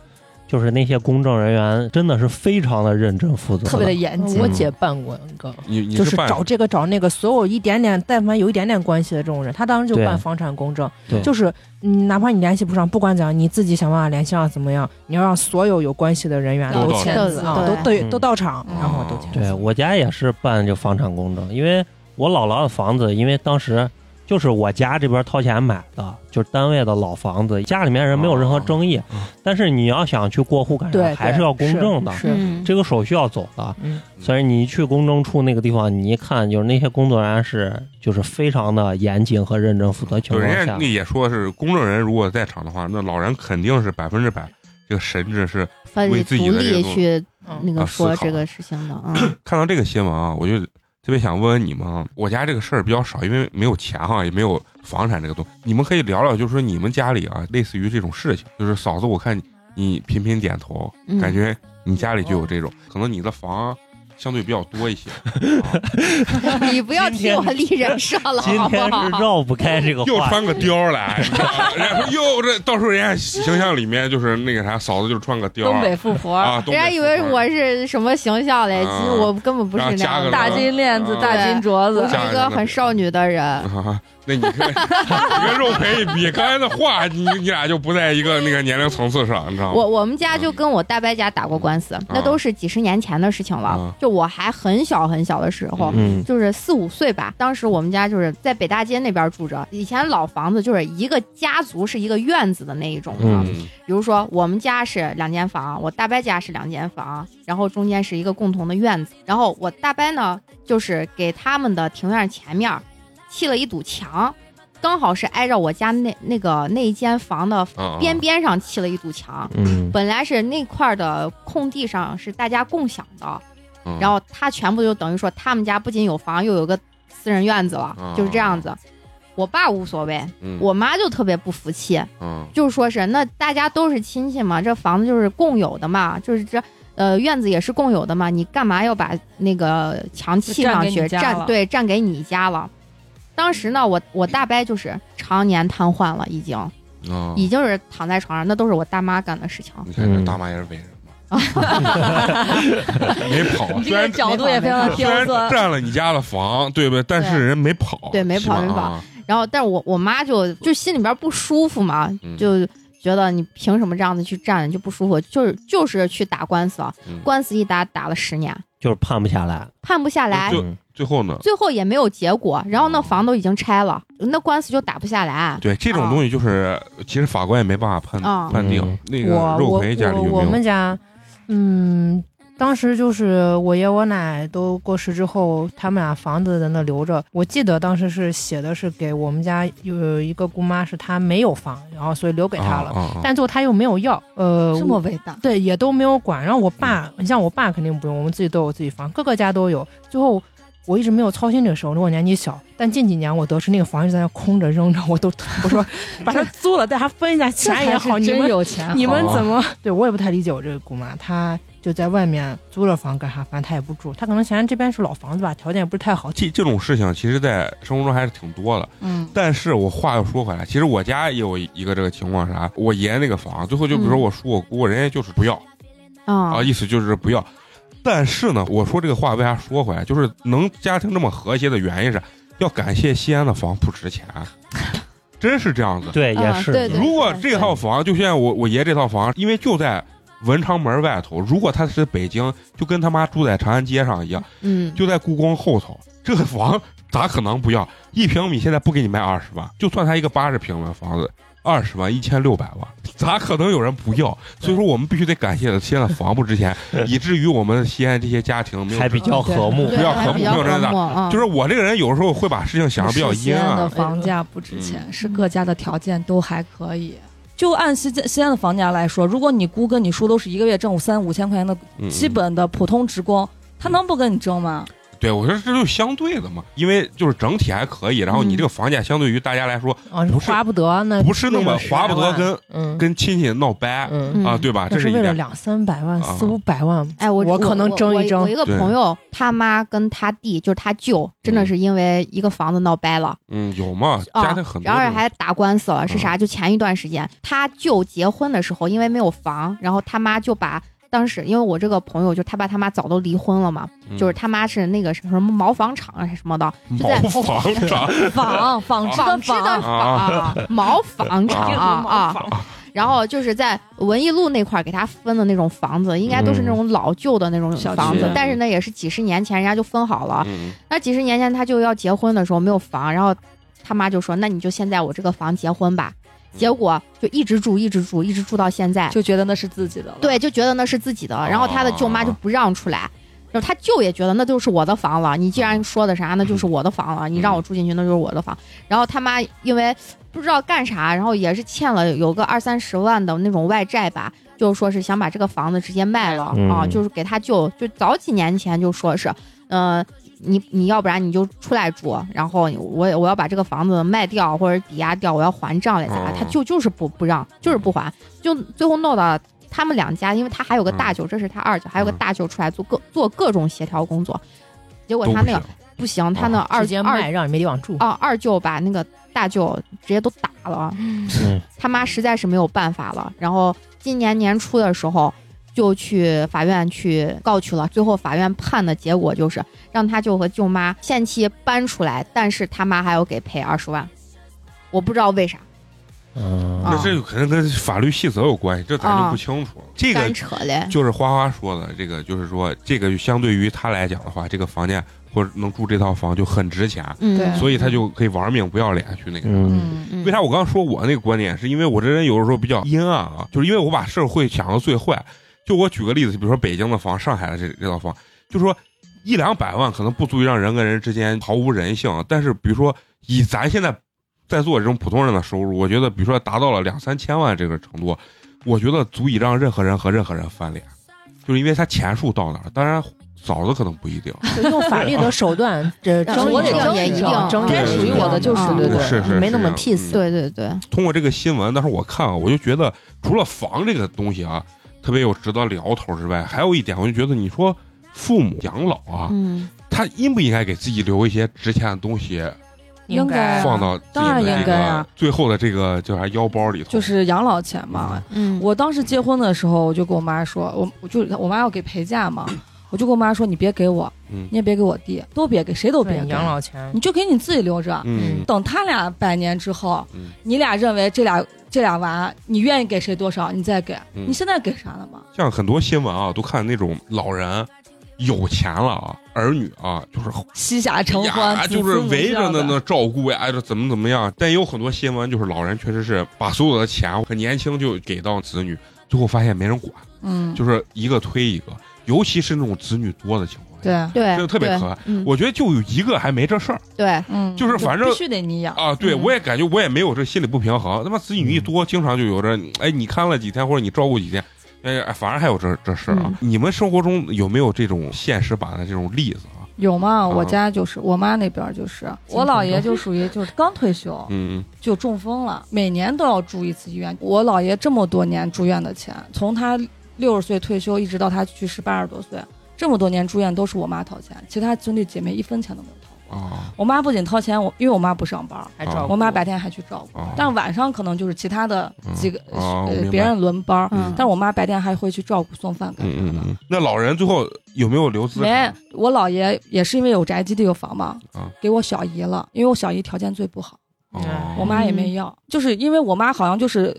S2: 就是那些公证人员真的是非常的认真负责的，
S3: 特别的严谨。
S4: 我姐办过一个，
S1: 你你
S4: 就是
S1: 办
S4: 找这个找那个，所有一点点，但凡有一点点关系的这种人，他当时就
S2: 对
S4: 办房产公证
S2: 对，
S4: 就是你哪怕你联系不上，不管怎样，你自己想办法联系啊上怎么样，你要让所有有关系的人员
S1: 都
S4: 都
S1: 到
S4: 签
S5: 场
S4: 字啊，
S5: 对
S4: 都对
S2: 嗯
S4: 都到场，
S6: 嗯
S4: 然后都签
S2: 对
S4: 字。
S2: 我家也是办这房产公证，因为我姥姥的房子，因为当时就是我家这边掏钱买的，就是单位的老房子，家里面人没有任何争议。
S1: 哦
S2: 但是你要想去过户干啥，
S4: 对，
S2: 还是要公证的，
S4: 是，
S5: 嗯，
S2: 这个手续要走的。
S4: 嗯
S2: 所以你去公证处那个地方，你一看就是那些工作人员是就是非常的严谨和认真负责情
S1: 对，
S2: 况
S1: 人家
S2: 下
S1: 那，也说是公证人如果在场的话，那老人肯定是百分之百这个神智是。
S5: 他
S1: 为
S5: 得
S1: 自己
S5: 独
S1: 的这
S5: 立
S1: 种
S5: 去那
S1: 啊
S5: 个
S1: 思
S5: 说
S1: 考
S5: 这个事情 的啊。
S1: 看到这个新闻啊，我就特别想问问你们啊，我家这个事儿比较少，因为没有钱哈、也没有房产这个东西，你们可以聊聊，就是说你们家里啊，类似于这种事情，就是嫂子，我看你频频点头，
S5: 嗯
S1: 感觉你家里就有这种，可能你的房相对比较多一些，啊、
S5: 你不要
S2: 今
S5: 替
S2: 天
S5: 我立人设了，
S2: 今
S5: 好不
S2: 天是
S5: 好？
S2: 绕不开这个
S1: 又
S2: 话题。
S1: 穿个貂儿 来，你知道吗然后又这到时候人家形象里面就是那个啥，嫂子就穿个貂
S6: 东
S1: 儿
S6: 北富婆，
S1: 啊，东
S5: 人家
S1: 北
S5: 以为
S1: 妇儿
S5: 我是什么形象嘞，其实
S1: 啊
S5: 我根本不是
S1: 然后
S5: 那
S1: 加
S5: 样
S1: 个
S5: 的，
S6: 大金链子、
S1: 对
S6: 大金镯
S5: 我
S6: 子
S5: 是
S1: 加，
S5: 一个很少女的人。
S1: 啊，那你 跟你跟肉陪一比，刚才的话，你你俩就不在一个那个年龄层次上，你知道吗？
S5: 我我们家就跟我大伯家打过官司，那都是几十年前的事情
S1: 啊
S5: 了，就我还很小很小的时候。
S2: 嗯，
S5: 就是四五岁吧，当时我们家就是在北大街那边住着。以前老房子就是一个家族是一个院子的那一种啊，
S2: 嗯
S1: 嗯
S5: 比如说我们家是两间房，我大伯家是两间房，然后中间是一个共同的院子。然后我大伯呢，就是给他们的庭院前面儿砌了一堵墙，刚好是挨着我家那那个那一间房的
S1: 啊，
S5: 边边上砌了一堵墙。
S2: 嗯，
S5: 本来是那块儿的空地上是大家共享的，
S1: 嗯，
S5: 然后他全部就等于说他们家不仅有房，又有个私人院子
S1: 啊
S5: 了，就是这样子。我爸无所谓，
S1: 嗯
S5: 我妈就特别不服气，
S1: 嗯
S5: 就说是那大家都是亲戚嘛，这房子就是共有的嘛，就是这呃院子也是共有的嘛，你干嘛要把那个墙砌上
S6: 就占给
S5: 去？
S6: 你家
S5: 占
S6: 了
S5: 对，占给你家了。当时呢，我我大伯就是常年瘫痪了，已经
S1: 啊，
S5: 已经是躺在床上，那都是我大妈干的事情。
S1: 你看这大妈也是为人嘛， 没 跑，
S6: 这
S1: 虽
S6: 个
S1: 然
S6: 角度也非常的
S1: 虽
S6: 刁
S1: 然
S6: 钻。
S1: 占了你家的房，对不对？但是
S5: 对
S1: 人没跑，
S5: 对没跑
S1: 是吧
S5: 没跑
S1: 啊
S5: 然后，但是我我妈就就心里边不舒服嘛，
S1: 嗯
S5: 就觉得你凭什么这样子去占就不舒服，就是就是去打官司啊，
S1: 嗯
S5: 官司一打打了十年，
S2: 就是判不下来。
S5: 判不下来，
S1: 就
S2: 嗯
S1: 最后呢，
S5: 最后也没有结果，然后那
S1: 哦
S5: 房都已经拆了，那官司就打不下来。
S1: 对这种
S5: 啊
S1: 东西就是，其实法官也没办法判
S5: 啊
S1: 判定
S2: 嗯。
S1: 那
S4: 我
S1: 个肉
S4: 我
S1: 陪家里有
S4: 我
S1: 没有？
S4: 我们家，嗯，当时就是我爷我奶都过世之后，他们俩房子在那留着。我记得当时是写的是给我们家有一个姑妈，是她没有房，然后所以留给她了，
S1: 啊啊啊
S4: 但最后她又没有要，呃，
S6: 这么伟大，
S4: 对，也都没有管。然后我爸，你像我爸肯定不用，我们自己都有自己房，各个家都有。最后我一直没有操心这个事儿，我说我年纪小。但近几年我得知那个房一直在那空着扔着，我都 我说把它租了，大家分一下钱也好，你
S6: 真
S4: 们
S6: 有钱，啊
S4: 你们
S1: 好
S4: 怎么？对我也不太理解我这个姑妈，她就在外面租了房干啥？反正她也不住，她可能嫌这边是老房子吧，条件也不是太好。
S1: 这这种事情，其实，在生活中还是挺多的。
S6: 嗯，
S1: 但是我话又说回来，其实我家也有一个这个情况，啥？我爷那个房，最后就比如说
S5: 嗯
S1: 我叔我姑，人家就是不要
S5: 啊
S1: 啊，意思就是不要。但是呢，我说这个话为啥说回来，就是能家庭这么和谐的原因是，要感谢西安的房不值 钱，真是这样子。
S2: 对，也
S5: 啊
S2: 是。
S5: 对对
S1: 如果这套房，就像我我爷这套房，因为就在文昌门外头，如果他是北京，就跟他妈住在长安街上一样。
S5: 嗯，
S1: 就在故宫后头，这个房咋可能不要？一平米现在不给你卖二十万，就算它一个八十平的房子，二十万一千六百万，咋可能有人不要？所以说我们必须得感谢西安的房不值 钱，以至于我们西安这些家庭没有
S2: 还比较和睦
S1: 不
S5: 对
S1: 要
S5: 还
S1: 和睦
S5: 比较
S1: 不要
S5: 和
S1: 这样
S5: 睦啊，
S1: 就是我这个人有时候会把事情想的比较啊
S6: 西
S1: 阴
S6: 安的
S1: 暗，
S6: 房价不
S1: 嗯
S6: 值钱，是各家的条件都还可以。
S3: 就按西西安的房价来说，如果你姑跟你叔都是一个月挣五三五千块钱的
S1: 嗯
S3: 基本的普通职工，他能不跟你争吗？
S1: 对，我说这就相对的嘛，因为就是整体还可以，然后你这个房价相对于大家来说
S4: 啊，
S1: 不是
S4: 划不得那
S1: 不是那么
S4: 为了
S1: 划不得
S4: 10万
S1: 跟
S4: 嗯
S1: 跟亲戚闹掰
S4: 嗯，
S5: 嗯
S1: 啊，对吧？
S4: 那
S1: 这
S4: 是
S1: 一
S4: 为了
S1: 点。
S4: 两三百万、
S1: 啊
S4: 四五百万，
S5: 哎，我
S4: 我可能争一争
S5: 我我一个
S1: 对
S5: 朋友，他妈跟他弟，就是他舅，真的是因为一个房子闹掰了，
S1: 嗯，有嘛？
S5: 啊
S1: 家庭很多
S5: 然
S1: 这
S5: 后
S1: 种，嗯
S5: 还打官司了。是啥？就前一段时间，他舅结婚的时候，因为没有房，然后他妈就把当时，因为我这个朋友就他爸他妈早都离婚了嘛，
S1: 嗯
S5: 就是他妈是那个什么毛纺厂啊什么的，就
S1: 毛
S5: 在
S1: 嗯房长，
S3: 纺纺织
S5: 纺织的
S3: 纺，
S1: 啊
S5: 纺，毛纺啊厂啊啊。然后就是在文艺路那块儿给他分的那种房子，应该都是
S1: 嗯
S5: 那种老旧的那种
S3: 小
S5: 房子
S1: 区，
S5: 但是呢也是几十年前人家就分好了。
S1: 嗯
S5: 那几十年前他就要结婚的时候没有房，然后他妈就说：“那你就先在我这个房结婚吧。”结果就一直住，一直住，一直住到现在。
S3: 就觉得那是自己的了。
S5: 对，就觉得那是自己的，然后他的舅妈就不让出来。然后他舅也觉得那就是我的房了，你既然说的啥，那就是我的房了，你让我住进去，那就是我的房。然后他妈因为不知道干啥，然后也是欠了有个二三十万的那种外债吧，就说是想把这个房子直接卖了、
S2: 嗯
S5: 啊，就是给他舅，就早几年前就说是，嗯、你你要不然你就出来住，然后我也我要把这个房子卖掉或者抵押掉，我要还账来咋？
S1: 哦
S5: 他舅就是不不让，就是不还，就最后闹到他们两家，因为他还有个大舅，这是他二舅，还有个
S1: 嗯
S5: 大舅出来做各做各种协调工作，结果
S1: 都
S5: 他
S1: 不
S5: 那个
S1: 行
S5: 不行，他那二
S4: 直接
S5: 二
S4: 卖让你没地方住。
S5: 啊二舅把那个大舅直接都打了，
S2: 嗯
S5: 他妈实在是没有办法了，然后今年年初的时候就去法院去告去了，最后法院判的结果就是让他舅和舅妈限期搬出来，但是他妈还要给赔二十万，我不知道为啥，
S2: 嗯，
S1: 那
S5: 啊
S1: 这就肯定跟法律细则有关系，这咱就
S5: 啊
S1: 不清楚了。这个
S5: 干扯嘞，
S1: 就是花花说的，这个就是说，这个就相对于他来讲的话，这个房价或者能住这套房就很值钱，
S5: 嗯，
S6: 对
S1: 所以他就可以玩命不要脸去那个。
S2: 嗯
S6: 嗯，
S5: 嗯
S1: 为啥我刚刚说我那个观点，是因为我这人有的时候比较阴暗啊，就是因为我把社会想到最坏。就我举个例子，比如说北京的房、上海的这这套房，就说一两百万可能不足以让人跟人之间毫无人性，但是比如说以咱现在在座这种普通人的收入，我觉得比如说达到了两三千万这个程度，我觉得足以让任何人和任何人翻脸，就是因为他钱数到哪儿，当然嫂子可能不一定，
S4: 就用法律的手段，这
S5: 啊
S4: 争
S3: 我得
S4: 争
S3: 争一
S5: 争
S4: 争，
S1: 该属于我的
S4: 啊
S3: 就是
S5: 对
S3: 对对
S1: 是是
S4: 没那么
S1: 是嗯啊这
S4: peace。
S1: 样
S5: 对对对，
S1: 通过这个新闻，当时我看啊，我就觉得除了房这个东西啊，特别有值得聊头之外，还有一点，我就觉得你说父母养老啊，
S5: 嗯，
S1: 他应不应该给自己留一些值钱的东西
S3: 应该啊
S1: 放到自己
S3: 当
S1: 的
S3: 然
S1: 这
S3: 应该啊
S1: 个最后的这个叫啥腰包里头？
S3: 就是养老钱嘛。
S5: 嗯，
S3: 我当时结婚的时候，我就跟我妈说，我我就我妈要给陪嫁嘛，我就跟我妈说，你别给我，
S1: 嗯
S3: 你也别给我弟，都别给，谁都别
S4: 对
S3: 给，
S4: 养老钱
S3: 你就给你自己留着。
S1: 嗯
S3: 等他俩百年之后，
S1: 嗯
S3: 你俩认为这俩这俩娃，你愿意给谁多少，你再给。
S1: 嗯
S3: 你现在给啥了吗？
S1: 像很多新闻啊，都看那种老人有钱了啊，儿女啊，就是
S3: 膝下承
S1: 呀，
S3: 欢，
S1: 就是围着
S3: 呢
S1: 呢那照顾呀，哎这怎么怎么样？但也有很多新闻，就是老人确实是把所有的钱很年轻就给到子女，最后发现没人管，
S3: 嗯，
S1: 就是一个推一个，尤其是那种子女多的情况下。
S3: 对，
S5: 对，
S1: 这个特别
S5: 对
S1: 可爱，
S5: 嗯，
S1: 我觉得就有一个还没这事儿
S5: 对，
S3: 嗯，
S1: 就是反正
S3: 必须得你养。
S1: 啊，对
S3: 嗯
S1: 我也感觉我也没有这心理不平衡。他妈子女一多，经常就有这，哎，你看了几天或者你照顾几天，哎，哎反而还有这这事儿
S3: 嗯
S1: 啊。你们生活中有没有这种现实版的这种例子啊？
S3: 有吗？
S1: 啊
S3: 我家就是我妈那边儿就是，我姥爷就 属于就是刚退休
S1: 嗯
S3: 就中风了，每年都要住一次医院。我姥爷这么多年住院的钱，从他六十岁退休一直到他去世八十多岁，这么多年住院都是我妈掏钱，其他兄弟姐妹一分钱都没有
S1: 嗯
S3: 掏。
S1: 啊
S3: 我妈不仅掏钱，我因为我妈不上班儿，
S4: 还照顾
S3: 我妈白天还去照顾，
S1: 啊，
S3: 但晚上可能就是其他的几个、
S1: 嗯啊我明白
S3: 呃别人轮班儿，
S1: 嗯
S3: 但是我妈白天还会去照顾送饭干啥的。
S1: 嗯嗯嗯，那老人最后有没有留资
S3: 没
S1: 产？，
S3: 我姥爷也是因为有宅基地有房嘛，
S1: 啊
S3: 给我小姨了，因为我小姨条件最不好，
S1: 哦
S3: 我妈也
S5: 嗯
S3: 没要，就是因为我妈好像就是，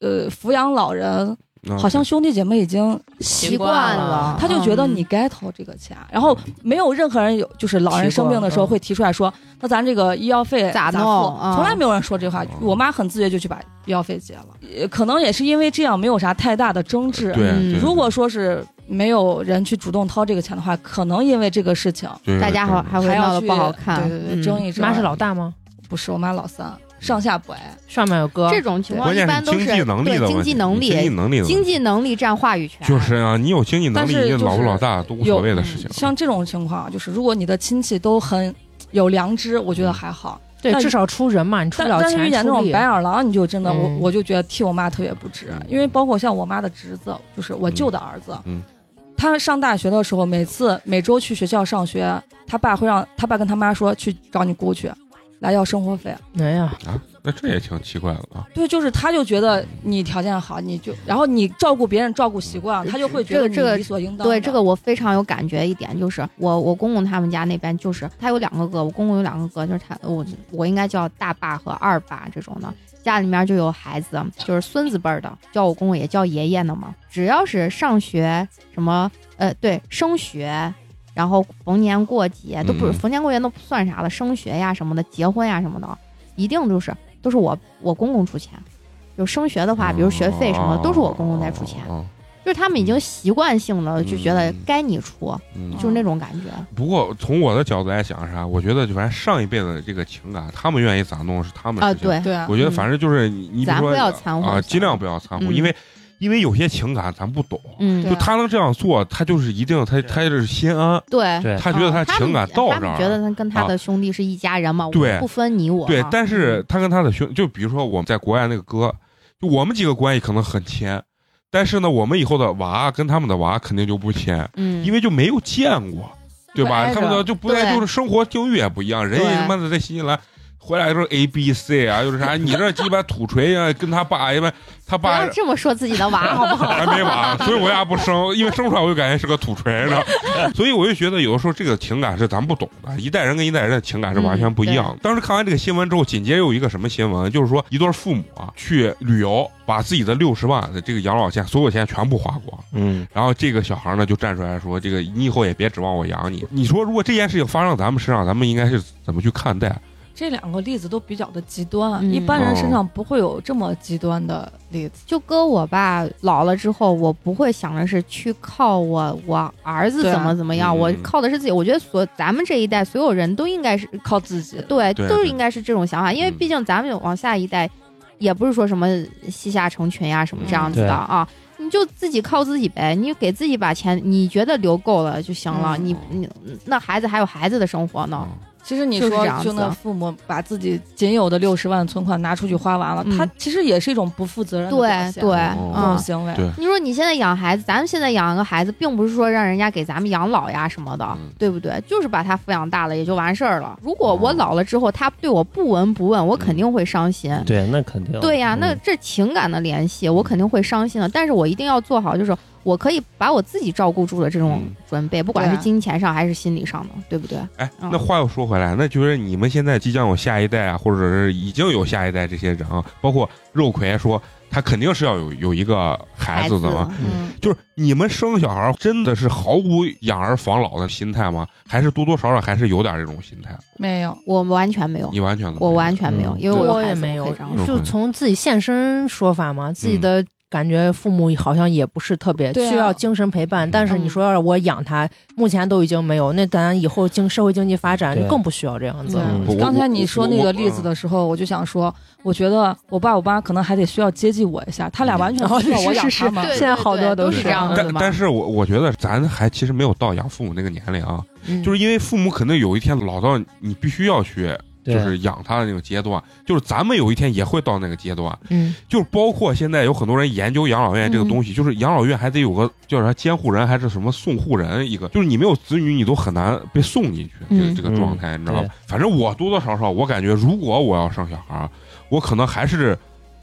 S3: 呃，抚养老人，
S1: 那
S3: 好像兄弟姐妹已经，
S5: 习
S4: 惯
S5: 惯
S4: 了
S5: 了，嗯
S3: 她就觉得你该掏这个钱，然后没有任何人有就是老人生病的时候
S4: 提过嗯
S3: 会提出来说，那咱这个医药费
S5: 咋
S3: 付
S5: 弄啊
S3: 从来没有人说这话
S1: 嗯，
S3: 我妈很自觉就去把医药费结了，也可能也是因为这样没有啥太大的争执，
S1: 对，
S5: 嗯
S1: 对
S3: 如果说是没有人去主动掏这个钱的话，可能因为这个事情
S1: 对
S5: 嗯大家好
S1: 对
S5: 还会
S3: 还
S5: 闹
S3: 要
S5: 得
S3: 去
S5: 不好看，
S3: 对对对，
S5: 嗯
S3: 争一争。
S4: 妈是老大吗？
S3: 不是我妈老三，上下不挨。
S4: 上面有歌，
S5: 这种情况
S1: 关
S5: 一
S1: 键
S5: 般
S1: 是
S5: 都
S1: 经
S5: 是
S1: 济能力的
S5: 对
S1: 问
S5: 经
S1: 题，
S5: 济
S1: 经
S5: 能
S1: 济
S5: 力，
S1: 能力的问题，
S5: 经济能力占话语权。
S1: 就是啊，你有经济能
S3: 但
S1: 力，
S3: 是
S1: 你
S3: 就是
S1: 老不老大都无所
S3: 有
S1: 谓的
S5: 嗯
S1: 事情。
S3: 像这种情况，就是如果你的亲戚都很有良知，我觉
S1: 嗯
S3: 得还好。
S4: 对，
S3: 但
S4: 至少出人嘛，你出不
S3: 但
S4: 了
S3: 但是遇
S4: 钱
S3: 见那
S4: 出
S3: 种
S4: 力
S3: 白。眼狼，你就真的、
S4: 嗯
S3: 我我就觉得替我妈特别不值，因为包括像我妈的侄子，就是我舅的儿子，
S1: 嗯
S3: 他上大学的时候，每次每周去学校上学，他爸会让他爸跟他妈说去找你姑去，来要生活费。
S4: 哎呀，
S1: 啊，那这也挺奇怪的啊。
S3: 对，就是他就觉得你条件好，你就然后你照顾别人照顾习惯了，他就会觉
S5: 这
S3: 得
S5: 个这个
S3: 你理所应当的。
S5: 对这个我非常有感觉一点，就是我我公公他们家那边就是他有两个哥，我公公有两个哥，就是他我我应该叫大爸和二爸这种的，家里面就有孩子，就是孙子辈儿的，叫我公公也叫爷爷呢嘛。只要是上学什么呃对升学，然后逢年过节都不是
S1: 嗯
S5: 逢年过节都不算啥了，升学呀什么的，结婚呀什么的，一定就是都是我我公公出钱。有升学的话，比如学费什么的，都是我公公在出钱。
S1: 哦
S5: 就是他们已经习惯性的就觉得
S1: 嗯
S5: 该你出，
S1: 嗯，
S5: 就是那种感觉。
S1: 不过从我的角度来讲是啥，我觉得就反正上一辈子的这个情感，他们愿意咋弄是他们的
S5: 啊，
S1: 事情。
S5: 对，
S3: 对啊，
S1: 我觉得反正就是你，你比如
S5: 咱
S1: 说
S5: 不要掺和
S1: 啊，
S5: 咱
S1: 尽量不要掺和，
S5: 嗯
S1: 因为因为有些情感咱不懂，
S5: 嗯，
S1: 就
S6: 对
S1: 他能这样做，他就是一定他他就是心安，
S5: 对，
S2: 对
S1: 他觉得
S5: 嗯
S1: 情感
S5: 们
S1: 到
S5: 他
S1: 这
S5: 们觉得
S1: 儿。啊
S5: 他跟他的兄弟是一家人嘛，我
S1: 对
S5: 不分你我。啊嗯
S1: 对，但是他跟他的兄，就比如说我们在国外那个哥，就我们几个关系可能很亲，但是呢，我们以后的娃跟他们的娃肯定就不亲，
S5: 嗯，
S1: 因为就没有见过，对吧？
S3: 挨
S1: 他
S3: 着
S1: 们的就不太
S5: 对
S1: 就是生活境遇也不一样，人家
S5: 对
S1: 他妈的在新西兰回来就是 A B C 啊，又是啥？你这鸡巴土锤啊，跟他爸一般，他
S5: 不
S1: 爸
S5: 要这么说自己 的娃，好不好？
S1: 还没娃，所以我俩不生，因为生出来我就感觉是个土锤呢。所以我就觉得有的时候这个情感是咱不懂的，一代人跟一代人的情感是完全不一样的。当时看完这个新闻之后，紧接着又一个什么新闻，就是说一对父母啊去旅游，把自己的六十万的这个养老钱所有钱全部花光，
S2: 嗯，
S1: 然后这个小孩呢就站出来说：“这个你以后也别指望我养你。”你说如果这件事情发生到咱们身上，咱们应该是怎么去看待？
S3: 这两个例子都比较的极端，啊，
S5: 嗯哦
S3: 一般人身
S1: 哦
S3: 上不会有这么极端的例子。
S5: 就搁我吧，老了之后，我不会想着是去靠我我儿子
S3: 对啊
S5: 怎么怎么样，我
S1: 嗯
S5: 靠的是自己。我觉得所咱们这一代所有人都应该是
S3: 靠自己。
S5: 对，
S1: 对
S5: 都
S1: 对
S5: 应该是这种想法，因为
S1: 嗯
S5: 毕竟咱们往下一代，也不是说什么膝下成群呀、什么这样子
S2: 嗯
S5: 的
S2: 对
S5: 啊。你就自己靠自己呗，你给自己把钱，你觉得留够了就行了。
S3: 嗯
S5: 你你那孩子还有孩子的生活
S1: 嗯
S5: 呢，
S3: 其实你
S5: 就是
S3: 说
S5: 这样，子
S3: 就那父母把自己仅有的六十万存款拿出去花完了，
S5: 嗯
S3: 他其实也是一种不负责任的表
S5: 对
S3: 现
S5: 对，
S1: 哦
S3: 这种
S5: 嗯。
S3: 行为。
S1: 对
S5: 你说你现在养孩子，咱们现在养一个孩子，并不是说让人家给咱们养老呀什么的，
S1: 嗯
S5: 对不对？就是把他抚养大了也就完事儿了。如果我
S1: 嗯
S5: 老了之后，他对我不闻不问，我肯
S1: 嗯
S5: 定会伤心。
S2: 对，那肯定。
S5: 对呀、
S2: 嗯
S5: 那这情感的联系，我肯定会伤心的。但是我一定要做好，就是我可以把我自己照顾住的这种
S1: 嗯
S5: 准备，不管是
S3: 对啊
S5: 金钱上还是心理上的，对不对？
S1: 哎，
S5: 嗯
S1: 那话又说回来，那就是你们现在即将有下一代啊，或者是已经有下一代这些人啊，包括肉葵说他肯定是要有有一个孩子的嘛。
S3: 嗯，
S1: 就是你们生小孩真的是毫无养儿防老的心态吗？还是多多少少还是有点这种心态？
S3: 没有。
S5: 我完全没有，
S1: 你完全都没有
S5: 我完全没有，
S2: 嗯
S5: 因为有
S4: 我
S5: 孩
S4: 也
S5: 子
S4: 没
S5: 我
S4: 有
S5: 可以这样说
S1: 嗯
S4: 就从自己现身说法嘛，自己的感觉父母好像也不是特别
S3: 对啊
S4: 需要精神陪伴，但是
S5: 嗯
S4: 你说要是我养他，目前都已经没有，那咱以后经社会经济发展
S2: 对
S4: 就更不需要这样子了。
S2: 嗯
S1: 我
S3: 刚才你说那个例子的时候，我就想说，我觉得我爸我妈可能还得需要接济我一下，
S5: 嗯
S3: 他俩完
S5: 哦
S3: 全不需要我养他们
S5: 对。
S4: 现在好多
S5: 都
S4: 都
S5: 是
S4: 是
S5: 这样子
S1: 嗯但
S5: 嘛。
S1: 但是我我觉得咱还其实没有到养父母那个年龄啊，
S4: 嗯
S1: 就是因为父母可能有一天老到你必须要去
S2: 对
S1: 就是养他的那个阶段，就是咱们有一天也会到那个阶段，
S4: 嗯，
S1: 就是包括现在有很多人研究养老院这个
S3: 嗯
S1: 东西，就是养老院还得有个叫啥监护人还是什么送护人一个，就是你没有子女你都很难被送进去，这个、
S4: 嗯
S1: 这个状态你知道吧
S2: 对？
S1: 反正我多多少少我感觉，如果我要生小孩儿，我可能还是。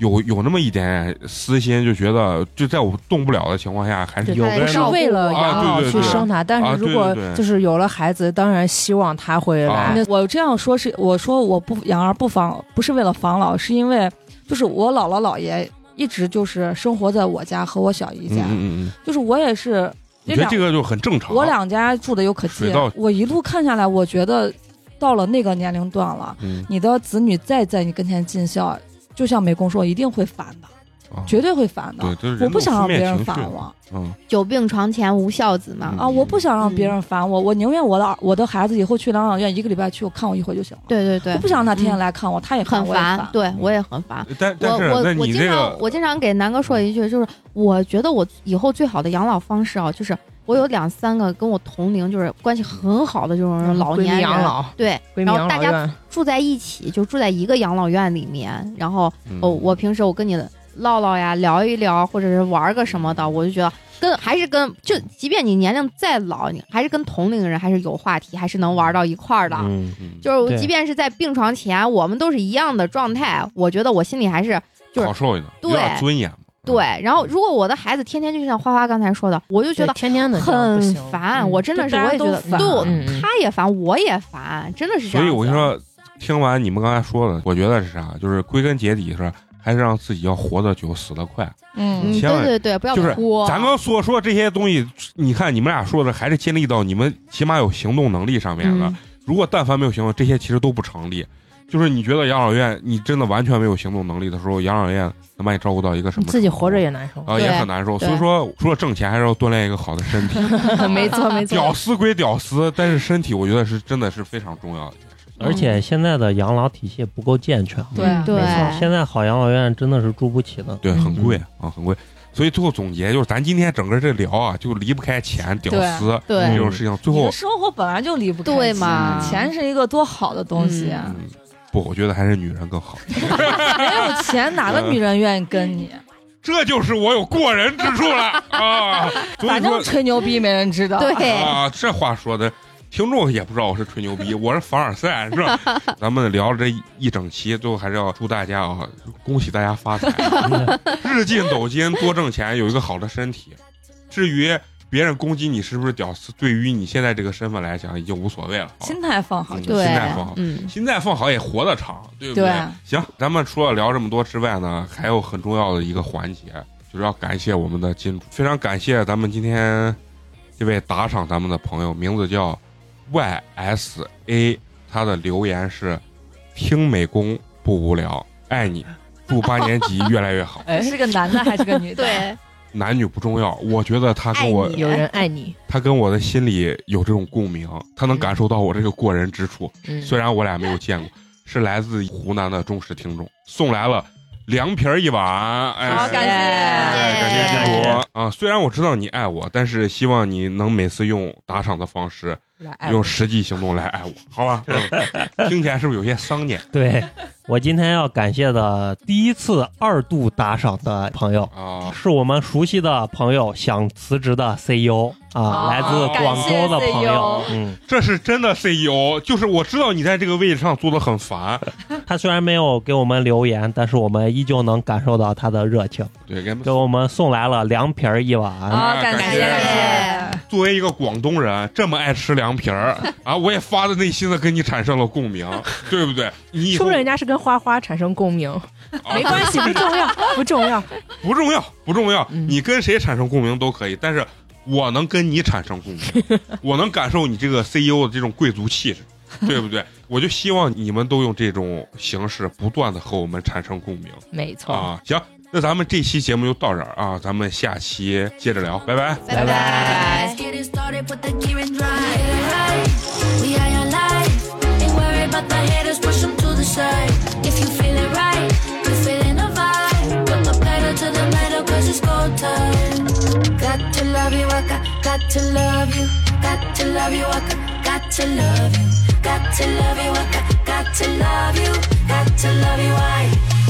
S1: 有有那么一点私心，就觉得就在我动不了的情况下，还是
S2: 有
S5: 他也
S2: 个人
S4: 不是
S5: 照顾
S4: 为了
S5: 我
S4: 养
S1: 啊
S4: 老
S1: 对对
S4: 去
S1: 对
S4: 生他，但
S1: 啊
S4: 是
S1: 对
S4: 如果
S1: 对对
S4: 就是有了孩子，当然希望他会
S1: 啊
S4: 来。
S3: 那我这样说是我说我不养儿不防，不是为了防老，是因为就是我姥姥姥爷一直就是生活在我家和我小姨
S1: 嗯
S3: 家，
S1: 嗯嗯嗯，
S3: 就是我也是
S1: 我
S3: 这
S1: 觉得
S3: 两
S1: 这个就很正常。
S3: 我两家住的又可近
S1: 水稻，
S3: 我一路看下来，我觉得到了那个年龄段了，
S1: 嗯，
S3: 你的子女再在你跟前尽孝，就像美工说，一定会烦的。
S1: 啊
S3: 绝对会烦的。
S1: 对，就是人
S3: 我不
S1: 都有
S3: 想
S1: 负
S3: 让别
S1: 面
S3: 人
S1: 情绪
S3: 烦，我
S1: 嗯，
S5: 久病床前无孝子嘛。
S3: 啊！
S1: 嗯
S3: 我不想让别
S5: 嗯
S3: 人烦我，我宁愿我的我的孩子以后去疗养院，一个礼拜去我看我一回就行了。
S5: 对对对
S3: 我，不想让他天天
S5: 嗯
S3: 来看我，他也
S5: 很
S3: 我也
S5: 烦
S3: 烦，。
S5: 对我也很烦。
S1: 但
S5: 我
S1: 嗯但是那
S5: 我我
S1: 你
S5: 经
S1: 这
S5: 常
S1: 个
S5: 我经常给南哥说一句，就是我觉得我以后最好的养老方式啊，就是我有两三个跟我同龄，就是关系很好的这种老
S4: 嗯闺
S5: 年人，
S4: 蜜养老，
S5: 对，
S4: 闺蜜
S5: 然后
S4: 养
S5: 大
S4: 老
S5: 家
S4: 院，
S5: 住在一起，就住在一个养老院里面。然后
S4: 嗯
S5: 哦，我平时我跟你唠唠呀，聊一聊，或者是玩个什么的，我就觉得跟还是跟就，即便你年龄再老，你还是跟同龄人还是有话题，还是能玩到一块儿的。
S1: 嗯嗯
S5: 就是
S2: 对
S5: 即便是在病床前，我们都是一样的状态，我觉得我心里还是就是
S1: 好受一点，有
S5: 对
S1: 点尊严嘛，
S5: 对。然后，如果我的孩子天天就像花花刚才说的，我就觉
S4: 对
S5: 得
S4: 天天的这样
S5: 很
S4: 不行
S5: 烦，我真的是
S3: 就大家
S5: 我也觉得
S3: 都烦
S5: 对我
S4: 嗯嗯
S5: 他也烦，我也烦，真的是这
S1: 所
S5: 样
S1: 以
S5: 子。
S1: 我跟你说，听完你们刚才说的，我觉得是啥？就是归根结底是还是让自己要活得久，死得快。
S5: 嗯，
S6: 嗯，
S1: 千万
S5: 对对对，不要
S1: 就是
S5: 哭。
S1: 咱刚所说这些东西，你看你们俩说的，还是建立到你们起码有行动能力上面的。
S5: 嗯
S1: 如果但凡没有行动，这些其实都不成立。就是你觉得养老院你真的完全没有行动能力的时候，养老院能把你照顾到一个什
S4: 你
S1: 么？
S4: 嗯自己活着也难受。
S1: 啊、
S5: 对
S1: 也很难受。
S5: 对
S1: 所以说，除了挣钱，还是要锻炼一个好的身体。
S4: 没错没
S1: 屌丝归屌丝，但是身体我觉得是真的是非常重要的。
S2: 而且现在的养老体系不够健全，
S6: 对啊
S5: 对
S2: 现在好养老院真的是住不起 的。
S1: 对，
S4: 嗯
S1: 很贵啊，很贵。所以最后总结就是，咱今天整个这聊啊，就离不开钱、屌丝
S5: 对
S1: 这种事情。最
S3: 你
S1: 后
S3: 的，生活本来就离不开
S5: 对
S3: 钱
S5: 嘛
S3: 钱是一个多好的东西啊，
S1: 嗯，不，我觉得还是女人更好。
S3: 没有钱哪个女人愿意跟 你？
S1: 这就是我有过人之处了 啊！所以
S3: 反正
S1: 说
S3: 吹牛逼没人知道。
S5: 对
S1: 啊，这话说的。听众也不知道我是吹牛逼，我是凡尔赛，是吧？ 咱们聊了这一整期，最后还是要祝大家啊，恭喜大家发财， 日进斗金，多挣钱，有一个好的身体。至于别人攻击你是不是屌丝，对于你现在这个身份来讲，已经无所谓了。好吧
S3: 心态放好
S1: 嗯
S3: 就
S5: 对
S3: 行。
S1: 心态不好，
S5: 嗯，
S1: 心态放好也活得长，对不
S3: 对，
S1: 行，咱们除了聊这么多之外呢，还有很重要的一个环节，就是要感谢我们的金主，非常感谢咱们今天这位打赏咱们的朋友，名字叫 Y S A，他的留言是：听美工不无聊，爱你，祝八年级越来越好
S3: 哎，是个男的还是个女的？，
S5: 对，
S1: 男女不重要，我觉得他跟我
S5: 爱你
S4: 有人 爱你，
S1: 他跟我的心里有这种共鸣，他能感受到我这个过人之处，
S4: 嗯，
S1: 虽然我俩没有见过，是来自湖南的忠实听众送来了凉皮儿一碗，哎，
S3: 好感谢
S1: 哎感谢金
S2: 谢谢
S1: 主啊！虽然我知道你爱我，但是希望你能每次用打赏的方式，
S4: 来爱
S1: 用
S4: 我
S1: 实际行动来爱我，好 吧？嗯听起来是不是有些丧念
S2: 对我今天要感谢的第一次二度打赏的朋友，
S1: 啊？
S2: 是我们熟悉的朋友，想辞职的 CEO 啊，
S3: 哦
S2: 来自广州的朋友。嗯，
S1: 这是真的 CEO，就是我知道你在这个位置上做的很烦，
S2: 他虽然没有给我们留言，但是我们依旧能感受到他的热情，
S1: 对，给他们
S2: 给我们送来了凉皮儿一碗。
S3: 好，感
S1: 感谢
S3: 谢感
S1: 作为一个广东人，这么爱吃凉皮 儿啊，我也发自内心的跟你产生了共鸣，对不对？你以
S4: 说
S1: 后
S4: 不定人家是跟花花产生共鸣，
S1: 啊
S4: 没关系，不重要，不重要。
S1: 不重要，不重要，
S4: 嗯
S1: 你跟谁产生共鸣都可以，但是我能跟你产生共鸣， 我能感受你这个 CEO 的这种贵族气质，对不 对？我就希望你们都用这种形式不断的和我们产生共鸣
S4: 没错，
S1: 啊！行，那咱们这期节目就到这儿啊，咱们下期接着聊，拜拜。
S7: 嗯
S5: 拜拜
S7: Let's get it started, put the gear in drive. We are your life. Ain't worried about the haters, push them to the side. If you feel it right, you're feeling the vibe. Put the pedal to the metal, cause it's go time. Got to love you, I got, got to love you. Got to love you, I got, got to love you. Got to love you, I got, got to love you. Got to love you, I